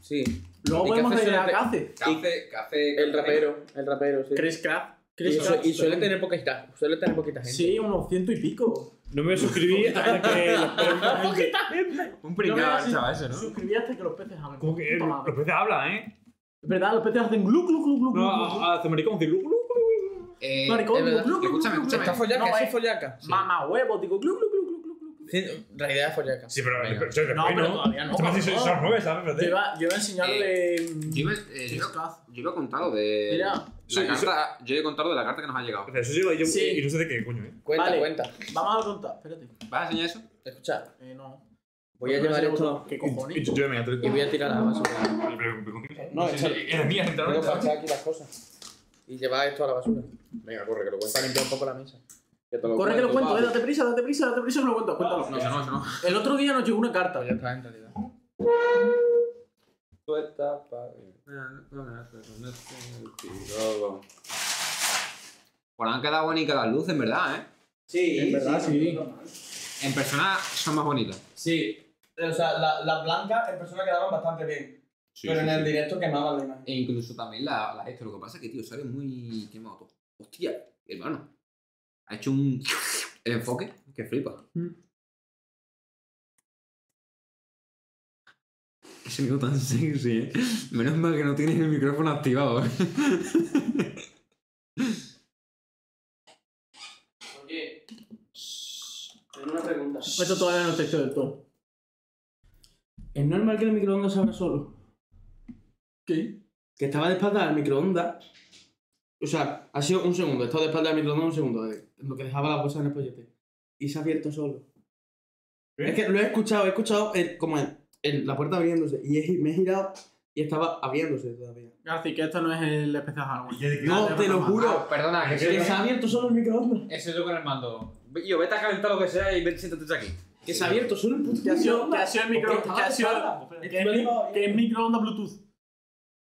S4: Sí.
S3: Luego
S4: ¿Y
S3: podemos
S4: Cace suele
S3: reidear a
S4: te-
S3: Cace.
S6: Cace, Cace,
S4: El rapero, el rapero, sí.
S3: Chris Craft.
S4: Y,
S3: Chris
S4: su-
S3: Craft,
S4: y suele
S3: perdón.
S4: tener poca gente. Suele tener poquita gente.
S3: Sí, unos ciento y pico.
S7: No me suscribí hasta que los peces.
S8: Un
S3: No me
S8: pringado,
S3: hagas-
S8: chaval, ese, ¿no?
S3: Suscribí hasta que los peces hablan.
S7: Como que eh,
S3: Puta
S7: los
S3: madre.
S7: peces hablan, ¿eh?
S3: Es verdad, los peces hacen glu, glu, glu, glu, glu.
S7: No, ah, a, a Zamoricón, dice glu, glu, glu.
S6: Eh,
S3: Maricón,
S4: es
S3: digo,
S4: verdad.
S3: glu, glu,
S6: Escúchame,
S3: glu, glu,
S6: escúchame.
S4: Está
S3: glu.
S4: follaca,
S3: No, eh.
S4: es
S3: es-
S4: follaca.
S3: Mamá huevo, digo glu, glu, glu, glu, glu, glu, glu.
S4: Sí, la idea es follaca.
S7: Sí, pero
S6: Venga.
S7: pero- pero
S3: No,
S7: después
S3: pero todavía no,
S7: Esto más si
S3: cabrón.
S7: son son nueve, ¿sabes?
S3: Yo
S7: Espérate.
S3: iba, yo iba a enseñarle. mm,
S6: Yo iba, eh, yo,
S3: Chris
S6: iba-
S3: Craft.
S6: yo iba a contar lo de.
S3: Mira,
S6: la
S7: sí,
S6: carta, yo he contado de la carta que nos ha llegado.
S7: O sea, Eso sí lo yo
S3: Sí.
S7: y no sé de qué coño, ¿eh?
S4: Cuenta,
S3: Vale.
S4: cuenta.
S3: vamos a contar, espérate.
S6: ¿Vas a enseñar eso?
S4: Escucha,
S3: Eh, no.
S4: voy a
S3: No
S4: llevar
S3: sé,
S4: esto
S3: ¿Qué
S7: Y
S3: cojones?
S7: yo yo me atrevo.
S4: y voy a tirar a la basura. No,
S7: No,
S4: échalo.
S7: es mía, gente,
S4: Tengo que
S7: no.
S4: echar aquí las cosas. Y llevar esto a la basura. Venga, corre, que lo cuento. Para limpiar un poco la mesa. Que te
S3: Corre que lo
S6: Ah,
S3: cuento, eh, date prisa, date prisa, date prisa, no lo cuento, cuéntalo.
S6: No, eso no, eso no.
S3: El otro día nos llegó una carta.
S4: Ya está, en realidad.
S6: Bueno, han quedado bonitas las luces, en verdad, ¿eh?
S4: Sí,
S3: En verdad, sí.
S6: En persona son más bonitas.
S4: Sí. O sea, la- las blancas en persona quedaban bastante bien. pero en el directo quemaban la imagen.
S6: E incluso también la, la esto. Lo que pasa es que, tío, sale muy quemado todo. Hostia, hermano. Ha hecho un el enfoque que flipa. Ese amigo tan sexy, ¿eh? Menos mal que no tienes el micrófono activado.
S4: Oye, tengo una pregunta.
S3: Esto todavía no te he hecho del todo.
S4: ¿Es normal que el microondas se abra solo?
S3: ¿Qué?
S4: Que estaba de espalda al microondas. O sea, ha sido un segundo. Estaba de espalda al microondas un segundo. eh, Lo que dejaba la bolsa en el pollete. Y se ha abierto solo.
S7: ¿Eh?
S4: Es que lo he escuchado, he escuchado el- como el- el- la puerta abriéndose. Y he- me he girado y estaba abriéndose todavía.
S3: Garci, que esto no es el especial Halloween.
S4: No, te lo juro.
S8: Perdona, que
S4: Que se
S8: soy
S4: ha abierto solo el microondas.
S8: Ese yo con el mando. Yo, vete a calentar lo que sea y vete, siéntate tú aquí.
S4: Que se ha abierto solo el puto
S3: Que ha sido, que ha
S4: microondas.
S3: sido el micro...
S4: Porque
S3: Que ha sido...
S4: estaba de espalda.
S3: Que es, mi- que es microondas Bluetooth.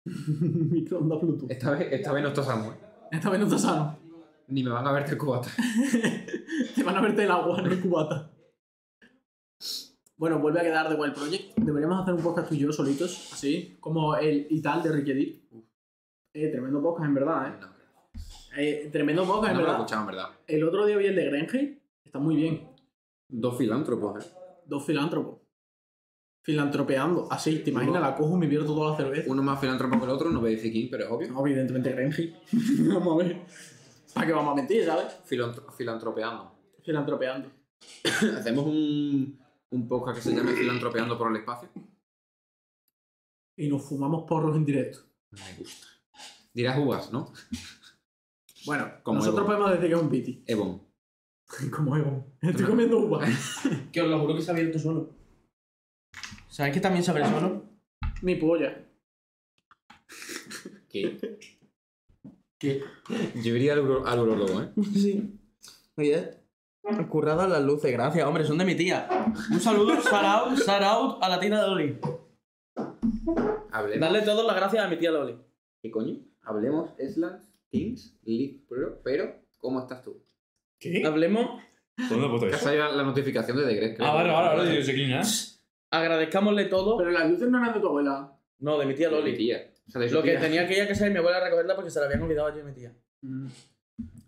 S3: microondas Bluetooth.
S6: Esta vez, esta vez no está ¿eh? Samuel.
S3: Esta vez no está sano.
S6: Ni me van a verte cubata.
S3: Te van a verte el agua en el cubata. Bueno, vuelve a quedar The Wild Project. Deberíamos hacer un podcast tú y yo solitos, así, como el y tal de Ricky Dick. Eh, tremendo podcast, en verdad, eh.
S6: No,
S3: Eh, tremendo podcast, en
S6: no lo he
S3: verdad.
S6: escuchado, en verdad.
S3: El otro día vi el de Grenheim. Está muy bien.
S6: Dos filántropos, ¿eh?
S3: Dos filántropos. Filantropeando. Así, te imaginas, la cojo y me pierdo toda la cerveza.
S6: Uno más filántropo que el otro, no voy a decir quién, pero es obvio.
S3: No, evidentemente Grenheim. vamos a ver. ¿Para qué vamos a mentir, sabes?
S6: Filantro- filantropeando.
S3: Filantropeando.
S6: Hacemos un, un podcast que se llame Filantropeando por el espacio.
S3: Y nos fumamos porros en directo.
S6: Me gusta. Dirás uvas, ¿no?
S3: Bueno,
S6: Como
S3: nosotros
S6: Evo.
S3: podemos decir que es un piti.
S6: Ebon.
S3: Como Evo. Estoy comiendo uva.
S4: Que os lo juro que se ha abierto solo. ¿Sabes que también se abre solo?
S3: Mi polla.
S6: ¿Qué?
S4: ¿Qué?
S6: Yo iría al, uro- al urologo, ¿eh?
S4: Sí. Oye, curradas las luces, gracias, hombre, son de mi tía. Un saludo, shout out, shout out a la tía Loli.
S6: Hablemos.
S4: Darle todas las gracias a mi tía Loli.
S6: ¿Qué coño? Hablemos Eslan, Kings, League Pro, pero ¿cómo estás tú?
S7: ¿Qué?
S4: Hablemos,
S7: ¿Dónde he puesto
S6: Te ha
S7: eso?
S6: salido la, la notificación de Degres, creo.
S7: Ah, vale, vale, vale, yo sé quién es.
S4: agradezcámosle todo.
S3: Pero las luces no eran de tu abuela.
S4: No, de mi tía
S6: Loli,
S4: Loli.
S6: tía. O sea, de su
S4: Lo que
S6: tía.
S4: tenía que ella que ser mi abuela a recogerla porque se la habían olvidado ayer mi tía. Mm.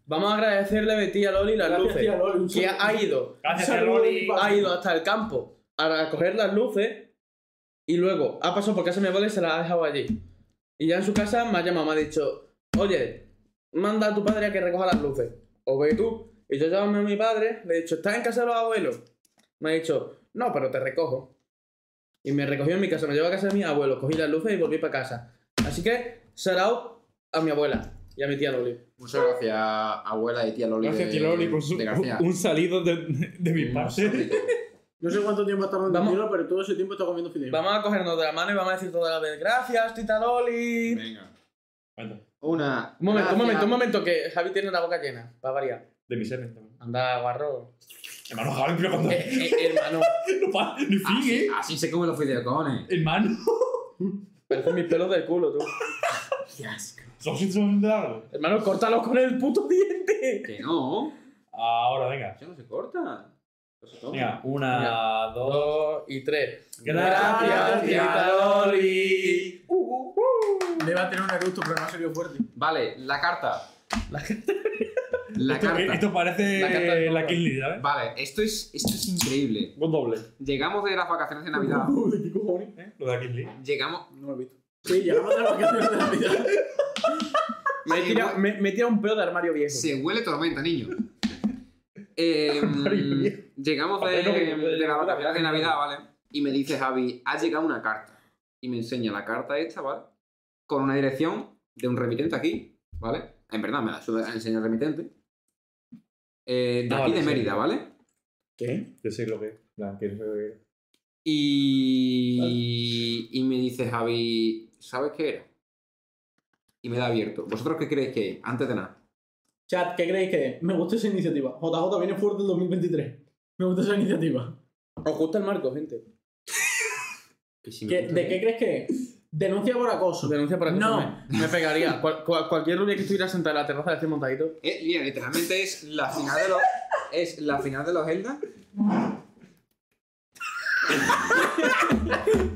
S4: Vamos a agradecerle a mi tía Loli las
S3: Gracias,
S4: luces.
S3: tía Loli, un
S4: Que
S3: saludo.
S4: ha ido,
S7: Gracias,
S3: Un saludo
S7: Loli.
S3: de mi padre.
S4: ha ido hasta el campo a coger las luces y luego ha pasado por casa de mi abuela y se las ha dejado allí. Y ya en su casa me ha llamado, me ha dicho, oye, manda a tu padre a que recoja las luces. O ve tú. Y yo llamo a mi padre, le he dicho, ¿estás en casa de los abuelos? Me ha dicho, no, pero te recojo. Y me recogió en mi casa, me llevó a casa de mis abuelos, cogí las luces y volví para casa. Así que, sarao a mi abuela y a mi tía Loli.
S6: Muchas gracias, abuela y tía Loli.
S7: Gracias,
S6: de-
S7: Tiloli, por su,
S6: de García.
S7: un salido de, de mi parte.
S3: No sé cuánto tiempo está hablando
S4: Vamos.
S3: pero todo ese tiempo está comiendo fideos.
S4: Vamos a cogernos de la mano y vamos a decir todas las veces, gracias, tita Loli.
S6: Venga.
S7: Bueno,
S6: Una.
S4: Un momento, un
S6: gracias.
S4: momento, un momento, que Javi tiene la boca llena, para variar.
S7: de mi semen también.
S4: Anda, guarro.
S7: Hermano Javi, pero cuando.
S4: Eh, eh, hermano,
S7: no pa- ni fin,
S6: Así,
S7: ¿eh?
S6: así se comen los fideos, cojones.
S7: Hermano.
S4: parecen mis pelos del culo, tú.
S6: Qué asco.
S7: Son son largos.
S4: Hermano, córtalos con el puto diente.
S6: Que no.
S7: Ahora, venga.
S6: Ya no se corta. No se toma.
S7: Venga, una, dos.
S4: Dos y tres.
S7: Gracias,
S6: tía
S4: Loli. Uh, uh, uh.
S3: Le va a tener un eructo, pero no ha salido fuerte.
S6: Vale, la carta. La
S7: Esto,
S6: carta.
S7: esto parece
S4: La
S7: la,
S4: carta de-
S7: la Kill List, ¿sabes?
S6: Vale, esto es, esto es increíble.
S7: Un doble.
S6: Llegamos de las vacaciones de Navidad.
S3: ¿Qué cojones?
S7: ¿eh? Lo de la Kill List.
S6: Llegamos.
S3: No lo he visto. Sí, llegamos a las vacaciones de Navidad.
S4: Me he tirado- me- me he tirado un pedo de armario viejo.
S6: Se huele tormenta, niño. Eh, llegamos de, de las vacaciones de Navidad, ¿vale? Y me dice Javi, ha llegado una carta. Y me enseña la carta esta, ¿vale? Con una dirección de un remitente aquí, ¿vale? En verdad, me la suda- enseña el remitente. Eh, de
S7: Ah,
S6: aquí
S7: vale,
S6: de
S7: sí.
S6: Mérida, ¿vale?
S7: ¿Qué? Yo sé lo que es. La que es-
S6: Y, y me dice Javi, ¿sabes qué era? Y me da abierto. ¿Vosotros qué creéis que es? Antes de nada.
S3: Chat, ¿qué creéis que es? Me gusta esa iniciativa. JJ viene fuerte el 2023. Me gusta esa iniciativa.
S4: Os gusta el marco, gente.
S6: Que si me
S3: ¿Qué-
S6: gusta
S3: ¿De
S6: bien.
S3: qué crees que es? Denuncia por acoso.
S4: Denuncia para que
S3: No.
S4: Me, me pegaría. Cual- cual- cualquier rubia que estuviera sentada en la terraza de este montadito.
S6: Eh, mira, literalmente es la final de los. Es la final de los Zelda.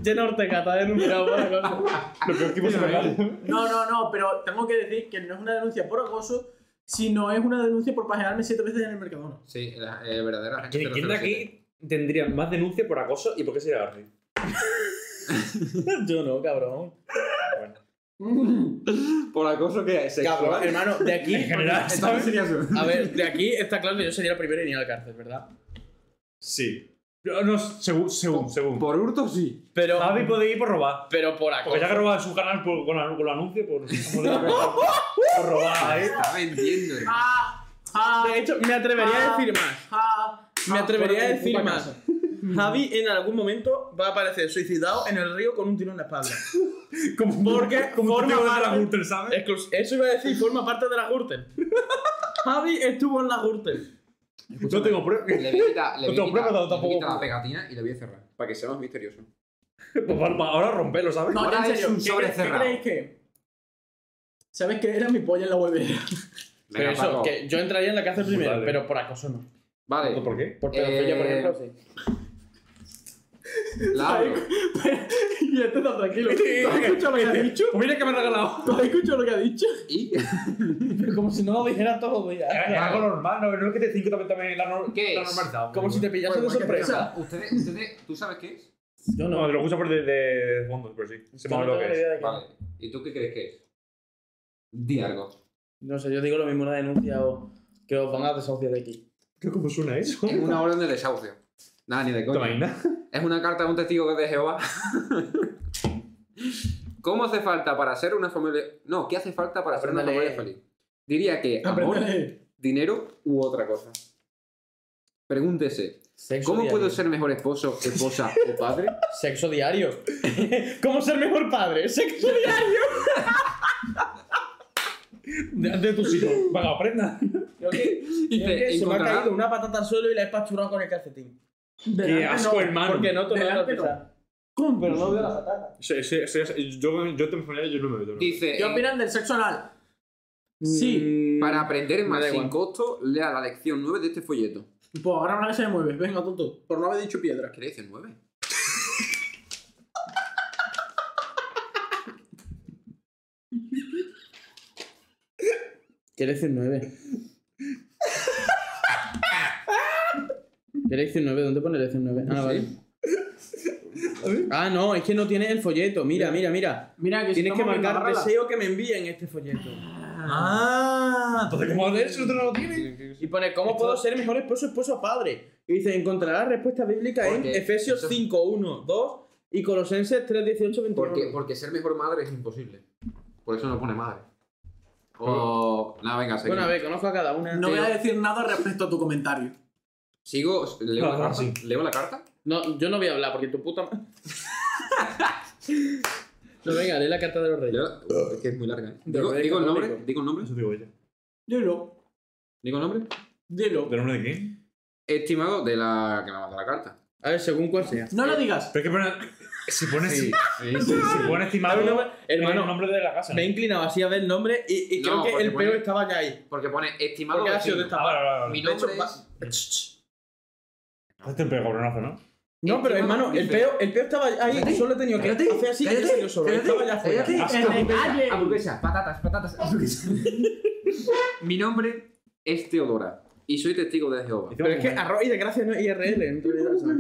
S4: Llena Ortega, está denunciado por acoso.
S7: Lo peor que hemos sacado.
S3: No, no, no, pero tengo que decir que no es una denuncia por acoso, sino es una denuncia por pajearme siete veces en el Mercadona.
S6: Sí, la eh, verdadera gente.
S7: ¿Quién quién de aquí tendría más denuncia por acoso y por qué sería García?
S4: Yo no, cabrón.
S6: Por acoso que es.
S4: Cabrón, hermano, de aquí.
S7: En general,
S6: ¿Sabes?
S7: ¿sabes?
S4: A ver, de aquí está claro que yo sería el primero en ir a la cárcel, ¿verdad?
S7: Sí. No, no, según, según, según.
S6: Por hurto sí.
S4: Pero,
S7: Javi puede ir por robar.
S4: pero por acoso.
S7: Ah, Porque ya que roba en su canal por- con, pues, la- con los anuncios, por, por, por robar, ¿eh?
S6: Está vendiendo, hermano.
S3: Ah, ah,
S4: De hecho, me atrevería a
S3: Ah.
S4: decir más.
S3: ah.
S4: Me
S3: Ah,
S4: atrevería a
S3: fuera de mi
S4: decir
S3: puta
S4: más.
S3: casa.
S4: Javi en algún momento va a aparecer suicidado en el río con un tiro en la espalda.
S7: Como,
S4: Porque
S7: como
S4: forma
S7: un tío de la
S4: parte-
S7: Gürtel, ¿sabes?
S4: Exclus- Eso iba a decir, forma parte de la Gürtel. Javi estuvo en la Gürtel.
S7: No Eh, tengo pruebas.
S6: Le voy a quitar, le voy a
S7: No,
S6: quitar-
S7: pero
S6: le voy a
S7: tampoco-
S6: quitar la pegatina y le voy a cerrar. Para que sea más misterioso.
S7: Pues va- va- ahora rompelo, ¿sabes?
S3: No,
S6: Ahora
S3: ya en
S6: es
S3: serio,
S6: un
S3: ¿qué,
S6: sobre
S3: cre- qué
S6: cerrado.
S3: creéis que? ¿Sabes qué era mi polla en la huevera?
S4: Pero
S6: Venga,
S4: eso,
S6: Paco.
S4: que yo entraría en la cárcel
S7: Vale.
S4: primero, pero por acoso no.
S6: Vale.
S7: ¿Por qué?
S4: Por pedofilia, por
S6: Eh,
S4: ejemplo, sí.
S6: La abro.
S3: y este está tranquilo. ¿Tú has escuchado lo que ha dicho?
S7: Pues mira que me ha regalado.
S3: ¿Tú has escuchado lo que ha dicho?
S6: Y.
S4: Como si no lo dijera todos los días.
S7: Es Eh, algo normal, no, no es que te cinco también, también la, nor
S6: ¿Qué
S7: la
S6: es?
S7: normalizado.
S4: Como si te pillase
S6: Pues,
S3: Bueno,
S4: de
S3: igual que
S4: sorpresa.
S6: Ustedes, ustedes, ¿tú sabes qué es?
S4: Yo
S7: No, te lo escucho por de, de fondo, pero sí. Se
S4: Yo
S7: me
S4: no
S7: lo
S4: tengo ni
S7: que es.
S4: idea de qué.
S6: Vale. ¿Y tú qué crees que es? Di algo.
S4: No sé, yo digo lo mismo una denuncia o que os van a desahuciar de aquí.
S7: ¿Qué- ¿Cómo suena eso?
S6: Es una orden de desahucio. Nada, ni de
S7: ¿Te
S6: coña.
S7: imaginas?
S6: Es una carta de un testigo de Jehová. ¿Cómo hace falta para ser una familia.? No, ¿qué hace falta para ser una
S4: Apréndale.
S6: familia feliz? Diría que amor,
S3: Aprende.
S6: dinero u otra cosa. Pregúntese,
S4: Sexo
S6: ¿cómo
S4: diario.
S6: puedo ser mejor esposo, esposa o padre?
S4: Sexo diario. ¿Cómo ser mejor padre? Sexo diario.
S7: De, de tus hijos. Venga, aprenda.
S6: Dice,
S4: se me ha
S6: encontrará-
S4: caído una patata al suelo y la he pasturado con el calcetín.
S7: Qué asco, hermano.
S4: Porque no tomé la
S3: Delante no.
S4: pizza.
S3: ¿Cómo?
S4: Pero no veo la patata.
S7: Sí, sí, sí, sí, yo, yo te enfocaría yo no me meto. no.
S6: Dice,
S3: ¿Qué
S6: en-
S3: opinan del sexo anal? Mm, Sí.
S4: Mm,
S6: para aprender
S4: Me
S6: más
S4: da
S6: sin
S4: igual.
S6: costo, lea la lección 9 de este folleto.
S3: Pues ahora una que se me mueve. Venga, tonto. Por no haber dicho piedra.
S6: ¿Qué le dice 9?
S4: ¿Qué lección 9? ¿Qué lección 9? ¿Dónde pone lección 9? Ah, vale. Ah, no, es que no tiene el folleto. Mira, mira, mira.
S3: Mira,
S6: Pues
S3: que
S4: Tienes que
S3: estamos en
S4: marcar
S3: Navarra,
S4: deseo que me envíen este folleto.
S7: Ah, entonces, ¿cómo va a si no lo tiene?
S4: Y pone, ¿cómo puedo ser mejor esposo, esposo, padre? Y dice, encontrarás respuesta bíblica en
S6: Porque
S4: Efesios
S6: eso-
S4: 5, 1, 2 y Colosenses 3, 18, 21.
S6: Porque, porque ser mejor madre es imposible. Por eso no pone madre. O. Nada, venga, seguimos.
S4: Oh. Bueno, a ver, conozco a cada una.
S3: No voy a decir nada respecto a tu comentario.
S6: Sigo. ¿Leo la
S7: Ah,
S6: carta?
S7: sí.
S6: ¿Leo la carta?
S4: No, yo no voy a hablar porque tu puta. ma- no, venga, lee la carta de los reyes.
S6: Leo- Uf, es que es muy larga. ¿eh?
S4: De
S6: Digo,
S4: rey
S6: digo el nombre.
S4: católico.
S6: Digo el nombre.
S7: Eso digo yo.
S3: Dilo,
S6: Digo el nombre.
S3: dilo.
S7: ¿Pero nombre de quién?
S6: Estimado de la que me mandó la carta.
S4: A ver, según cuál sea.
S3: No lo digas.
S7: Pero es que pone. Si pone,
S6: Sí, sí, sí.
S7: si pone estimado.
S4: Hermano,
S7: el nombre de la casa.
S4: me he inclinado así a ver el nombre y, y creo
S6: No,
S4: que
S6: porque
S4: el pelo
S6: pone-
S4: estaba ya ahí.
S6: Porque pone estimado.
S4: Porque ha sido de
S6: vecino.
S4: esta
S7: Ah, vale,
S4: parte.
S7: vale, vale.
S6: Mi nombre
S4: De hecho,
S6: es.
S7: Hazte un pego, cabronazo, ¿no? Este
S4: No, pero hermano, el peo, el peo estaba ahí.
S6: Cállate,
S4: solo he tenido que hacer así y salió solo. estaba ya fuera. Ah,
S3: Cállate, en el calle.
S6: Hamburguesa, patatas, patatas, hamburguesa. Mi nombre es Teodora y soy testigo de Jehová.
S4: Pero es que arroz y desgracia no es IRL. en realidad, ¿sabes?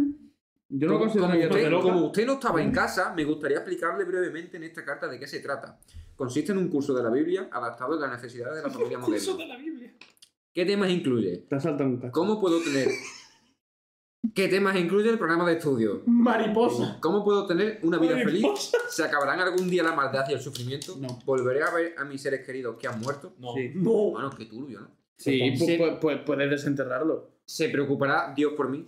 S4: Yo no
S6: Como-
S4: considero
S6: como
S4: IRL.
S6: usted,
S7: loca.
S6: como usted no estaba en casa, me gustaría explicarle brevemente en esta carta de qué se trata. Consiste en un curso de la Biblia adaptado a las necesidades de la familia moderna. ¿Qué temas incluye?
S7: Te salta un
S6: ¿Cómo puedo tener? ¿Qué temas incluye el programa de estudio?
S3: Mariposa.
S6: ¿Cómo puedo tener una vida feliz? ¿Se acabarán algún día la maldad y el sufrimiento?
S4: No.
S6: ¿Volveré a ver a mis seres queridos que han muerto?
S7: No.
S4: Sí.
S3: No.
S6: Bueno, qué turbio, ¿no?
S4: Sí,
S6: Sí.
S4: pues, pues- pues puedes desenterrarlo.
S6: ¿Se preocupará Dios por mí?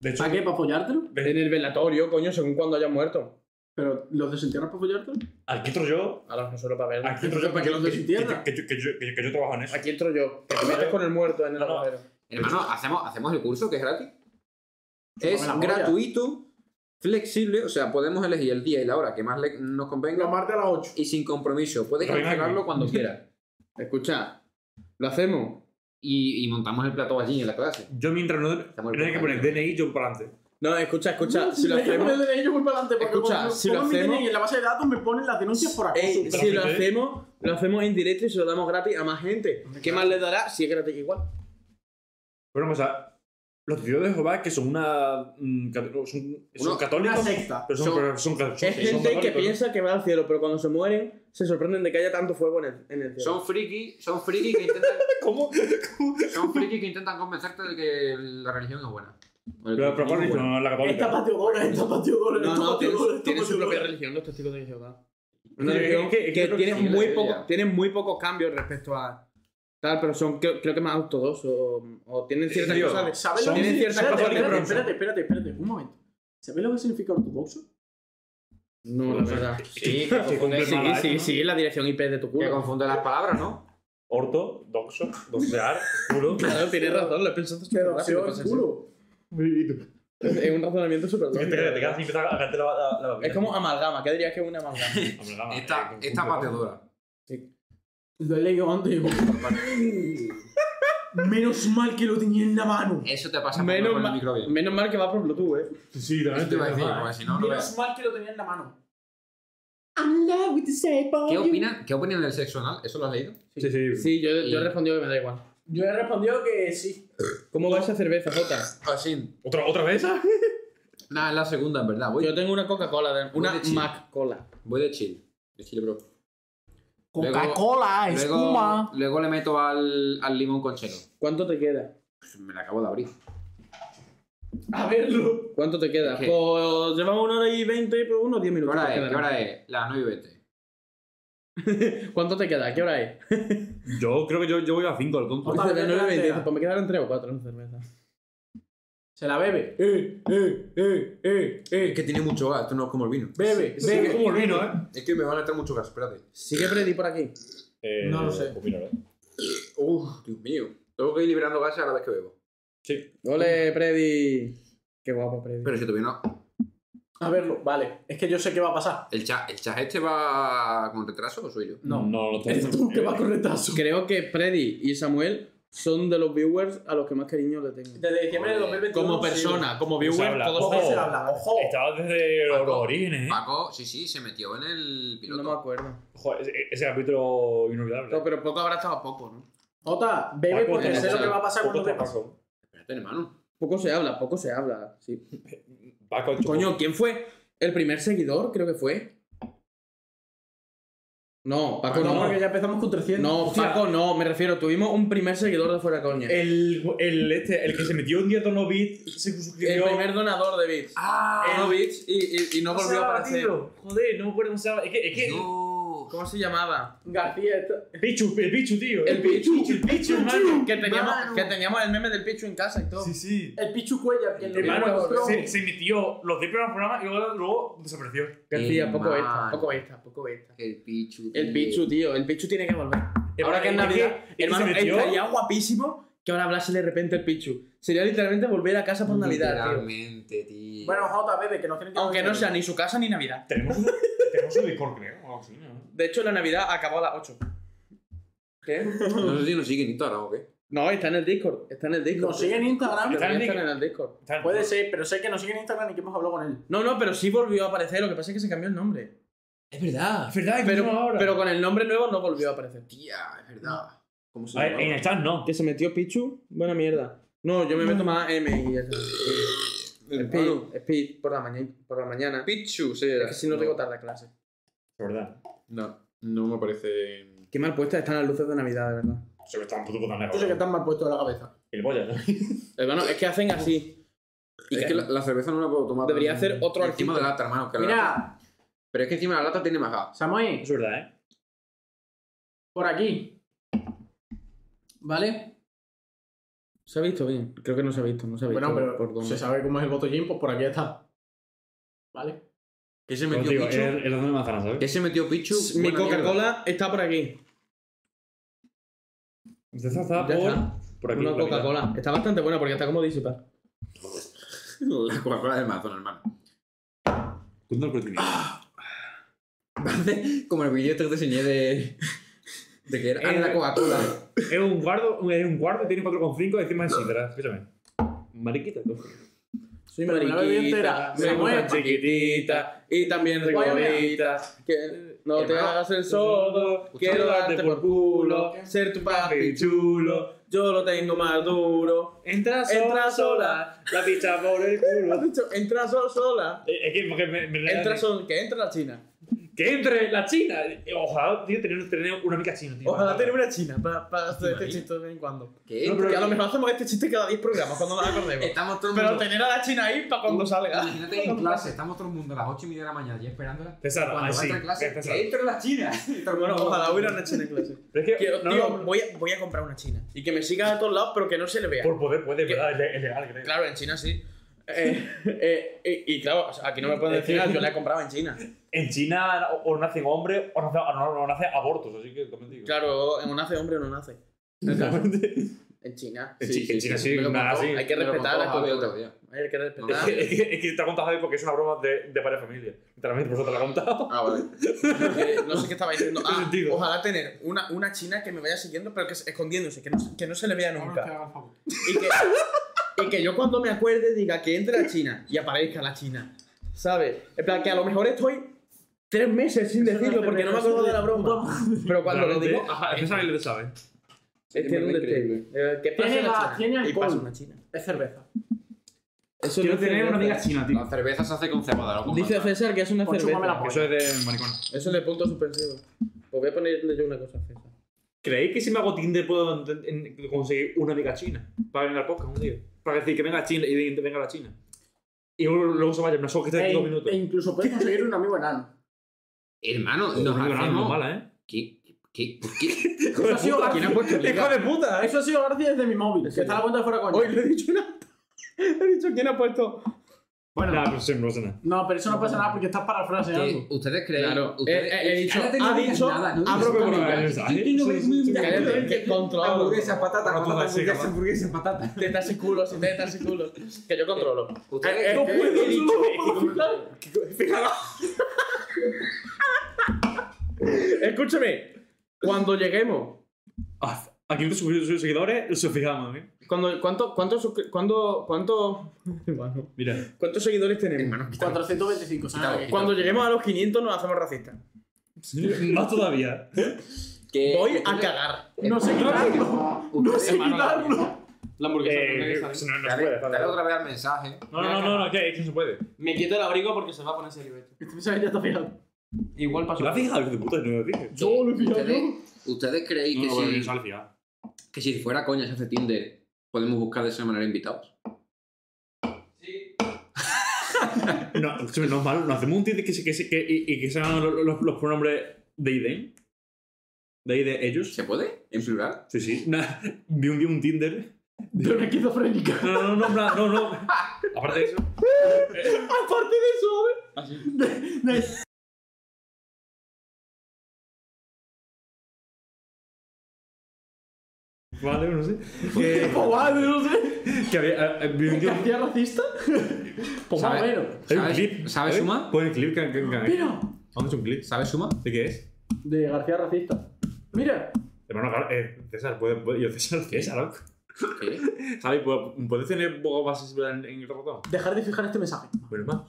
S7: De hecho,
S3: ¿Para qué? ¿Para follártelo?
S4: En el velatorio, coño, según cuando haya muerto.
S3: ¿Pero los desentierras para follártelo?
S7: aquí entro yo.
S4: A los no solo para ver.
S7: Aquí entro yo
S3: ¿Para qué los
S7: que-
S3: desentierra?
S7: que- que- que yo- que- que yo trabajo en eso.
S4: Aquí entro yo. Que te metes con el muerto en el
S7: No, no.
S4: agujero.
S6: Hermano, hacemos, hacemos el curso que es gratis. Es
S3: la polla.
S6: gratuito, flexible, o sea, podemos elegir el día y la hora que más le- nos
S3: Los
S6: convenga
S3: martes a las 8.
S6: y sin compromiso. Puedes
S7: Pero venga,
S6: cancelarlo cuando quieras.
S4: Escucha, lo hacemos.
S6: Y, y montamos el plato allí en la clase.
S7: Yo mientras no.
S6: Estamos
S7: Tenía que poner DNI yo para adelante.
S4: No, escucha, escucha. Si lo
S3: Me
S4: hacemos.
S3: llaman de ellos, voy para adelante. porque
S4: Escucha,
S3: cuando
S4: si lo
S3: pongo mi DNI
S4: hacemos-
S3: En la base de datos me ponen las denuncias por acoso.
S4: Ey, si lo
S7: Pero-
S4: hacemos, lo hacemos en directo y se lo damos gratis a más gente. ¿Qué más le dará si es gratis igual?
S7: Bueno, o sea, los testigos de Jehová, que son una. mm, cat- Son, son
S6: Una-
S3: una
S7: católicos.
S3: secta.
S7: Pero son,
S6: Son-
S7: pero son, son,
S4: Es
S7: son
S4: gente que
S7: católicos, ¿no?
S4: piensa que va al cielo, pero cuando se mueren, se sorprenden de que haya tanto fuego en el, en el cielo.
S6: Son friki, son friki que intentan,
S7: ¿Cómo?
S6: son friki que intentan convencerte de que la religión es buena. O el
S7: Pero, pero
S6: cristianismo
S7: ¿cuál
S6: es
S7: religión?
S6: bueno.
S7: No, la
S3: Esta
S7: católica.
S3: pateodora, esta pateodora,
S4: No,
S3: esta
S4: no, tienen,
S3: pateodora, esta
S4: tienen su
S3: pateodora.
S4: propia religión los testigos de Jehová. Una
S7: Sí,
S4: religión
S7: es que- es
S4: que,
S7: que creo que
S4: tiene,
S6: sí, la
S4: muy
S6: mayoría.
S4: poco, tiene muy pocos cambios respecto a tal, pero son creo, creo que más ortodoxos o, o tienen
S7: Sí,
S4: ciertas
S7: tío.
S4: cosas de-
S3: ¿Sabes lo
S7: Son
S3: que
S4: tienen
S3: significa? Espérate,
S4: ciertas cosas de
S3: espérate,
S4: bronce.
S3: espérate, espérate, espérate, un momento. ¿Sabéis lo que significa ortodoxo?
S4: No, la verdad. Sí,
S7: que
S4: sí,
S7: confunde
S4: sí,
S7: mala, ¿eh?
S4: sí, sí, la dirección IP de tu
S6: Que
S4: culo.
S6: confunde las palabras, ¿no?
S7: Orto, doxo, doxear, culo.
S4: Claro, tienes razón, lo he pensado súper
S3: Pero
S4: rápido,
S3: se os
S4: cosas así.
S3: juro.
S4: Es un razonamiento súper
S7: Te te- te quedas sin empezar a agarrarte la, la, la babilla.
S4: Es como amalgama, ¿qué dirías que es una amalgama?
S7: Amalgama,
S6: Esta,
S7: eh,
S6: esta
S7: conjunto,
S6: pateadora.
S3: Lo he leído antes y digo, Menos mal que lo tenía en la mano.
S6: Eso te pasa por no
S4: menos,
S6: poner el
S4: ma-
S6: micro bien.
S4: menos mal que va por Bluetooth, eh.
S7: ¿no? Sí,
S6: Eso te iba a decir, pues. porque
S7: también.
S6: si no, no veas.
S3: Menos mal que lo tenía en la mano.
S6: ¿Qué opinan, ¿Qué opinan del sexo anal? ¿Eso lo has leído?
S7: Sí, sí.
S4: Sí, yo, yo
S6: Y-
S4: he respondido que me da igual.
S3: Yo he respondido que sí.
S4: ¿Cómo va esa cerveza, Jota?
S6: Así.
S7: ¿Otra, ¿Otra vez esa?
S6: Nada, es la segunda, en verdad. Voy,
S4: Yo tengo una Coca-Cola, de- una
S6: Muy de chill.
S4: Mac-Cola.
S6: voy de chill. De chill, bro.
S3: Coca-Cola,
S6: Luego, luego le meto al, al limón con chelo.
S4: ¿Cuánto te queda?
S6: Pues me la acabo de abrir.
S3: A verlo.
S4: ¿Cuánto te queda?
S6: ¿Qué?
S4: Pues llevamos una hora y veinte, pues unos diez
S6: ¿Qué
S4: minutos.
S6: hora
S4: te
S6: es? ¿Qué
S4: quedarán.
S6: hora es? Las 9 y 20.
S4: ¿Cuánto te queda? ¿Qué hora es?
S7: Yo creo que yo, yo voy a 5 al conto.
S3: Otra
S4: Dice,
S3: vez
S4: de nueve a
S3: la
S4: veinte.
S3: entera.
S4: Dice, Pues me quedaron tres o cuatro en cerveza.
S3: Se la bebe. Eh, eh, eh, eh, eh.
S6: que tiene mucho gas, esto no es como el vino.
S3: Bebe,
S7: Sí,
S3: bebe.
S7: es como el vino, ¿eh?
S6: Es que me van a entrar mucho gas, espérate.
S4: ¿Sigue Freddy por aquí?
S7: Eh,
S3: No lo sé.
S7: pues míralo, ¿eh?
S6: Uf, Dios mío. Tengo que ir liberando gas a la vez que bebo.
S7: Sí.
S4: ¡Ole, Freddy! Qué guapo, Freddy.
S6: Pero si todavía no.
S3: A verlo, vale. Es que yo sé qué va a pasar.
S6: ¿El chat, ¿El chat este va con retraso o soy yo?
S3: No.
S7: No, lo
S3: Eres tú eh, que va con retazo.
S4: Creo que Freddy y Samuel son de los viewers a los que más cariño le tengo.
S3: Desde diciembre de 2021.
S4: Como persona, como
S7: Se
S4: viewer,
S7: habla.
S4: todos
S7: Ojo.
S3: Poco se le habla. Ojo.
S7: Estaba desde los orígenes, ¿eh?
S6: Paco, sí, sí, se metió en el piloto.
S4: No me acuerdo.
S7: Ojo, ese, ese capítulo inolvidable.
S4: No, pero poco habrá estado poco, ¿no?
S3: Jota, bebe
S7: Paco,
S3: porque
S6: no,
S3: sé lo
S6: no.
S3: que va a pasar
S7: Poco
S3: cuando te pase.
S7: Paco.
S6: Espérate, hermano.
S4: Poco se habla, poco se habla. Sí.
S7: Paco,
S4: Coño, ¿quién fue? El primer seguidor, creo que fue. No, Paco,
S3: no,
S4: no.
S3: porque ya empezamos con 300.
S4: No,
S3: Hostia,
S4: Paco, no, me refiero. Tuvimos un primer seguidor de fuera coña. El,
S7: El, el, este, el que se metió un día a bit se suscribió.
S4: primer donador de bits.
S6: ¡Ah!
S4: Donó bits y, y- y no
S7: ¿Cómo se
S4: volvió a
S7: llamaba,
S4: aparecer.
S7: tío? Joder, no me acuerdo cómo se llama. Es que. Es que
S6: No.
S4: ¿Cómo se llamaba?
S3: García, esto-
S7: Pichu, el Pichu, tío.
S4: El Pichu.
S7: el Pichu, hermano.
S4: Que teníamos,
S3: Mano.
S4: que teníamos el meme del Pichu en casa y todo.
S7: Sí, sí.
S3: El Pichu Cuellar, que lo
S7: Hermano,
S3: compró.
S7: se, se metió los 10 primeros programas y luego, luego desapareció.
S4: García, poco
S6: Hermano.
S4: esta, poco esta, poco esta.
S6: El Pichu.
S4: El
S6: tío.
S4: Pichu, tíeo, el Pichu tiene que volver. ahora que es
S7: es
S4: Navidad,
S7: que
S4: hermano,
S7: se metió-
S4: estaría guapísimo que ahora hablase de repente el Pichu. Sería literalmente volver a casa por Navidad, tío.
S6: Literalmente, tío.
S3: Bueno, JB, que nos tienen que
S4: Aunque no sea ni su casa ni Navidad.
S7: Tenemos un, tenemos un Discord, creo. o algo así, ¿no?
S4: De hecho, la Navidad acabó a las 8. ¿Qué?
S6: No sé si nos siguen ni ahora o qué.
S4: No, está en el Discord. Está en el Discord.
S3: Nos sigue en Instagram.
S4: Pero
S7: Está en
S4: ya
S7: el
S4: están en el Discord.
S7: Está-
S3: Puede ser, pero sé que nos sigue en Instagram y que hemos hablado con él.
S4: No, no, pero sí volvió a aparecer. Lo que pasa es que se cambió el nombre.
S6: Es verdad.
S7: Es verdad, es
S4: Pero,
S7: que no ahora.
S4: pero con el nombre nuevo no volvió a aparecer.
S6: Tía, es verdad. ¿Cómo se
S7: A ver, en
S6: llama?
S7: el chat no.
S4: ¿Que se metió Pichu? Buena mierda. No, yo me meto más M y ya Speed, Speed, por la, maña- por la mañana.
S6: Pichu, sí.
S4: Es que si no tengo tarde a clase.
S7: Es verdad.
S6: No, no me parece.
S4: Qué mal puestas están las luces de Navidad, de verdad.
S7: Se me está un puto tan
S3: Yo sé que
S7: lejos.
S3: están mal puesto de la cabeza.
S7: El boya, ¿no?
S4: Hermano, es que hacen así.
S6: Es que la, la cerveza no la puedo tomar. Mm,
S4: Debería hacer otro
S6: encima
S4: artículo.
S6: de lata, hermano. Que la lata-
S3: Mira,
S6: Pero es que encima de la lata tiene más gas.
S3: Samuel,
S7: Es verdad, ¿eh?
S3: por aquí. ¿Vale?
S4: ¿Se ha visto bien? Creo que no se ha visto, no se ha visto.
S3: Bueno, pero
S4: por dónde.
S3: se sabe cómo es el voto Jim, pues por aquí está. ¿Vale?
S6: ¿Qué se
S7: Como
S6: metió
S7: te digo,
S6: Pichu?
S7: el, el don de manzana, ¿sabes?
S6: ¿Qué eh, se metió Pichu?
S4: Mi
S6: Buena mierda.
S4: Coca-Cola está por aquí.
S7: Entonces Este está
S4: Ya
S7: por,
S4: está.
S7: por aquí.
S4: Una
S7: por la mitad.
S4: Coca-Cola. Está bastante buena porque está como disipada.
S6: La Coca-Cola del Amazon, hermano.
S7: Cuenta el oportunidad.
S6: Como el billete que te enseñé de. de que era. Ah, de
S7: Eh,
S6: la Coca-Cola.
S7: Es un guardo, es un guardo, tiene 4,5 encima de sidra. Escúchame. Mariquita, tú.
S4: Soy
S3: Pero me la bebí entera.
S4: me
S3: Se
S4: gusta
S3: mueve.
S4: chiquitita y también
S3: Guayamea.
S4: recogidita. Que no te
S6: Hermano.
S4: hagas el sordo, quiero darte por culo, ser tu papi chulo, yo lo tengo más duro.
S7: Entra
S4: Entra sola.
S7: la pista por el culo.
S4: Entra sol sola.
S7: Eh, Es que, porque me, me
S4: Entra sol, que entra la china.
S7: Que entre la China. Eh, Ojalá, tío, tener, tener una amiga china, tío.
S4: Ojalá tener una china para hacer este
S6: Imagina.
S4: chiste de vez en cuando.
S6: ¿Qué?
S7: No, pero-
S4: Que a lo mejor hacemos este chiste cada 10 programas cuando nos acordemos.
S6: Estamos todo el
S4: Pero
S6: mundo.
S4: tener a la china ahí para cuando salga.
S6: Imagínate en clase, estamos todo el mundo a las 8 y media de la mañana ya esperándola.
S7: César,
S6: Cuando va a
S7: así.
S6: entrar a clase,
S7: César.
S6: que entre las chinas.
S4: Bueno,
S6: "Oh".
S4: ojalá hubiera una china en clase.
S7: Pero es que,
S4: Quiero-
S7: no,
S4: tío,
S7: no,
S4: voy, a, voy a comprar una china. Y que me siga a todos lados, pero que no se le vea.
S7: por poder, puede,
S4: que-
S7: ¿verdad? Es, es legal, creo.
S4: Claro, en China sí. Eh, eh, y, y claro, o sea, aquí no me pueden decir nada, yo la he comprado en China.
S7: En China o, o nacen hombres o nacen, o no- o nacen abortos, así que también digo.
S4: Claro, en un nace hombre o no nace.
S7: Exactamente.
S4: En China.
S7: En Chi- en China sí,
S4: me lo
S7: nada,
S4: contó.
S7: sí.
S4: Hay que
S6: Me lo
S4: respetar
S6: contó
S4: la
S6: Javi
S4: cultura.
S6: otro día.
S4: Hay que
S7: Es
S4: respetar.
S7: que, es que- es que te ha contado Javi porque es una broma de, de varias familias. Literalmente, por eso te la he contado.
S6: Ah, vale.
S4: Porque no sé qué estaba diciendo.
S7: Tiene
S4: Ah,
S7: sentido.
S4: ojalá tener una, una china que me vaya siguiendo, pero que se- escondiéndose, que no, se- que no se le vea nunca. Y que, y que yo cuando me acuerde diga que entre la china y aparezca la china. ¿Sabes? En plan, que a lo mejor estoy tres meses sin decirlo porque no me acuerdo de la broma. Pero cuando lo digo, eh.
S7: Ajá, eso sabe, lo sabe.
S4: Este es un detalle. Eh, Que pase
S3: Tiene
S4: una
S3: gas,
S4: china.
S3: tiene
S4: Y pasa
S3: alcohol.
S4: una china.
S3: Es cerveza.
S4: Eso no es cerveza.
S7: china,
S6: La cerveza se hace con cebada, loco.
S4: Dice César que es una
S3: Pues chúpame la polla.
S4: cerveza.
S7: Eso es de maricón.
S4: Eso es de punto suspensivo. Pues voy a ponerle yo una cosa a César.
S7: ¿Creéis que si me hago Tinder puedo en- en- conseguir una amiga china? Para venir al podcast un día. Para decir que venga a China y venga a la China. Y luego, luego se vaya, una soja que está
S3: E,
S7: en dos
S3: in-
S7: minutos.
S3: e incluso puedes conseguir un amigo enano.
S6: Hermano,
S7: Nos
S6: nos
S7: ganando,
S6: hacemos.
S7: mala, ¿eh?
S6: ¿Qué? ¿Qué? ¿Por qué?
S3: Eso ha sido
S6: ¿Quién ha
S3: gracias.
S6: puesto el link?
S4: de puta!
S3: Eso ha sido gracias desde mi móvil, que está a la cuenta de fuera coña.
S4: Hoy le he dicho una. Le he dicho quién ha puesto.
S7: Bueno, nada, pero pues, sí, no pasa nada.
S3: No, pero eso no pasa nada porque estás
S6: ¿Qué?
S3: parafraseando.
S6: ¿Ustedes creen?
S4: Claro.
S6: ustedes-
S4: Eh, eh, he dicho-
S6: Cállate, no
S4: ha
S6: digas
S4: dicho-
S6: nada, no
S7: Ah,
S4: ha
S6: digas
S4: propuesto
S6: nada.
S7: un mensaje.
S6: Yo no veo muy-
S4: Cállate,
S7: ¿eh?
S4: que
S7: oh.
S4: controlo.
S6: Hamburguesas, patatas,
S7: Para todas,
S6: patatas,
S7: sí,
S6: hamburguesas,
S7: capaz.
S6: hamburguesas, patatas.
S4: Tetas y culos, tetas y culos. Que yo controlo.
S6: Ustedes-
S4: Eh, eh,
S6: ¿qué?
S4: puedo,
S6: He dicho-
S4: Escúchame. Cuando lleguemos.
S7: Ah, A 500 sus- sus seguidores, se fijamos, ¿eh?
S4: Cuando, ¿cuánto, cuánto, suscri- cuánto, cuánto, Ah,
S7: Mira.
S4: ¿Cuántos seguidores tenemos?
S6: eh, Hermano, quita-
S3: 425, ¿sabes?
S6: Quitado.
S4: Cuando lleguemos a los 500 nos hacemos racistas.
S7: Más todavía.
S6: que-
S4: Voy a
S7: Eh,
S6: ustedes-
S4: cagar.
S3: No sé quitarlo. No sé
S6: Ustedes-
S3: quitarlo.
S4: La hamburguesa. la
S7: Eh,
S4: hamburguesa.
S7: si no, no se
S6: Dale,
S7: puede.
S6: dale otra vez al mensaje.
S7: No, no, no, no, que que no se puede.
S4: Me quito el abrigo porque se va a poner serio esto.
S3: Este mensaje ya está fijado.
S4: Igual pasó.
S7: ¿Lo has fijado, hijo de puta? No lo dije.
S3: Yo lo he pillado,
S6: ¿Ustedes, ¿ustedes creéis
S7: No,
S6: que,
S7: no, bueno, yo
S6: si,
S7: se lo he fijado.
S6: que si fuera coña se hace Tinder, podemos buscar de esa manera invitados?
S7: No, escúchame, no es malo. ¿No hacemos un ticket que, se- que, se- que, y, y que sean los, los, los pronombres de ID? ¿De ID ellos?
S6: ¿Se puede? ¿En plural?
S7: Sí, sí. Nah, vi un día un Tinder.
S3: De una esquizofrénica.
S7: No, no, no, no, en plan, no, no. Aparte de eso.
S3: Aparte de eso, a ver. De- de-
S7: Vale, no sé.
S3: de-
S7: Que,
S3: Pobade, no sé.
S7: que había. eh, vi un día un-
S3: ¿Castilla racista? Pues más o
S6: ¿Sabe?
S3: menos.
S7: Hay un
S6: ¿Sabes-
S7: clip.
S6: sabes
S7: A ver,
S6: sumar?
S7: Pon el clip que. que, que-
S3: Mira.
S7: Vamos a un clip.
S6: ¿Sabes suma?
S7: ¿De qué es?
S3: De García Racista. Mira.
S7: Hermano, claro, eh, César, puede, puede, yo César, César, loco.
S6: ¿Qué?
S7: Javi, ¿puedo- ¿puedes tener poco más sensibilidad en, en el ratón?
S3: Dejar de fijar este mensaje.
S7: Bueno, hermano,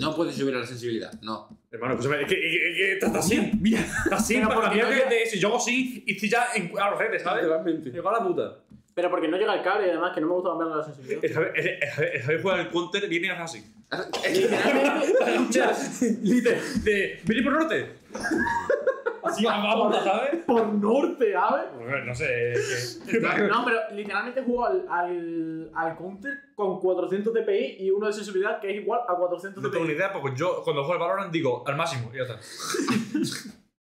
S6: No puedes subir a la sensibilidad, no.
S7: hermano, escúchame, es que, es que, es que estás así, mira, estás así,
S3: Pero
S7: para
S3: porque
S7: mí
S3: no
S7: que
S3: llega-
S7: te, si yo hago así, y estoy ya en, a los redes, ¿sabes?
S4: Literalmente.
S7: Llegó a la puta.
S3: Pero porque no llega el cable y además que no me gusta cambiar la sensibilidad.
S7: El Javi, el, el Javi- el Javi juega el counter, viene y hace así.
S3: Literal.
S7: De, viene por norte. Así, a la puta, ¿sabes?
S3: Por norte, ¿sabes?
S7: Bueno, No sé, es que-
S3: No, pero literalmente juego al, al, al counter con 400 DPI y uno de sensibilidad que es igual a 400
S7: No tengo ni
S3: DPI.
S7: idea, porque yo cuando juego el Valorant digo al máximo, y ya está.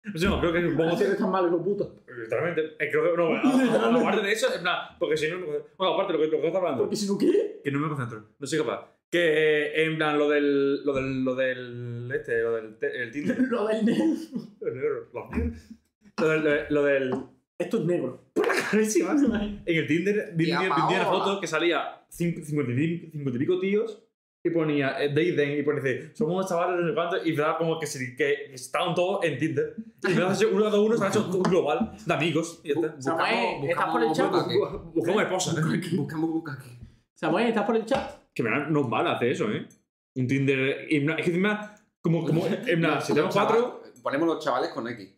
S7: No sé, no, creo que es un
S3: No
S7: bongo.
S3: eres tan malo, hijo puta.
S7: Literalmente, eh, creo que no, a- a- a- aparte de eso, en plan, porque si no, me- bueno, aparte de lo que, lo que estás hablando,
S3: Porque si no, ¿qué?
S7: que no me concentro, no soy capaz. Que eh, en plan, lo del, lo del, lo del, este, lo del, te- el Tinder,
S3: Lo del negro.
S7: el negro, lo lo del, lo del,
S3: Esto es negro.
S7: carísima. En el Tinder vi
S6: Tía
S7: un día- vi un día una
S6: Paola.
S7: foto que salía cincu- cincuenta y cinco cincuenta y pico tíos y ponía eh, they, them, y ponía dice, somos unos chavales de no sé cuánto", y daba como que, se- que estaban todos en Tinder. Y me hace uno a uno, se ha hecho un global de amigos y ya está.
S3: Samuel, ¿estás por el chat?
S6: bucaque.
S7: Bu- Buscamos esposa.
S6: Buscamos bucaque.
S3: Samuel, ¿estás por el chat?
S7: Que en verdad no es mal hacer eso, ¿eh? Un Tinder. y en plan- Es que encima, como, como en plan, si tenemos cuatro.
S6: Chaval- Ponemos los chavales con X.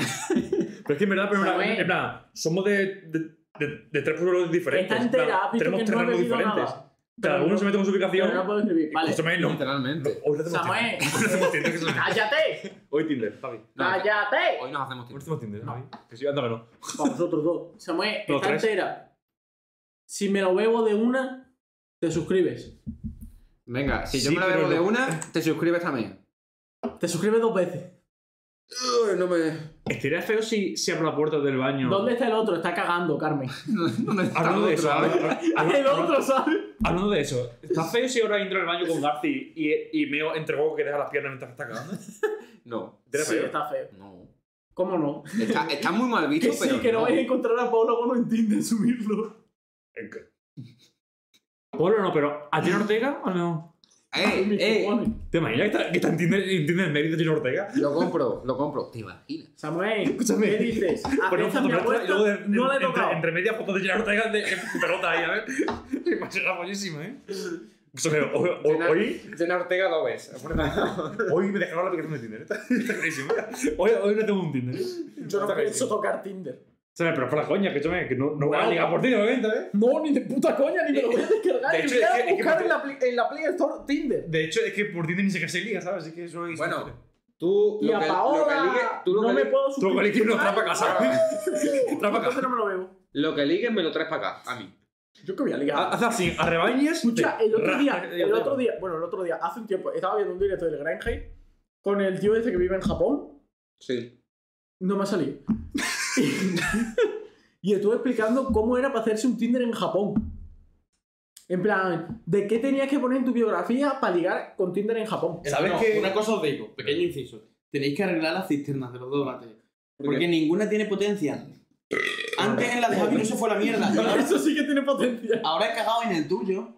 S7: Pero es que en verdad, pero en verdad,
S3: Samuel.
S7: en plan, somos de, de, de, de tres pueblos diferentes.
S3: Está
S7: en plan,
S3: entera, has visto
S7: tenemos
S3: que
S7: tres
S3: no ha
S7: ramos
S3: bebido
S7: diferentes.
S3: nada.
S7: Cada uno se mete con su ubicación.
S3: Pero no puedo escribir. Vale.
S7: Escúchame, no.
S6: Literalmente.
S7: Hoy lo hacemos
S3: Samuel.
S7: Tinder. Hoy lo hacemos Tinder, que es lo-
S3: ¡Cállate!
S7: Hoy Tinder, Javi. Hoy
S6: No,
S3: ¡Cállate!
S6: hoy nos hacemos tiempo.
S7: hacemos Tinder, Javi. Que sí, anda que no.
S3: Para vosotros dos. Samuel,
S7: No,
S3: está
S7: tres.
S3: entera. Si me lo bebo de una, te suscribes.
S6: Venga, si yo
S7: Sí,
S6: me la
S7: pero
S6: bebo de
S7: no.
S6: una, te suscribes también.
S3: Te suscribes dos veces.
S6: Uy, no me.
S7: Estaría feo si se abre la puerta del baño.
S3: ¿Dónde está el otro? Está cagando, Carmen.
S6: No me está
S7: Hablando de eso,
S6: otra vez.
S7: habla- habla-
S3: el otro, ¿sabes?
S7: hablando de eso. ¿Está feo si ahora entro al baño con Garci y, y meo entre huevos que deja las piernas mientras está cagando?
S6: No.
S7: Estaría
S3: Sí,
S7: feo.
S3: está feo.
S6: No.
S3: ¿Cómo no?
S6: Está, está muy mal visto,
S3: Que sí,
S6: pero. Eh,
S3: que no vais a encontrar a Pablo Bono en Tinder subirlo.
S7: Polo no, pero ¿a Tino Ortega o no?
S3: Ay,
S6: ¡Eh!
S3: mis
S6: ¡Eh!
S3: cojones.
S7: ¿Te imaginas que está, que está en Tinder, en Tinder en medio de Tino Ortega?
S6: Lo compro, lo compro. ¿Te imaginas?
S3: Samuel,
S7: Escúchame.
S3: ¿qué dices?
S7: Ponemos
S3: ¿Aceptas mi
S7: fotos nuestras y
S3: apuesta?
S7: pues luego de-
S3: No le he
S7: entre-
S3: tocado.
S7: Entre medias fotos de Gerard Ortega de, en pelota ahí, a ver. Será buenísimo, ¿eh? Eso que hoy, hoy, hoy,
S6: Jenna Ortega lo ves.
S7: hoy me dejaron la aplicación de Tinder. ¿eh? Está clarísimo. Hoy, hoy no tengo un Tinder. ¿eh?
S3: Yo no pienso
S7: Está clarísimo.
S3: tocar Tinder.
S7: ¿Sabes? Pero para coña, que, chome, que no, no voy a
S3: Bueno.
S7: ligar por ti, obviamente, ¿eh?
S3: No, ni de puta coña, ni me lo voy a descargar.
S7: De
S3: ni
S7: hecho,
S3: voy a
S7: es que- es que
S3: buscar
S7: me-
S3: en la Play- en la Play Store Tinder.
S7: De hecho, es que por Tinder ni siquiera se liga, ¿sabes? Así que eso es.
S6: Bueno, tú.
S3: Y
S6: lo
S3: a
S6: que- lo que ligue-
S3: Paola
S6: tú lo
S3: no
S6: que
S3: me
S6: li-
S3: puedo
S7: Tú con
S3: suscribir.
S7: el equipo no para casa. Trampa
S3: Entonces
S7: casa.
S3: no me lo bebo.
S6: Lo que ligues me lo traes para acá, a mí.
S3: Yo que voy a ligar.
S7: Haz así, arrebañas.
S3: Escucha,
S7: te-
S3: el otro
S7: Ah, ra-
S3: día, el
S7: ra-
S3: otro día, bueno, el otro día, hace un tiempo, estaba viendo un directo del Grindhead con el tío ese que vive en Japón.
S6: Sí.
S3: No me ha salido. y estuve explicando cómo era para hacerse un Tinder en Japón. En plan, ¿de qué tenías que poner en tu biografía para ligar con Tinder en Japón?
S4: ¿Sabes
S7: Hermano,
S4: qué?
S7: una
S4: Una cosa os digo, pequeño inciso. Tenéis que arreglar las cisternas de los dólares. Porque ninguna tiene potencia. Antes en la de Javi no se fue a la mierda. y ahora-
S3: Eso sí que tiene potencia.
S4: Ahora he cagado en el tuyo.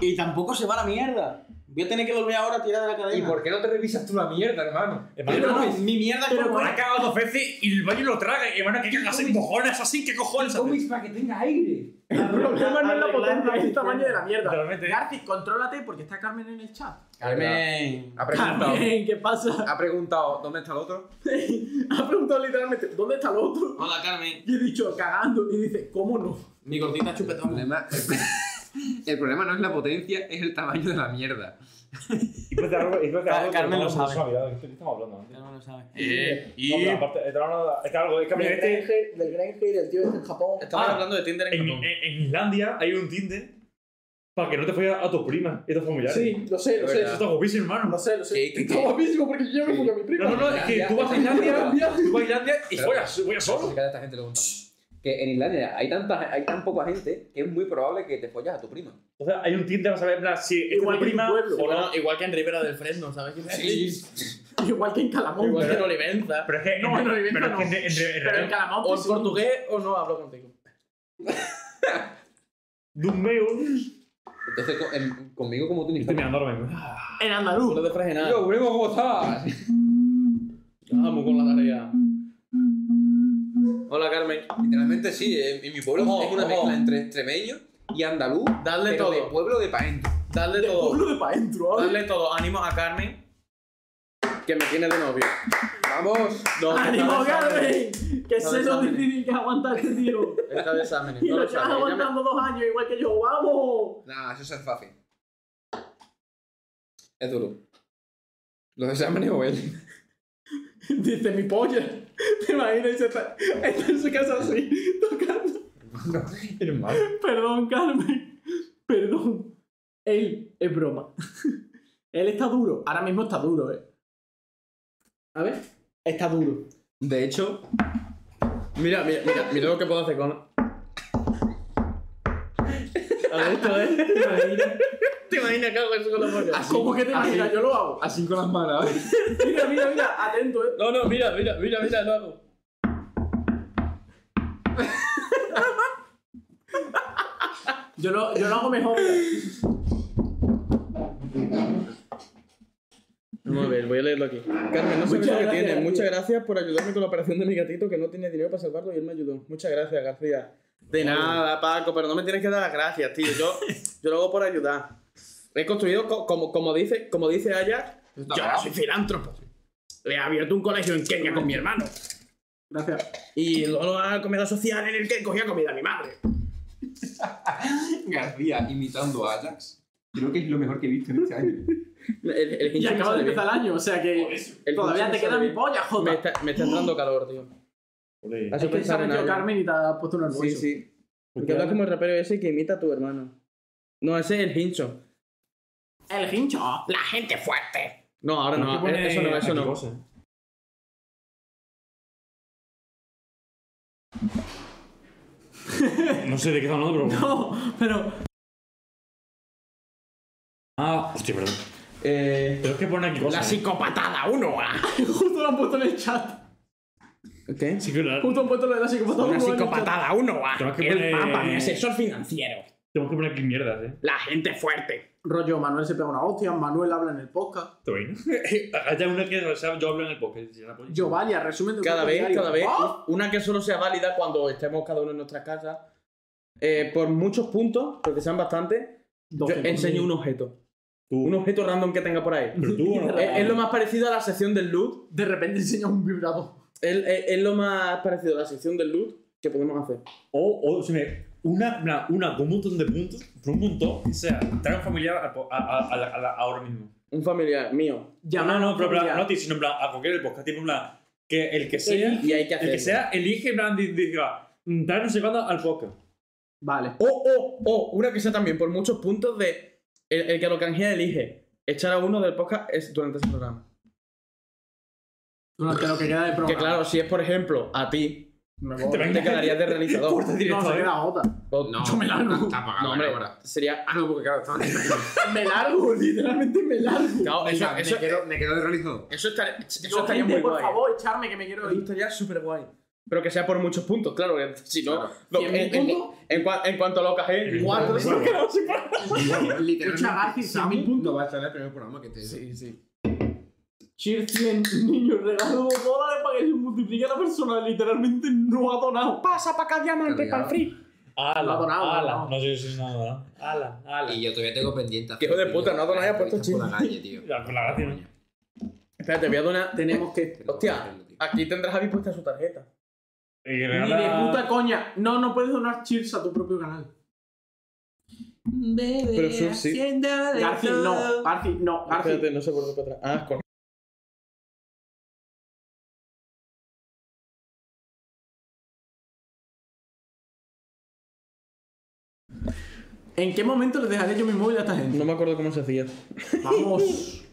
S4: Y tampoco se va a la mierda. Voy a tener que volver ahora a tirar de la cadena.
S8: qué no te revisas tú la mierda, hermano?
S7: Hermano,
S4: No, no, mi mierda
S3: Pero
S4: es como-
S3: bueno.
S7: ha cagado dos veces y el baño lo traga. Y hermano, ¿qué cagas en cojones así? ¿Qué cojones haces?
S8: para que tenga aire.
S3: El problema no es la
S4: Arreglar
S3: potencia,
S4: las
S3: es el tamaño de la
S4: cisternas.
S3: mierda.
S7: Literalmente.
S3: Garci, contrólate porque está Carmen en el chat.
S4: Carmen.
S6: Ha preguntado.
S3: Carmen, ¿qué pasa?
S6: Ha preguntado dónde está el otro.
S3: ha preguntado literalmente, ¿dónde está el otro?
S4: Hola, Carmen.
S3: Y he dicho, cagando. Y dice, ¿cómo no?
S4: Mi gordita
S6: El
S4: chupetona.
S6: problema, el problema no es la potencia, es el tamaño de la mierda.
S11: Y puede algo, y puede
S4: Car-
S11: algo que
S4: Carmen lo
S11: no
S4: sabe.
S11: sabía, ¿de qué estamos hablando antes?
S4: Ya no lo sabe.
S12: Eh, y.
S11: No, pero aparte, era una- es que algo, es que a mí
S3: Del
S11: este-
S3: Granger, del Granger, el tío este en Japón.
S12: Estamos
S7: Ah,
S12: hablando de Tinder en
S7: En,
S12: Japón.
S7: en- en Islandia hay un Tinder para que no te follas a tus primas y a tus familiares.
S3: Sí, lo sé, lo sé.
S7: Eso está guapísimo, hermano.
S3: Lo sé, lo sé.
S6: ¿Qué- qué-
S3: Está
S6: qué?
S3: guapísimo porque yo ya me fui a mi prima.
S7: No, no, no, es que tú vas a Islandia, tú vas a Islandia y
S6: Pero-
S7: follas, follas solo.
S6: Acerca de esta gente lo contamos. Que en Islandia hay, tanta, hay tan poca gente que es muy probable que te follas a tu prima.
S7: O sea, hay un Tinder para saber en plan, si es
S3: Igual que
S7: tu
S3: en
S7: prima
S3: tu pueblo.
S7: o no.
S4: Bueno, igual que en Rivera del Fresno, ¿sabes?
S3: Igual que en Calamonte.
S4: Igual que en Olivenza.
S7: Pero es que
S3: No, en
S7: pero es
S3: Olivenza
S7: que
S3: no.
S7: en- en- en-
S3: Pero en Calamonte.
S4: O en
S3: sí.
S4: portugués o no hablo contigo.
S7: Dumbeo.
S6: Entonces, con- en- conmigo como tú ni
S4: Este
S7: Estoy mirando ahora mismo.
S3: En andaluz.
S4: Lo de Fregenal.
S6: Yo, primo, ¿cómo estás?
S3: Ah, pues
S4: Vamos con la tarea. Hola, Carmen.
S6: Literalmente sí, eh, en, en mi pueblo
S4: Ojo,
S6: es una
S4: ojo.
S6: mezcla entre extremeño y andaluz,
S4: Dadle
S6: pero de
S4: todo.
S6: pueblo de paento.
S4: Dadle todo.
S3: Pueblo de pa' dentro, ¿ah? ahora.
S4: Dadle todo. Ánimo a Carmen. Que me tiene de novio.
S6: ¡Vamos!
S4: No, que
S3: ¡Ánimo,
S4: está de exámenes.
S3: Carmen! Que
S4: No,
S3: sé lo
S4: exámenes.
S3: difícil que aguanta este tío.
S4: Está de exámenes.
S3: Y
S4: No
S3: lo
S4: lo
S3: llevas
S4: sabe. Ella me-
S3: aguantando dos años, igual que yo. ¡Vamos!
S6: Nah, eso es fácil. Es duro. Los exámenes o él.
S3: Dice mi polla. Te imaginas, y se está, está en su casa así, tocando. Perdón, Carmen. Perdón. Él es broma. Él está duro. Ahora mismo está duro, eh. A ver. Está duro.
S6: De hecho,
S4: Mira, mira, mira, mira lo que puedo hacer con. A ver, esto es. ¿Te imaginas? ¿Te imaginas que hago eso con la polla?
S3: Ah, ¿Cómo que te imaginas? Yo lo hago.
S6: así con las manos.
S3: Mira, mira, mira. Atento, eh.
S4: No, no, mira, mira, mira, mira, lo hago.
S3: Yo lo, yo lo hago mejor.
S4: Vamos a ver, voy a leerlo aquí. Carmen, no sabes
S3: Muchas
S4: lo que
S3: gracias,
S4: tiene.
S3: tío.
S4: Muchas gracias por ayudarme con la operación de mi gatito que no tenía dinero para salvarlo y él me ayudó. Muchas gracias, García. De nada, Paco, pero no me tienes que dar las gracias, tío. Yo, yo lo hago por ayudar. He construido, co- como, como dice, como dice Aya, yo ahora soy filántropo. Le he abierto un colegio en Kenia con mi hermano.
S3: Gracias.
S4: Y luego a la comida social en el que cogía comida a mi madre.
S6: García imitando a Ajax. Creo que es lo mejor que he visto en este año.
S4: El, el
S3: Y
S4: hincha me
S3: acaba de
S4: sale
S3: empezar el año, o sea que
S4: bien. El
S3: todavía
S4: hincha
S3: te
S4: me
S3: queda
S4: sale
S3: mi
S4: bien.
S3: polla,
S4: Me
S3: jota.
S4: está, me está entrando calor, tío.
S7: Ole.
S4: Has
S3: Es que se ha
S4: pensado en
S3: metido
S4: algo.
S3: Carmen y te ha puesto nervioso.
S4: Sí, sí. Porque hablas como el rapero ese que imita a tu hermano. No, ese es el hincho.
S3: El hincho.
S4: ¡La gente fuerte! No, ahora
S7: Hay que
S4: no.
S7: poner
S4: Eso
S3: eh,
S4: no, eso
S7: aquí
S4: no.
S7: cosas. No sé de qué está hablando, pero.
S3: No, pero
S7: Ah, hostia, perdón.
S4: Eh,
S7: Pero es que pone aquí cosas. ¿eh?
S4: psicopatada, uno. ah.
S3: justo lo han puesto en el chat.
S4: ¿Qué?
S7: ¿eh? Sí que la-
S3: Justo han puesto lo de la psicopatada.
S4: Una
S3: justo en el chat.
S4: psicopatada, uno. ah.
S7: Tengo que
S4: El
S7: poner-
S4: papa, mi asesor financiero.
S7: Tenemos que poner aquí mierdas, eh.
S4: La gente fuerte.
S3: Rollo, Manuel se pega una hostia, Manuel habla en el podcast.
S7: ¿Te oí, no? Haya una que, o sea, yo hablo en el podcast. ya la pongo.
S3: Giovanni, resumen de un
S4: Cada
S3: cuento
S4: vez,
S3: diario.
S4: cada vez.
S3: ¡Ah!
S7: ¡Oh!
S4: Una que solo sea válida cuando estemos cada uno en nuestras casas. Eh, por muchos puntos, porque sean bastantes, yo
S3: 12.000.
S4: enseño un objeto.
S7: Tú.
S4: Un objeto random que tenga por ahí.
S7: Pero tú, ¿no?
S4: Es, es lo más parecido a la sección del loot.
S3: De repente enseña un vibrador.
S4: Es, es- es lo más parecido a la sección del loot que podemos hacer.
S7: O, o se me. Una, una, una con un montón de puntos, por un montón, o sea, trae un familiar a, a, a, a la- a la- ahora mismo.
S4: Un familiar mío.
S3: Ya
S7: no, no, pero en plan,
S3: ya.
S7: no a ti, sino en plan, a cualquier del podcast, tipo, en plan, que el que sea, el,
S4: Y hay que hacer.
S7: que sea, elige, en plan, di- diga, mm, trae no sé cuándo al podcast.
S3: Vale.
S4: O, o, o, una que sea también por muchos puntos de. El, el que lo canjea elige. Echar a uno del podcast es durante ese programa.
S3: Durante lo que queda de programa.
S4: Que claro, si es por ejemplo a ti,
S3: Me voy.
S7: Te
S4: te quedarías de realizador.
S7: Corta
S3: No,
S7: directo,
S3: se
S7: eh.
S3: queda otra.
S4: O-
S6: No,
S3: Yo me largo.
S6: Está apagado
S4: no,
S6: hombre.
S4: hombre,
S6: ahora.
S4: sería.
S6: Ah, no, porque claro, estaba.
S3: Me largo, literalmente me largo.
S4: Claro, eso,
S6: Venga,
S4: eso,
S6: me, quedo, me quedo de realizador.
S4: eso estaría, eso
S3: Digo,
S4: estaría
S3: gente,
S4: muy
S3: por
S4: guay.
S3: favor, echarme que me quiero
S4: Eso
S3: ir.
S4: estaría súper guay. Pero que sea por muchos puntos, claro. que Si no,
S6: Claro.
S4: lo-
S3: ¿Cien
S4: en,
S3: mil
S4: en-
S3: puntos?
S4: en cua- en cuanto lo canjee, cuatro.
S7: Bueno,
S3: Escucha, Garci, cien
S6: Samu
S3: mil puntos.
S6: No va a estar en el primer programa que te.
S4: Sí, sí.
S3: Cheer 100 niños regaló dólares para que se multiplique la persona. Literalmente no ha donado. Pasa para acá, diamante,
S6: Cargado.
S3: para el free.
S7: Ala,
S3: No ha donado,
S7: ala.
S3: no.
S7: No sé si es nada. Ala, ala.
S6: Y yo todavía tengo pendiente.
S4: Que hijo de puta, no ha donado, ha puesto
S6: chiste. tío.
S7: Ya, con la gracia, ¿no?
S4: Espérate, voy a donar.
S3: Tenemos que.
S6: Tengo que
S4: Hostia,
S6: hacerlo, tío.
S4: aquí tendrás a dispuesta su tarjeta.
S13: Y que le
S3: Ni de
S13: gana-
S3: puta coña. No, no puedes donar cheers a tu propio canal.
S14: Pero Sur sí.
S3: Garci, no. Garci, no. Garci.
S4: Ah, Espérate, no sé por dónde para atrás. Ah, con...
S3: ¿En qué momento le dejaré yo mi móvil a esta gente?
S4: No me acuerdo cómo se hacía.
S3: Vamos.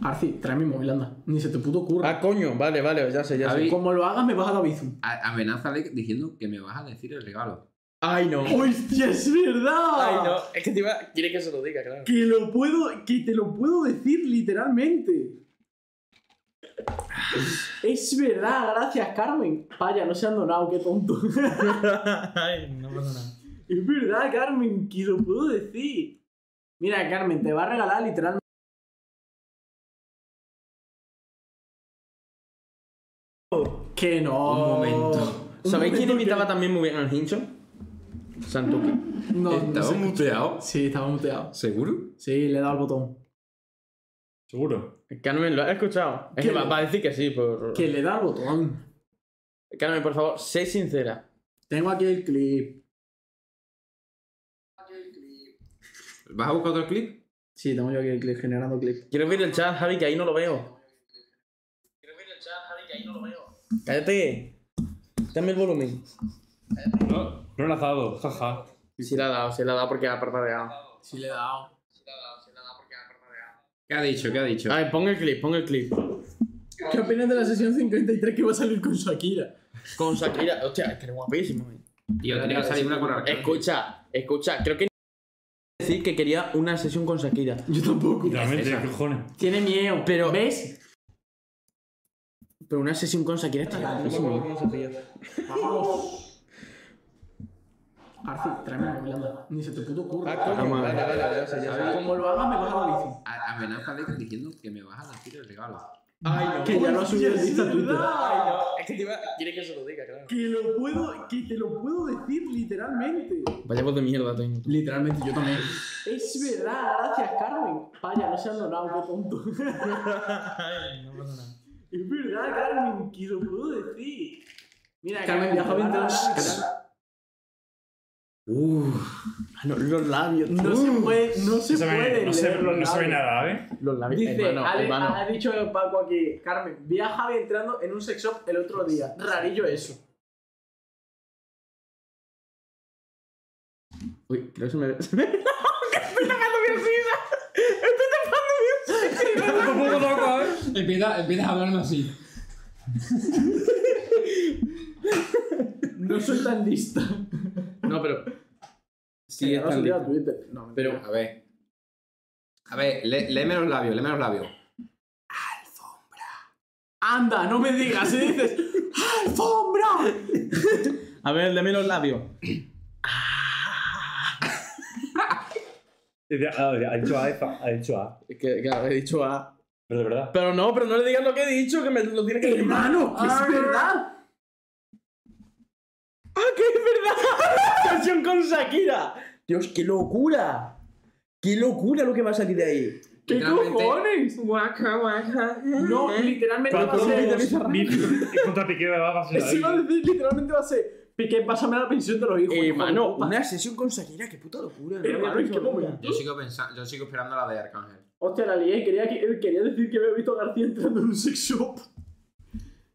S3: Garci, trae mi móvil, anda. Ni se te puto ocurra.
S4: Ah, coño, vale, vale, ya sé, ya sé.
S6: Javi.
S3: Como lo hagas, me vas a dar aviso.
S6: A- Amenázale diciendo que me vas a decir el regalo.
S4: Ay, no.
S3: ¡Hostia, es verdad!
S4: Ay, no. Es que te iba... Quiere que se lo diga, claro.
S3: Que lo puedo. Que te lo puedo decir literalmente. Es verdad, gracias Carmen. Vaya, no se han donado, qué tonto.
S4: Ay, no pasa nada.
S3: Es verdad, Carmen, que lo puedo decir. Mira, Carmen, te va a regalar literalmente. Que no.
S6: Un momento.
S4: ¿Sabéis quién
S3: momento
S4: imitaba
S3: que-
S4: también muy bien al hincho? Santuki.
S3: No, no
S6: ¿Estaba
S3: sé.
S6: muteado?
S3: Sí, estaba muteado.
S6: ¿Seguro?
S3: Sí, le he dado al botón.
S7: Seguro.
S4: Carmen, ¿lo has escuchado? Es que
S3: ¿Qué?
S4: va, va a decir que sí, por...
S3: Que le da al botón.
S4: Carmen, por favor, sé sincera.
S3: Tengo aquí el clip.
S6: ¿Vas a buscar otro clip?
S3: Sí, tengo yo aquí el clip, generando clip.
S4: Quiero ver el chat, Javi, que ahí no lo veo. Quiero ver el chat, Javi, que ahí no lo veo. Cállate. Dame el volumen.
S7: No, no he lanzado, jaja.
S4: Sí la ha dado, sí la ha dado porque ha parpadeado.
S3: Sí, le he dado.
S6: ¿Qué ha dicho? ¿Qué ha dicho?
S4: A ver, pon el clip, pon el clip.
S3: ¿Qué opinas de la sesión 53 que va a salir con Shakira?
S4: Con Shakira. Hostia, es que eres guapísimo. eh.
S6: Tío, tiene que salir una con Arcángel.
S4: Escucha, escucha, creo que... Decir que quería una sesión con Shakira.
S3: Yo tampoco.
S7: Literalmente, ¿qué cojones?
S3: Tiene miedo.
S4: Pero-
S3: ¿Ves?
S4: Pero una sesión con Shakira está guapísimo.
S3: Vamos. Arci, tráeme el móvil, anda. Ni se te puto ocurra.
S4: Vamos a ver.
S3: Como lo hagas, me vas a dar bici.
S6: A- Amenázale diciendo que me vas a decir el regalo.
S3: Que ya lo ha subido en lista a Twitter.
S4: Es que te iba... Quiere que se lo diga, claro.
S3: Que lo puedo, que te lo puedo decir literalmente.
S4: Vaya voz de mierda tengo.
S3: Literalmente, yo también. Es verdad, gracias, Carmen. Vaya, no se han donado, qué tonto. Es verdad, Carmen, que lo puedo decir. Mira, Carmen, viaja 20 horas.
S4: No, los labios.
S3: Ah, No se puede, no se,
S7: No se
S3: puede.
S7: ve, no se,
S3: leer los
S7: no se ve
S3: labios.
S7: nada, ¿eh?
S4: Los labios.
S3: Dice,
S4: hermano,
S3: Ale-
S4: hermano.
S3: ha dicho Paco aquí, Carmen, vi a Javi entrando en un sex shop el otro día. Rarillo eso.
S4: Uy, creo que se me... se me-
S7: Estás un poco loco, ¿eh?
S6: Empieza, empieza a hablarme así.
S3: No soy tan lista.
S4: no, pero... Sí,
S3: Ya
S4: es
S3: lo
S4: tan
S3: subí a
S4: lindo.
S3: Twitter. No,
S4: Pero-
S6: A ver. A ver, lé- léeme los labios, léeme los labios.
S3: Anda, no me digas, si dices ¡Alfombra!
S4: A ver, dame los labios.
S7: Y dice, ah, Ha dicho A, epa, ha dicho A.
S4: Es que, claro, he dicho A.
S7: Pero de verdad.
S4: Pero no, pero no le digas lo que he dicho, que me lo tienes
S3: Eh,
S4: que...
S3: ¡Hermano! que ¡Es verdad!
S4: ¡Ah, que es verdad! ¡Sesión con Shakira! Dios, qué locura. Qué locura lo que va a salir de ahí.
S3: ¿Qué
S6: Literalmente-
S3: cojones? No,
S4: ¿Eh?
S3: literalmente va a
S7: Paco,
S3: ser.
S7: mi- y contra Piqué va a ser.
S3: Eso iba a decir, literalmente va a ser. Piqué, pásame la pensión de los hijos.
S4: Hermano,
S3: hijo de puta.
S4: Eh, una sesión con Shakira, qué puta locura.
S3: Hermano,
S4: había
S3: ¿en qué
S4: pensado nunca.
S3: momento?
S6: Yo sigo, pensando, yo sigo esperando la de Arcángel.
S3: Hostia, la lié. Quería, que- quería decir que había visto a García entrando en un sex shop.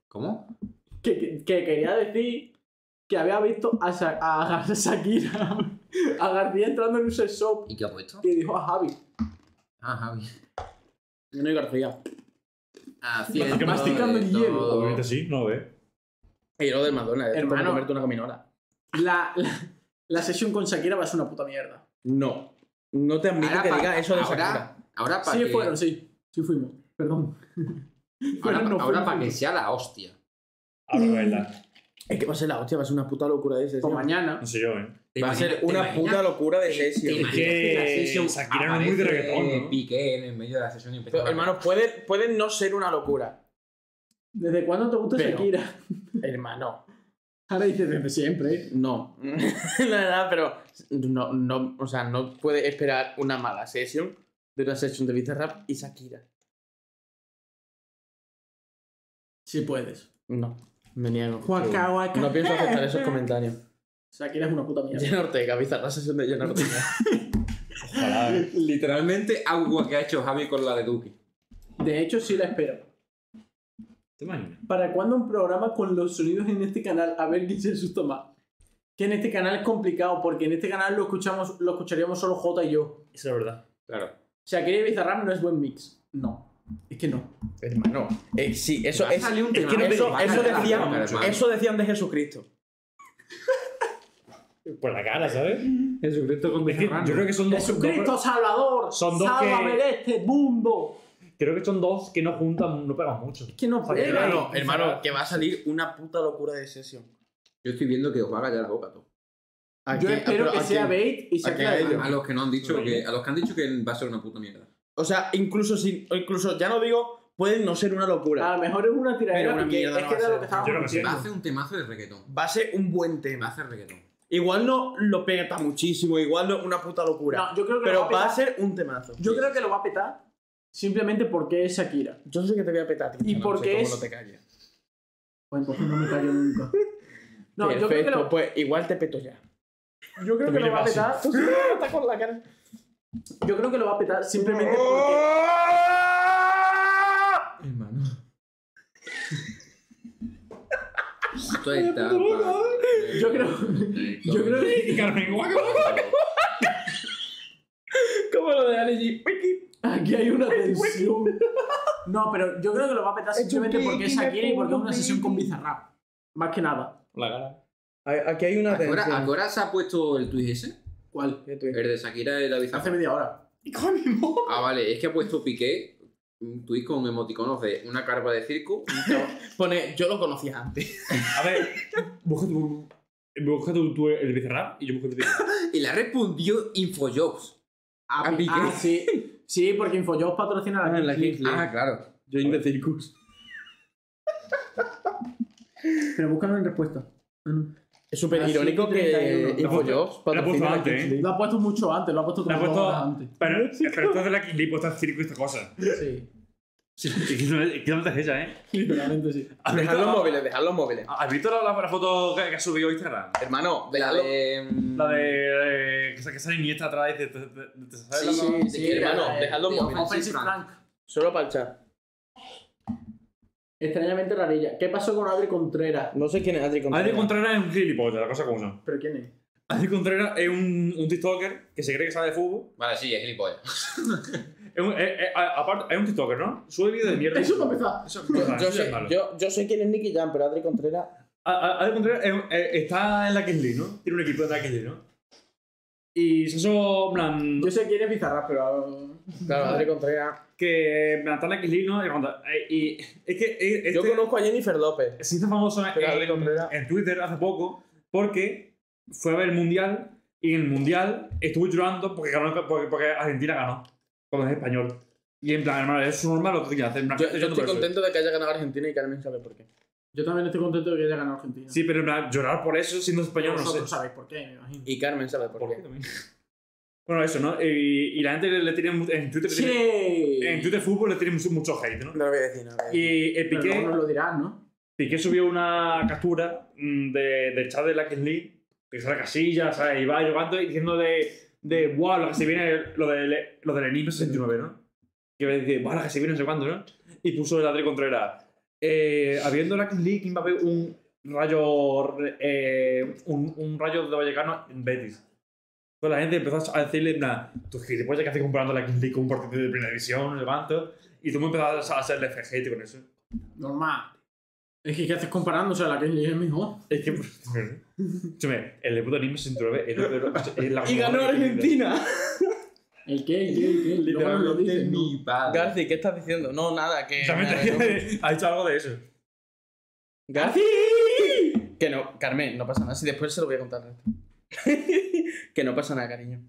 S6: ¿Cómo?
S3: que, que- que quería decir que había visto a, Sha- a, Gar- Shakira, a García entrando en un sex shop
S6: ¿Y qué ha puesto?
S3: y dijo a Javi.
S6: Ah, Javi.
S4: No hay García.
S6: Haciendo
S7: que
S3: masticando
S6: de
S3: el hielo.
S6: todo.
S7: Obviamente sí, no lo ve.
S4: Y lo del Madonna, de
S3: Hermano.
S4: Hermano. comerte una caminora.
S3: La, la, la sesión con Shakira va a ser una puta mierda.
S4: No. No te admito
S6: Ahora
S4: que
S6: pa-
S4: digas eso de Shakira.
S6: ahora, ahora para
S3: Sí,
S6: que,
S3: fueron, sí. Sí fuimos, perdón.
S6: ahora,
S3: Fueron, no fueron,
S6: para que
S3: fuimos.
S6: sea la hostia.
S7: Ahora va a bailar.
S4: Es que va a ser la hostia, va a ser una puta locura de
S3: Pues
S4: sesión.
S3: mañana.
S7: No sé yo, ¿eh?
S4: Va a ser una puta locura de sesión.
S7: imaginas que la sesión aparece
S6: Piqué en el medio de la sesión y empieza
S4: Pero, hermano, puede, puede no ser una locura.
S3: ¿Desde cuándo te gusta
S4: Pero-
S3: Shakira?
S4: Hermano.
S3: Ahora dices desde siempre.
S4: No. la verdad, pero. No, no, o sea, no puede esperar una mala sesión de una sesión de Bizarrap y Shakira.
S3: Si puedes.
S4: No. Me niego.
S3: Guaca, guaca.
S4: No pienso aceptar esos comentarios.
S3: Shakira es una puta mierda.
S4: Jenna Ortega, bizarra sesión de Jenna Ortega.
S7: ¿eh?
S6: Literalmente agua que ha hecho Javi con la de Duki.
S3: De hecho, sí la espero.
S7: ¿Te imaginas?
S3: ¿Para cuándo un programa con los sonidos en este canal? A ver quién se asusta más. Que en este canal es complicado, porque en este canal lo escuchamos, lo escucharíamos solo J y yo.
S7: Esa es la verdad.
S6: Claro.
S3: Shakira y Bizarrap no es buen mix. No. Es que no.
S4: Hermano. Eh, sí, eso
S6: Va a
S4: es.
S6: salir un
S4: es
S6: tema.
S4: que no te- eso,
S6: Va a
S4: eso
S6: salir un
S4: decían,
S6: tema, hermano.
S4: eso decían de Jesucristo.
S15: Por la cara, ¿sabes?
S16: Jesucristo con
S7: Es que
S16: Bizarrap.
S7: yo creo que son dos.
S3: Jesucristo Salvador.
S7: son dos
S3: sálvame
S7: que-
S3: de este mundo.
S7: dos- creo que son dos que no juntan, no pegan mucho.
S3: Es que no
S7: Joder,
S3: pega.
S7: hermano.
S4: hermano, que va a salir una puta locura de sesión.
S6: Yo estoy viendo que os haga ya la boca tú.
S4: ¿A
S3: Yo
S4: quién-
S3: espero
S4: pero
S3: que
S4: a
S3: sea
S4: quién?
S3: bait y se
S4: ¿A quién?
S3: aclare.
S4: A ellos.
S6: A los que no han dicho que, a los que han dicho que va a ser una puta mierda.
S4: O sea, incluso si, o incluso ya no digo, puede no ser una locura.
S3: A lo mejor es una tiradera
S4: Pero una
S3: porque
S4: mierda
S3: es
S4: no
S3: que
S4: va
S3: era
S4: a
S3: lo
S4: ser.
S3: que estábamos
S7: Yo creo que sí.
S6: Va a hacer un temazo de reggaetón.
S4: Va a ser un buen
S6: Va a
S4: tema.
S6: hacer reggaetón.
S4: Igual no lo peta muchísimo, igual no es una puta locura.
S3: No, yo creo que lo
S4: pero
S3: va a petar.
S4: va a ser un temazo.
S3: Yo creo que lo va a petar simplemente porque es Shakira.
S4: Yo sé que te voy a petar. tío.
S3: Y
S4: No
S3: porque
S4: sé cómo
S3: es-
S4: no te calles.
S3: Pues entonces no me callo nunca. No, yo creo que
S4: Perfecto,
S3: lo,
S4: pues igual te peto ya.
S3: yo creo que lo va a petar.
S4: Tú sí me vas a petar con la cara.
S3: Yo creo que lo va a petar simplemente porque.
S6: Hermano. Esto está. pa-
S3: Yo creo. Yo creo que.
S4: Como lo de Ali G. Wiki.
S3: Aquí hay una tensión. No, pero yo creo que lo va a petar simplemente porque es Shakira y porque es una sesión con Bizarrap. Más que nada.
S7: La cara.
S4: A- Aquí hay una
S6: ¿Ahora,
S4: tensión.
S6: ahora se ha puesto el tweet ese?
S3: ¿Cuál?
S4: ¿Qué tuit?
S6: El de Shakira y la
S3: Hace
S6: bizarra.
S3: media hora.
S6: Ah, vale, es que ha puesto Piqué un tweet con emoticonos de una carpa de circo. un cab-
S4: Pone, yo lo conocía antes.
S7: A ver, busca tu. Busca tu, tu- el Bizarrap y yo busco el Bizarrap.
S6: y le respondió Infojobs.
S3: Ah,
S6: ¿A Piqué?
S3: ah, sí. Sí, porque Infojobs patrocina la Kings League.
S6: Ah, claro.
S7: Yo in the circus.
S3: Pero búscalo en respuesta. Ah, no.
S4: Es súper
S3: Así
S4: irónico
S3: que
S4: que
S3: 31.
S4: InfoJobs
S7: La ha puesto
S4: patrocina la
S7: antes,
S4: Kings
S7: ¿eh?
S4: League.
S3: Lo ha puesto mucho antes, lo ha puesto
S7: La
S3: como
S7: ha
S3: dos
S7: puesto.
S3: horas antes.
S7: Pero, pero esto de la Kid Lee, pues está circo y esta cosa.
S3: Sí,
S7: Sí, que no es que no es ella, ¿eh?
S3: literalmente sí.
S7: ¿Has
S4: Dejad
S7: visto
S4: los
S7: la-
S4: móviles, dejad los móviles.
S7: ¿Has visto la, la- la foto que, que ha subido Instagram?
S4: Hermano,
S6: La
S4: dejadlo.
S6: de. mm,
S7: La de. de- que sa- que sale Iniesta atrás y te, te, te- te- te sale la-
S6: Sí, sí,
S4: hermano,
S3: la-
S4: dejadlo
S3: de
S4: mover,
S3: Offensive
S6: sí,
S3: Frank.
S4: Solo para el chat.
S3: Extrañamente rarilla. ¿Qué pasó con Adri Contreras?
S4: No sé quién es Adri Contreras.
S7: Adri Contreras es un gilipollas, la cosa como son.
S3: ¿Pero quién es?
S7: Adri Contreras es un, un TikToker que se cree que sabe de fútbol.
S6: Vale, sí, es gilipollas.
S7: Es un, es- es- a- aparte, es un TikToker, ¿no? Sube vídeos de mierda.
S3: Eso para empezar.
S7: Eso,
S4: Yo, yo
S7: eso es
S4: sé,
S7: malo.
S4: yo, yo sé quién es Nicky Jam, pero Adri Contreras.
S7: A- a- Adri Contreras es un- eh, está en la Kings League, ¿no? Tiene un equipo en la Kings League, ¿no? Y se hizo, en plan,
S3: Yo sé quién es Bizarrap,
S4: um,
S3: pero.
S4: Claro, Adri Contreras.
S7: que en plan, está en la Kings League, ¿no? Y cuando- eh, y- es que eh, este,
S4: Yo conozco a Jennifer López.
S7: se hizo famoso en,
S4: Pero Adri Contreras.
S7: en Twitter hace poco porque fue a ver el Mundial y en el Mundial estuvo llorando porque, ganó- porque, porque Argentina ganó, cuando es español. Y en plan, hermano, eso es normal lo que tú quieras hacer. en plan,
S4: Yo, yo
S7: estoy llorando
S4: estoy
S7: por eso.
S4: contento de que haya ganado Argentina y Carmen sabe por qué.
S3: Yo también estoy contento de que haya ganado Argentina.
S7: Sí, pero en plan, llorar por eso siendo español Pues no sé.
S3: Vosotros sabéis por qué, me imagino.
S4: Y Carmen sabe por, qué.
S7: Bueno, eso, ¿no? Y, y la gente le, le tiene mu- en Twitter, le tiene-
S3: Sí.
S7: en Twitter fútbol le tiene mucho, mucho hate, ¿no?
S4: No lo voy a decir, no lo voy a decir.
S7: Y eh,
S3: Pero
S7: Piqué,
S3: luego nos lo dirán, ¿no?
S7: Piqué subió una captura mm, de, del chat de la Kings League, que sale casilla, ¿sabes? Y va jugando y diciendo de, de wow, lo que se viene, lo, de, lo del Enigma 69, ¿no? Que va a decir, wow, lo que se viene, no sé cuándo, ¿no? Y puso el Adri Contreras. Eh, habiendo la Kings League, ¿quién va a ver un rayo, eh, un, un rayo de Vallecano en Betis? Entonces la gente empezó a decirle, nada, tú gilipollas que haces comprando la Kings League con un partido de primera división, no sé cuánto. Y tú me empezaste a hacerle fejete con eso.
S3: Normal. Es que, ¿qué haces comparándose a la que es mejor?
S7: Es que. Escúchame, el de puto anime 69 es lo peor. es la
S4: Y ganó Argentina.
S3: ¿El qué? ¿El qué? ¿El qué? Luego nos lo dicen, ¿no?
S6: padre.
S4: Garci, ¿qué estás diciendo? No, nada, que.
S7: Exactamente, ha hecho algo de eso.
S4: Garci. Que no, Carmen, no pasa nada. Si después se lo voy a contar al resto. que no pasa nada, cariño.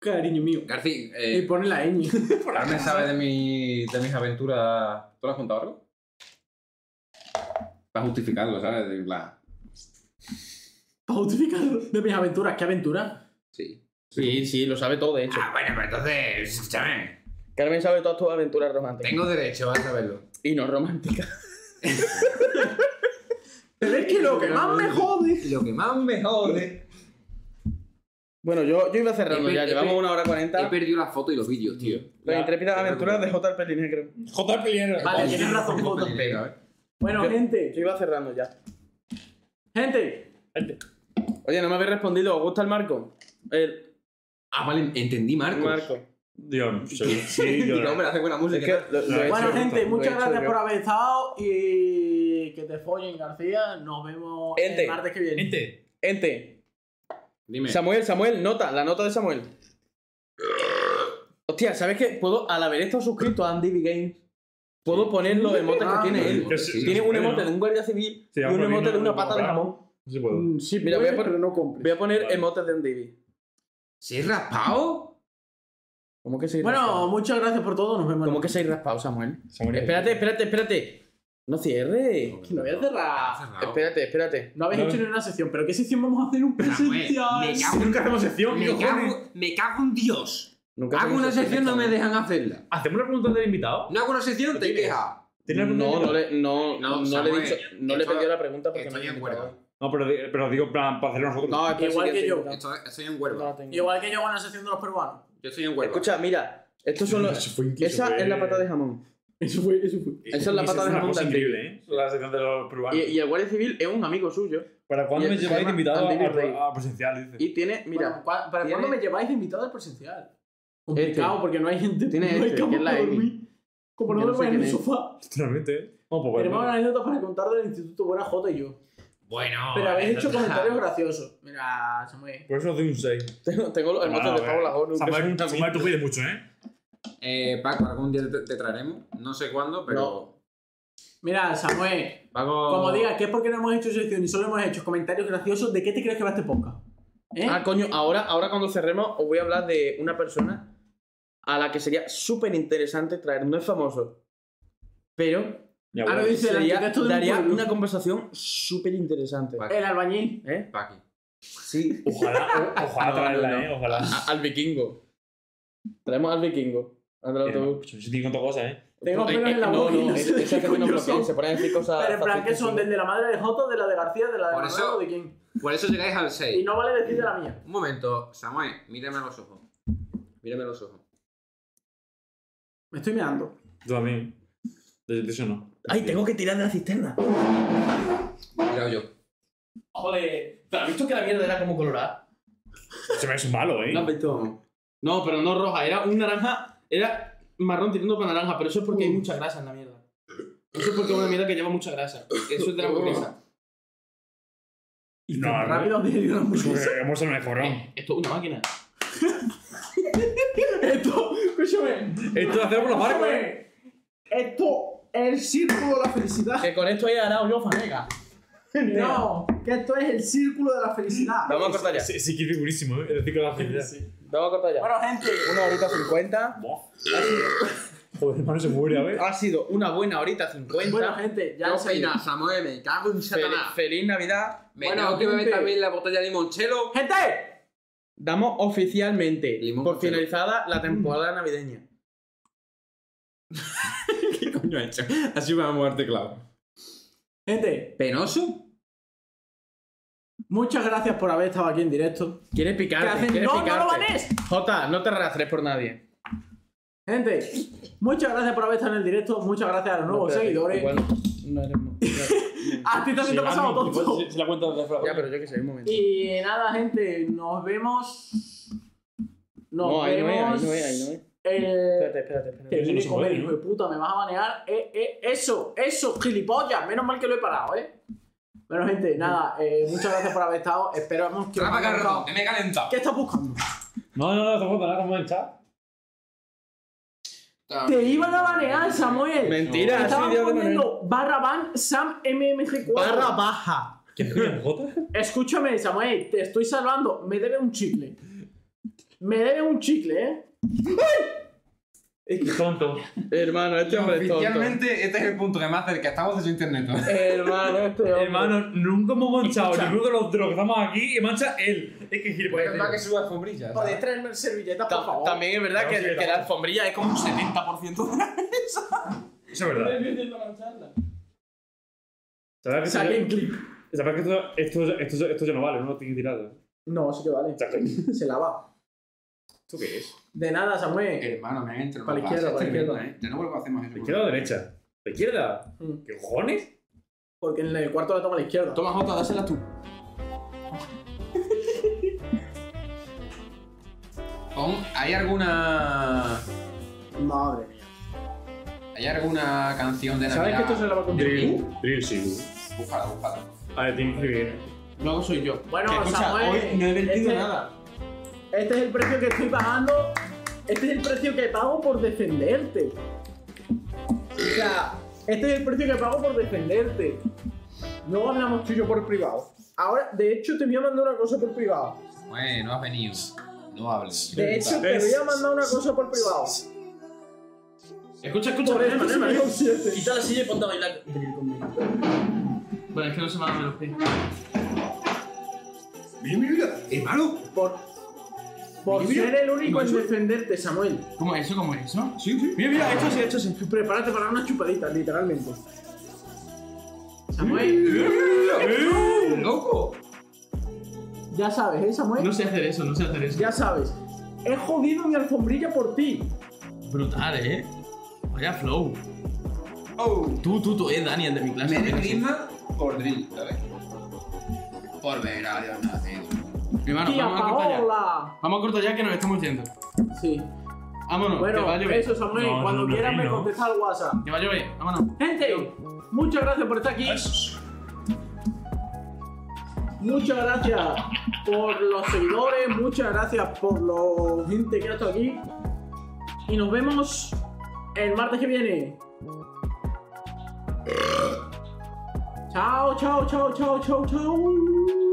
S3: Cariño mío.
S6: Garci,
S3: Y
S6: eh,
S3: pone la ñ.
S6: Carmen sabe de, mi, de mis aventuras. ¿Tú le has contado algo? Para justificarlo, ¿sabes? De la...
S3: Para justificar de mis aventuras. ¿Qué aventuras?
S6: Sí.
S4: Sí, sí, lo sabe todo, de hecho.
S6: Ah, bueno, pero entonces, escúchame.
S4: Carmen sabe todas tus aventuras románticas.
S6: Tengo derecho a saberlo.
S4: Y no románticas.
S3: Pero es que lo que más me jode.
S6: Lo que más me jode.
S4: Bueno, yo, yo iba cerrando
S6: He per-
S4: ya,
S6: he
S4: llevamos
S6: per-
S4: una hora
S6: He
S4: cuarenta.
S6: perdido las fotos y los vídeos, tío.
S4: Las intrépidas aventuras de J. Pelinegro.
S17: J. Pelinegro.
S3: Vale, tienes razón, Jota. Bueno, gente,
S4: Yo iba cerrando ya.
S3: gente.
S4: Oye, no me habéis respondido. ¿Os gusta el marco? El
S6: Ah, vale, entendí, Marcos.
S4: marco.
S7: Dios, sí, sí, yo
S6: No, me la hace buena
S4: Es
S6: música.
S4: que lo- lo he hecho.
S3: Bueno, gente,
S4: Lo he
S3: muchas
S4: hecho
S3: gracias
S4: yo.
S3: por haber estado y que te follen, García. Nos vemos
S4: Gente.
S3: el martes que viene.
S4: Ente.
S6: Dime.
S4: Samuel, Samuel, nota, la nota de Samuel. Hostia, ¿sabes qué? Puedo, al haber estado suscrito a Andy Games, puedo poner los emotes que
S3: Ah,
S4: tiene él.
S7: Es-
S6: Sí.
S4: Tiene un
S7: Bueno.
S4: emote de un guardia civil
S7: Sí,
S4: y un
S7: ahora
S4: emote
S7: mismo
S4: de una
S7: no
S4: pata de
S7: puedo.
S4: jamón.
S7: No sé si puedo.
S3: Mm, Sí,
S4: Mira,
S3: puedes,
S4: voy a por-
S3: pero no
S4: Voy
S3: compres.
S4: a poner
S7: Vale.
S4: emotes de Andy.
S6: ¿Se he raspado?
S4: ¿Cómo que se
S3: Bueno, muchas gracias por todo. Nos vemos.
S4: ¿Cómo que se ha raspado, Samuel?
S7: Samuel,
S4: Espérate, espérate, espérate. No cierre.
S3: Lo voy a cerrar.
S4: Espérate, espérate.
S3: No habéis
S7: No.
S3: hecho ni una sección, pero ¿qué sección vamos a hacer un
S6: Samuel,
S3: presencial?
S6: Ah, me cago-
S7: Nunca hacemos sección,
S6: Me
S7: cojones.
S6: cago, me cago en Dios.
S4: Nunca
S6: Hago una
S4: hacemos
S6: sección, no me dejan hacerla.
S7: ¿Hacemos la pregunta del invitado?
S6: No hago una sección, te quejas.
S7: ¿Tiene la pregunta
S4: No,
S7: del
S4: no le, no,
S6: No,
S4: no
S6: Samuel,
S4: le he dicho, no le he
S6: esto-
S4: pedido la pregunta porque
S6: Estoy
S4: me
S6: en
S4: he
S6: huelga.
S7: No, pero, di- pero digo, en plan, para hacerlo nosotros.
S4: No,
S3: Igual que yo.
S6: Estoy, estoy en Huelva.
S3: Igual que yo con la sección de los peruanos.
S6: Yo estoy en Huelva.
S4: Escucha, mira, estos son los.
S7: Eso fue increíble.
S4: Esa es la pata de jamón.
S3: Eso fue, eso fue.
S4: Esa es la
S7: Eso
S4: pata de
S7: una
S4: jamón
S7: cosa
S4: de Andy.
S7: increíble, ¿eh? La sección de los
S4: Y,
S7: peruanos.
S4: y el guardia civil es un amigo suyo.
S7: ¿Para cuándo
S4: y-
S7: me
S4: se
S7: lleváis
S4: llama
S7: invitado
S4: Andy Virrey.
S7: a, a presencial? Dice.
S4: Y tiene, mira,
S3: Bueno, ¿cuá- ¿Para
S4: tiene-
S3: cuándo me lleváis de invitado al presencial? Complicado,
S4: Este.
S3: porque no hay gente.
S4: Tiene
S3: no hay
S4: este, que es la
S3: para
S4: Amy.
S3: dormir. Como no
S4: Yo no sé
S3: duermes en el
S4: quién es.
S3: sofá.
S7: Literalmente, ¿eh? No, pues
S3: Tenemos
S7: bueno.
S3: una anécdota para contar del Instituto Buena J y yo.
S6: Bueno.
S3: Pero habéis hecho
S6: anécdota.
S3: comentarios graciosos. Mira, Samuel.
S7: Por eso doy un 6.
S4: tengo, tengo los
S7: Nada,
S4: emotes de
S7: a ver.
S4: Pablo Lajón.
S7: Samuel, Samuel, tú pides mucho, ¿eh?
S6: Eh, Paco, algún día te, te traeremos. No sé cuándo, pero.
S3: Mira, Samuel.
S6: Paco.
S3: Como digas que es porque no hemos hecho sección y solo hemos hecho comentarios graciosos, ¿de qué te crees que va este podcast? ¿Eh?
S4: Ah, coño, ahora, ahora cuando cerremos os voy a hablar de una persona a la que sería súper interesante traer. No es famoso, pero
S7: Ya,
S3: Ahora
S7: bueno.
S3: dice el
S4: sería-
S3: arquitecto de
S4: daría una conversación súper interesante.
S6: Vale.
S3: El albañil.
S4: ¿Eh?
S6: Paqui.
S4: Sí,
S7: Ojalá, o- ojalá
S4: No,
S7: traerla,
S4: no, no.
S7: ¿eh? Ojalá.
S4: a- Ah, al vikingo. Traemos al vikingo. Al del autobús.
S7: Eh, Yo digo tantas cosas, ¿eh?
S3: Tengo
S4: Eh,
S3: pelos
S4: eh,
S3: en la
S4: no,
S3: boca y
S4: No,
S3: no
S4: es-
S3: sé
S4: es
S3: qué
S4: el que no
S3: coño
S4: lo
S3: son.
S4: piense, ponen a decir cosas.
S3: Pero en plan, ¿qué
S4: fascistas,
S3: son?
S4: Ah, sí.
S3: ¿Del de la madre de Joto, de la de García, de la de
S6: Por
S3: Manuel
S6: eso-
S3: o de quién?
S6: Por eso llegáis al 6.
S3: Y no vale decir de la mía.
S6: Un momento, Samuel, mírame a los ojos. Mírame a los ojos.
S3: Me estoy mirando.
S7: Yo también. De, de eso no.
S4: Ay, tengo que tirar de la cisterna.
S6: Mira yo.
S4: Joder, ¿pero has visto que la mierda era como colorada?
S7: Se me hace malo, ¿eh?
S4: ¿No has visto? No, pero no roja, era un naranja, era marrón tirando para naranja, pero eso es porque hay mucha grasa en la mierda. Eso es porque es una mierda que lleva mucha grasa. Eso es de la hamburguesa.
S7: no, no.
S3: Rápido, diario la hamburguesa.
S7: Hemos hecho mejorón.
S4: Eh, Esto es una máquina.
S3: Esto, escúchame.
S7: Esto lo hacemos por los barcos, ¿eh?
S3: Escúchame. Esto es el círculo de la felicidad.
S4: Que con esto he ganado yo, Fanega.
S3: No, que esto es el círculo de la felicidad.
S4: Vamos a cortar ya.
S7: Sí, sí, que es segurísimo, ¿eh? El ciclo de la felicidad.
S4: Vamos a cortar ya.
S3: Bueno, gente,
S4: Una horita cincuenta.
S7: Joder, hermano, se muere, a ver.
S4: Ha sido una buena horita cincuenta.
S3: bueno, gente, ya
S6: Ya
S3: en serio.
S6: peinas, Samuel, me cago en
S4: Fel-
S6: Satanás.
S4: feliz Navidad.
S6: Me
S3: Bueno,
S6: cago que bebé
S3: gente.
S6: también la botella de limonchelo.
S3: ¡Gente!
S4: Damos oficialmente
S6: Limón
S4: por
S6: con chelo.
S4: finalizada la temporada navideña.
S6: ¿Qué coño ha hecho? Así va a muerte, claro.
S3: Gente,
S6: ¿Penoso?
S3: muchas gracias por haber estado aquí en directo.
S4: ¿Quieres
S3: ¿Qué
S4: picarte?
S3: hacen?
S4: ¿Quieres
S3: ¡No, no
S4: picarte?
S3: lo banes!
S4: Jota, no te arrastres por nadie.
S3: Gente, muchas gracias por haber estado en el directo. Muchas gracias a los nuevos
S4: Espérate,
S3: seguidores. Ah,
S4: igual no eres mo-
S3: A ti también te ha pasado tonto.
S7: Se la cuenta de afuera.
S4: ya, pero yo que sé, un momento.
S3: Y nada, gente, nos vemos. Nos
S4: No, ahí no
S3: vemos. Eh,
S4: es, ahí no es, ahí no es.
S3: El...
S4: Espérate, espérate,
S3: Te
S4: espérate.
S7: Eso no
S3: viene
S7: se
S3: a comer,
S7: puede,
S3: hijo
S7: ¿no?
S3: de puta, me vas a banear. Eh, eh, eso, eso, gilipollas. Menos mal que lo he parado, ¿eh? Bueno, gente, nada, eh, muchas gracias por haber estado. Esperamos que. os
S6: Trapa
S3: haya gustado.
S6: carro, que me he calentado.
S3: ¿Qué estás buscando?
S7: No, no, no, tampoco, nada, estamos en chat.
S3: Te iban a banear, Samuel.
S4: Mentira,
S3: Estaban
S4: sí, Dios de Manuel.
S3: poniendo barra ban Sam MMG4.
S4: Barra baja.
S7: ¿Qué coño, Jota?
S3: Escúchame, Samuel, te estoy salvando. Me debe un chicle. Me debe un chicle, ¿eh?
S7: Tonto.
S4: Hermano, este hombre es tonto.
S6: este es el punto que más cerca estamos de su internet.
S4: Hermano, este hombre.
S7: Hermano, nunca hemos manchado ninguno de los, de los que estamos aquí y mancha él. Es que gilipollas.
S6: que suba alfombrilla.
S3: Podéis traerme servilletas, por
S4: Ta-
S3: favor.
S4: También es verdad
S7: No,
S4: que,
S7: sí,
S4: que
S7: tampoco.
S4: la alfombrilla es como un 70% de la mesa.
S7: Eso es verdad. ¿Sabrás que,
S3: Saquen
S7: esto, ya- sabrás que esto, esto, esto, esto ya no vale, no lo tiene tirado.
S3: No, sí que vale. Se lava.
S6: ¿Tú qué es?
S3: De nada, Samuel.
S6: Hermano, me entro.
S3: Para la izquierda, para la izquierda.
S6: Ya ¿eh? no vuelvo a hacer más eso.
S7: ¿De izquierda o derecha? ¿De izquierda?
S4: Eh.
S3: Mm.
S7: ¿Qué cojones?
S3: Porque en el cuarto la toma a la izquierda.
S6: Toma Jota, dásela tú. Pon- ¿Hay alguna.
S3: Madre mía.
S6: ¿Hay alguna canción de Navidad?
S3: ¿Sabes que esto se lava con
S7: Drill. Drill, sí.
S6: Búscala, búscala.
S7: A ver, tiene que escribir.
S6: Luego soy yo.
S3: Bueno,
S6: Que, escucha,
S3: Samuel,
S6: hoy no he vendido
S3: este-
S6: nada.
S3: Este es el precio que estoy pagando. Este es el precio que pago por defenderte. O sea, este es el precio que pago por defenderte. Luego hablamos tú y yo por privado. Ahora, de hecho, te voy a mandar una cosa por privado.
S6: Bueno, no has venido. No hables.
S3: De hecho, te voy a mandar una cosa por privado.
S10: Escucha, escucha,
S3: Por
S10: Nema,
S3: eso
S10: Nema,
S3: soy
S10: Nema.
S3: consciente.
S10: Quita la silla y ponte a bailar. Bueno, es que no se me van los pies.
S6: Mira, mira, mira. Hermano,
S3: Por, por
S6: Mira, mira.
S3: ser el único en
S6: Macho.
S3: defenderte, Samuel.
S6: ¿cómo eso? ¿Cómo eso? Sí, sí.
S3: Mira, mira, esto sí, esto sí. Prepárate para una chupadita, literalmente. Samuel,
S6: Mira, mira, mira. ¡Loco!
S3: ya sabes, ¿eh, Samuel?
S10: No sé hacer eso, no sé hacer eso.
S3: Ya sabes. He jodido mi alfombrilla por ti.
S10: Brutal, eh. Vaya flow.
S6: ¡Oh!
S10: Tú, tú, tú, eh, Daniel de mi clase.
S6: Merry
S10: Venga, sí.
S6: Christmas por drill, ¿sabes? Por ver a Dios nacido.
S10: Hermano,
S3: ¡Tía
S10: vamos a cortar ya.
S3: Paola!
S10: Vamos a cortar ya que nos estamos yendo.
S3: Sí.
S10: Vámonos, que va a
S3: Bueno,
S10: llover.
S3: eso, Samuel.
S7: No,
S3: cuando
S7: no, no,
S3: quieras me
S7: no.
S3: contesta al WhatsApp.
S10: Que va a llover, vámonos.
S3: Gente, muchas gracias por estar aquí. Muchas gracias por los seguidores, muchas gracias por la gente que ha estado aquí. Y nos vemos el martes que viene. Chao, chao, chao, chao, chao, chao.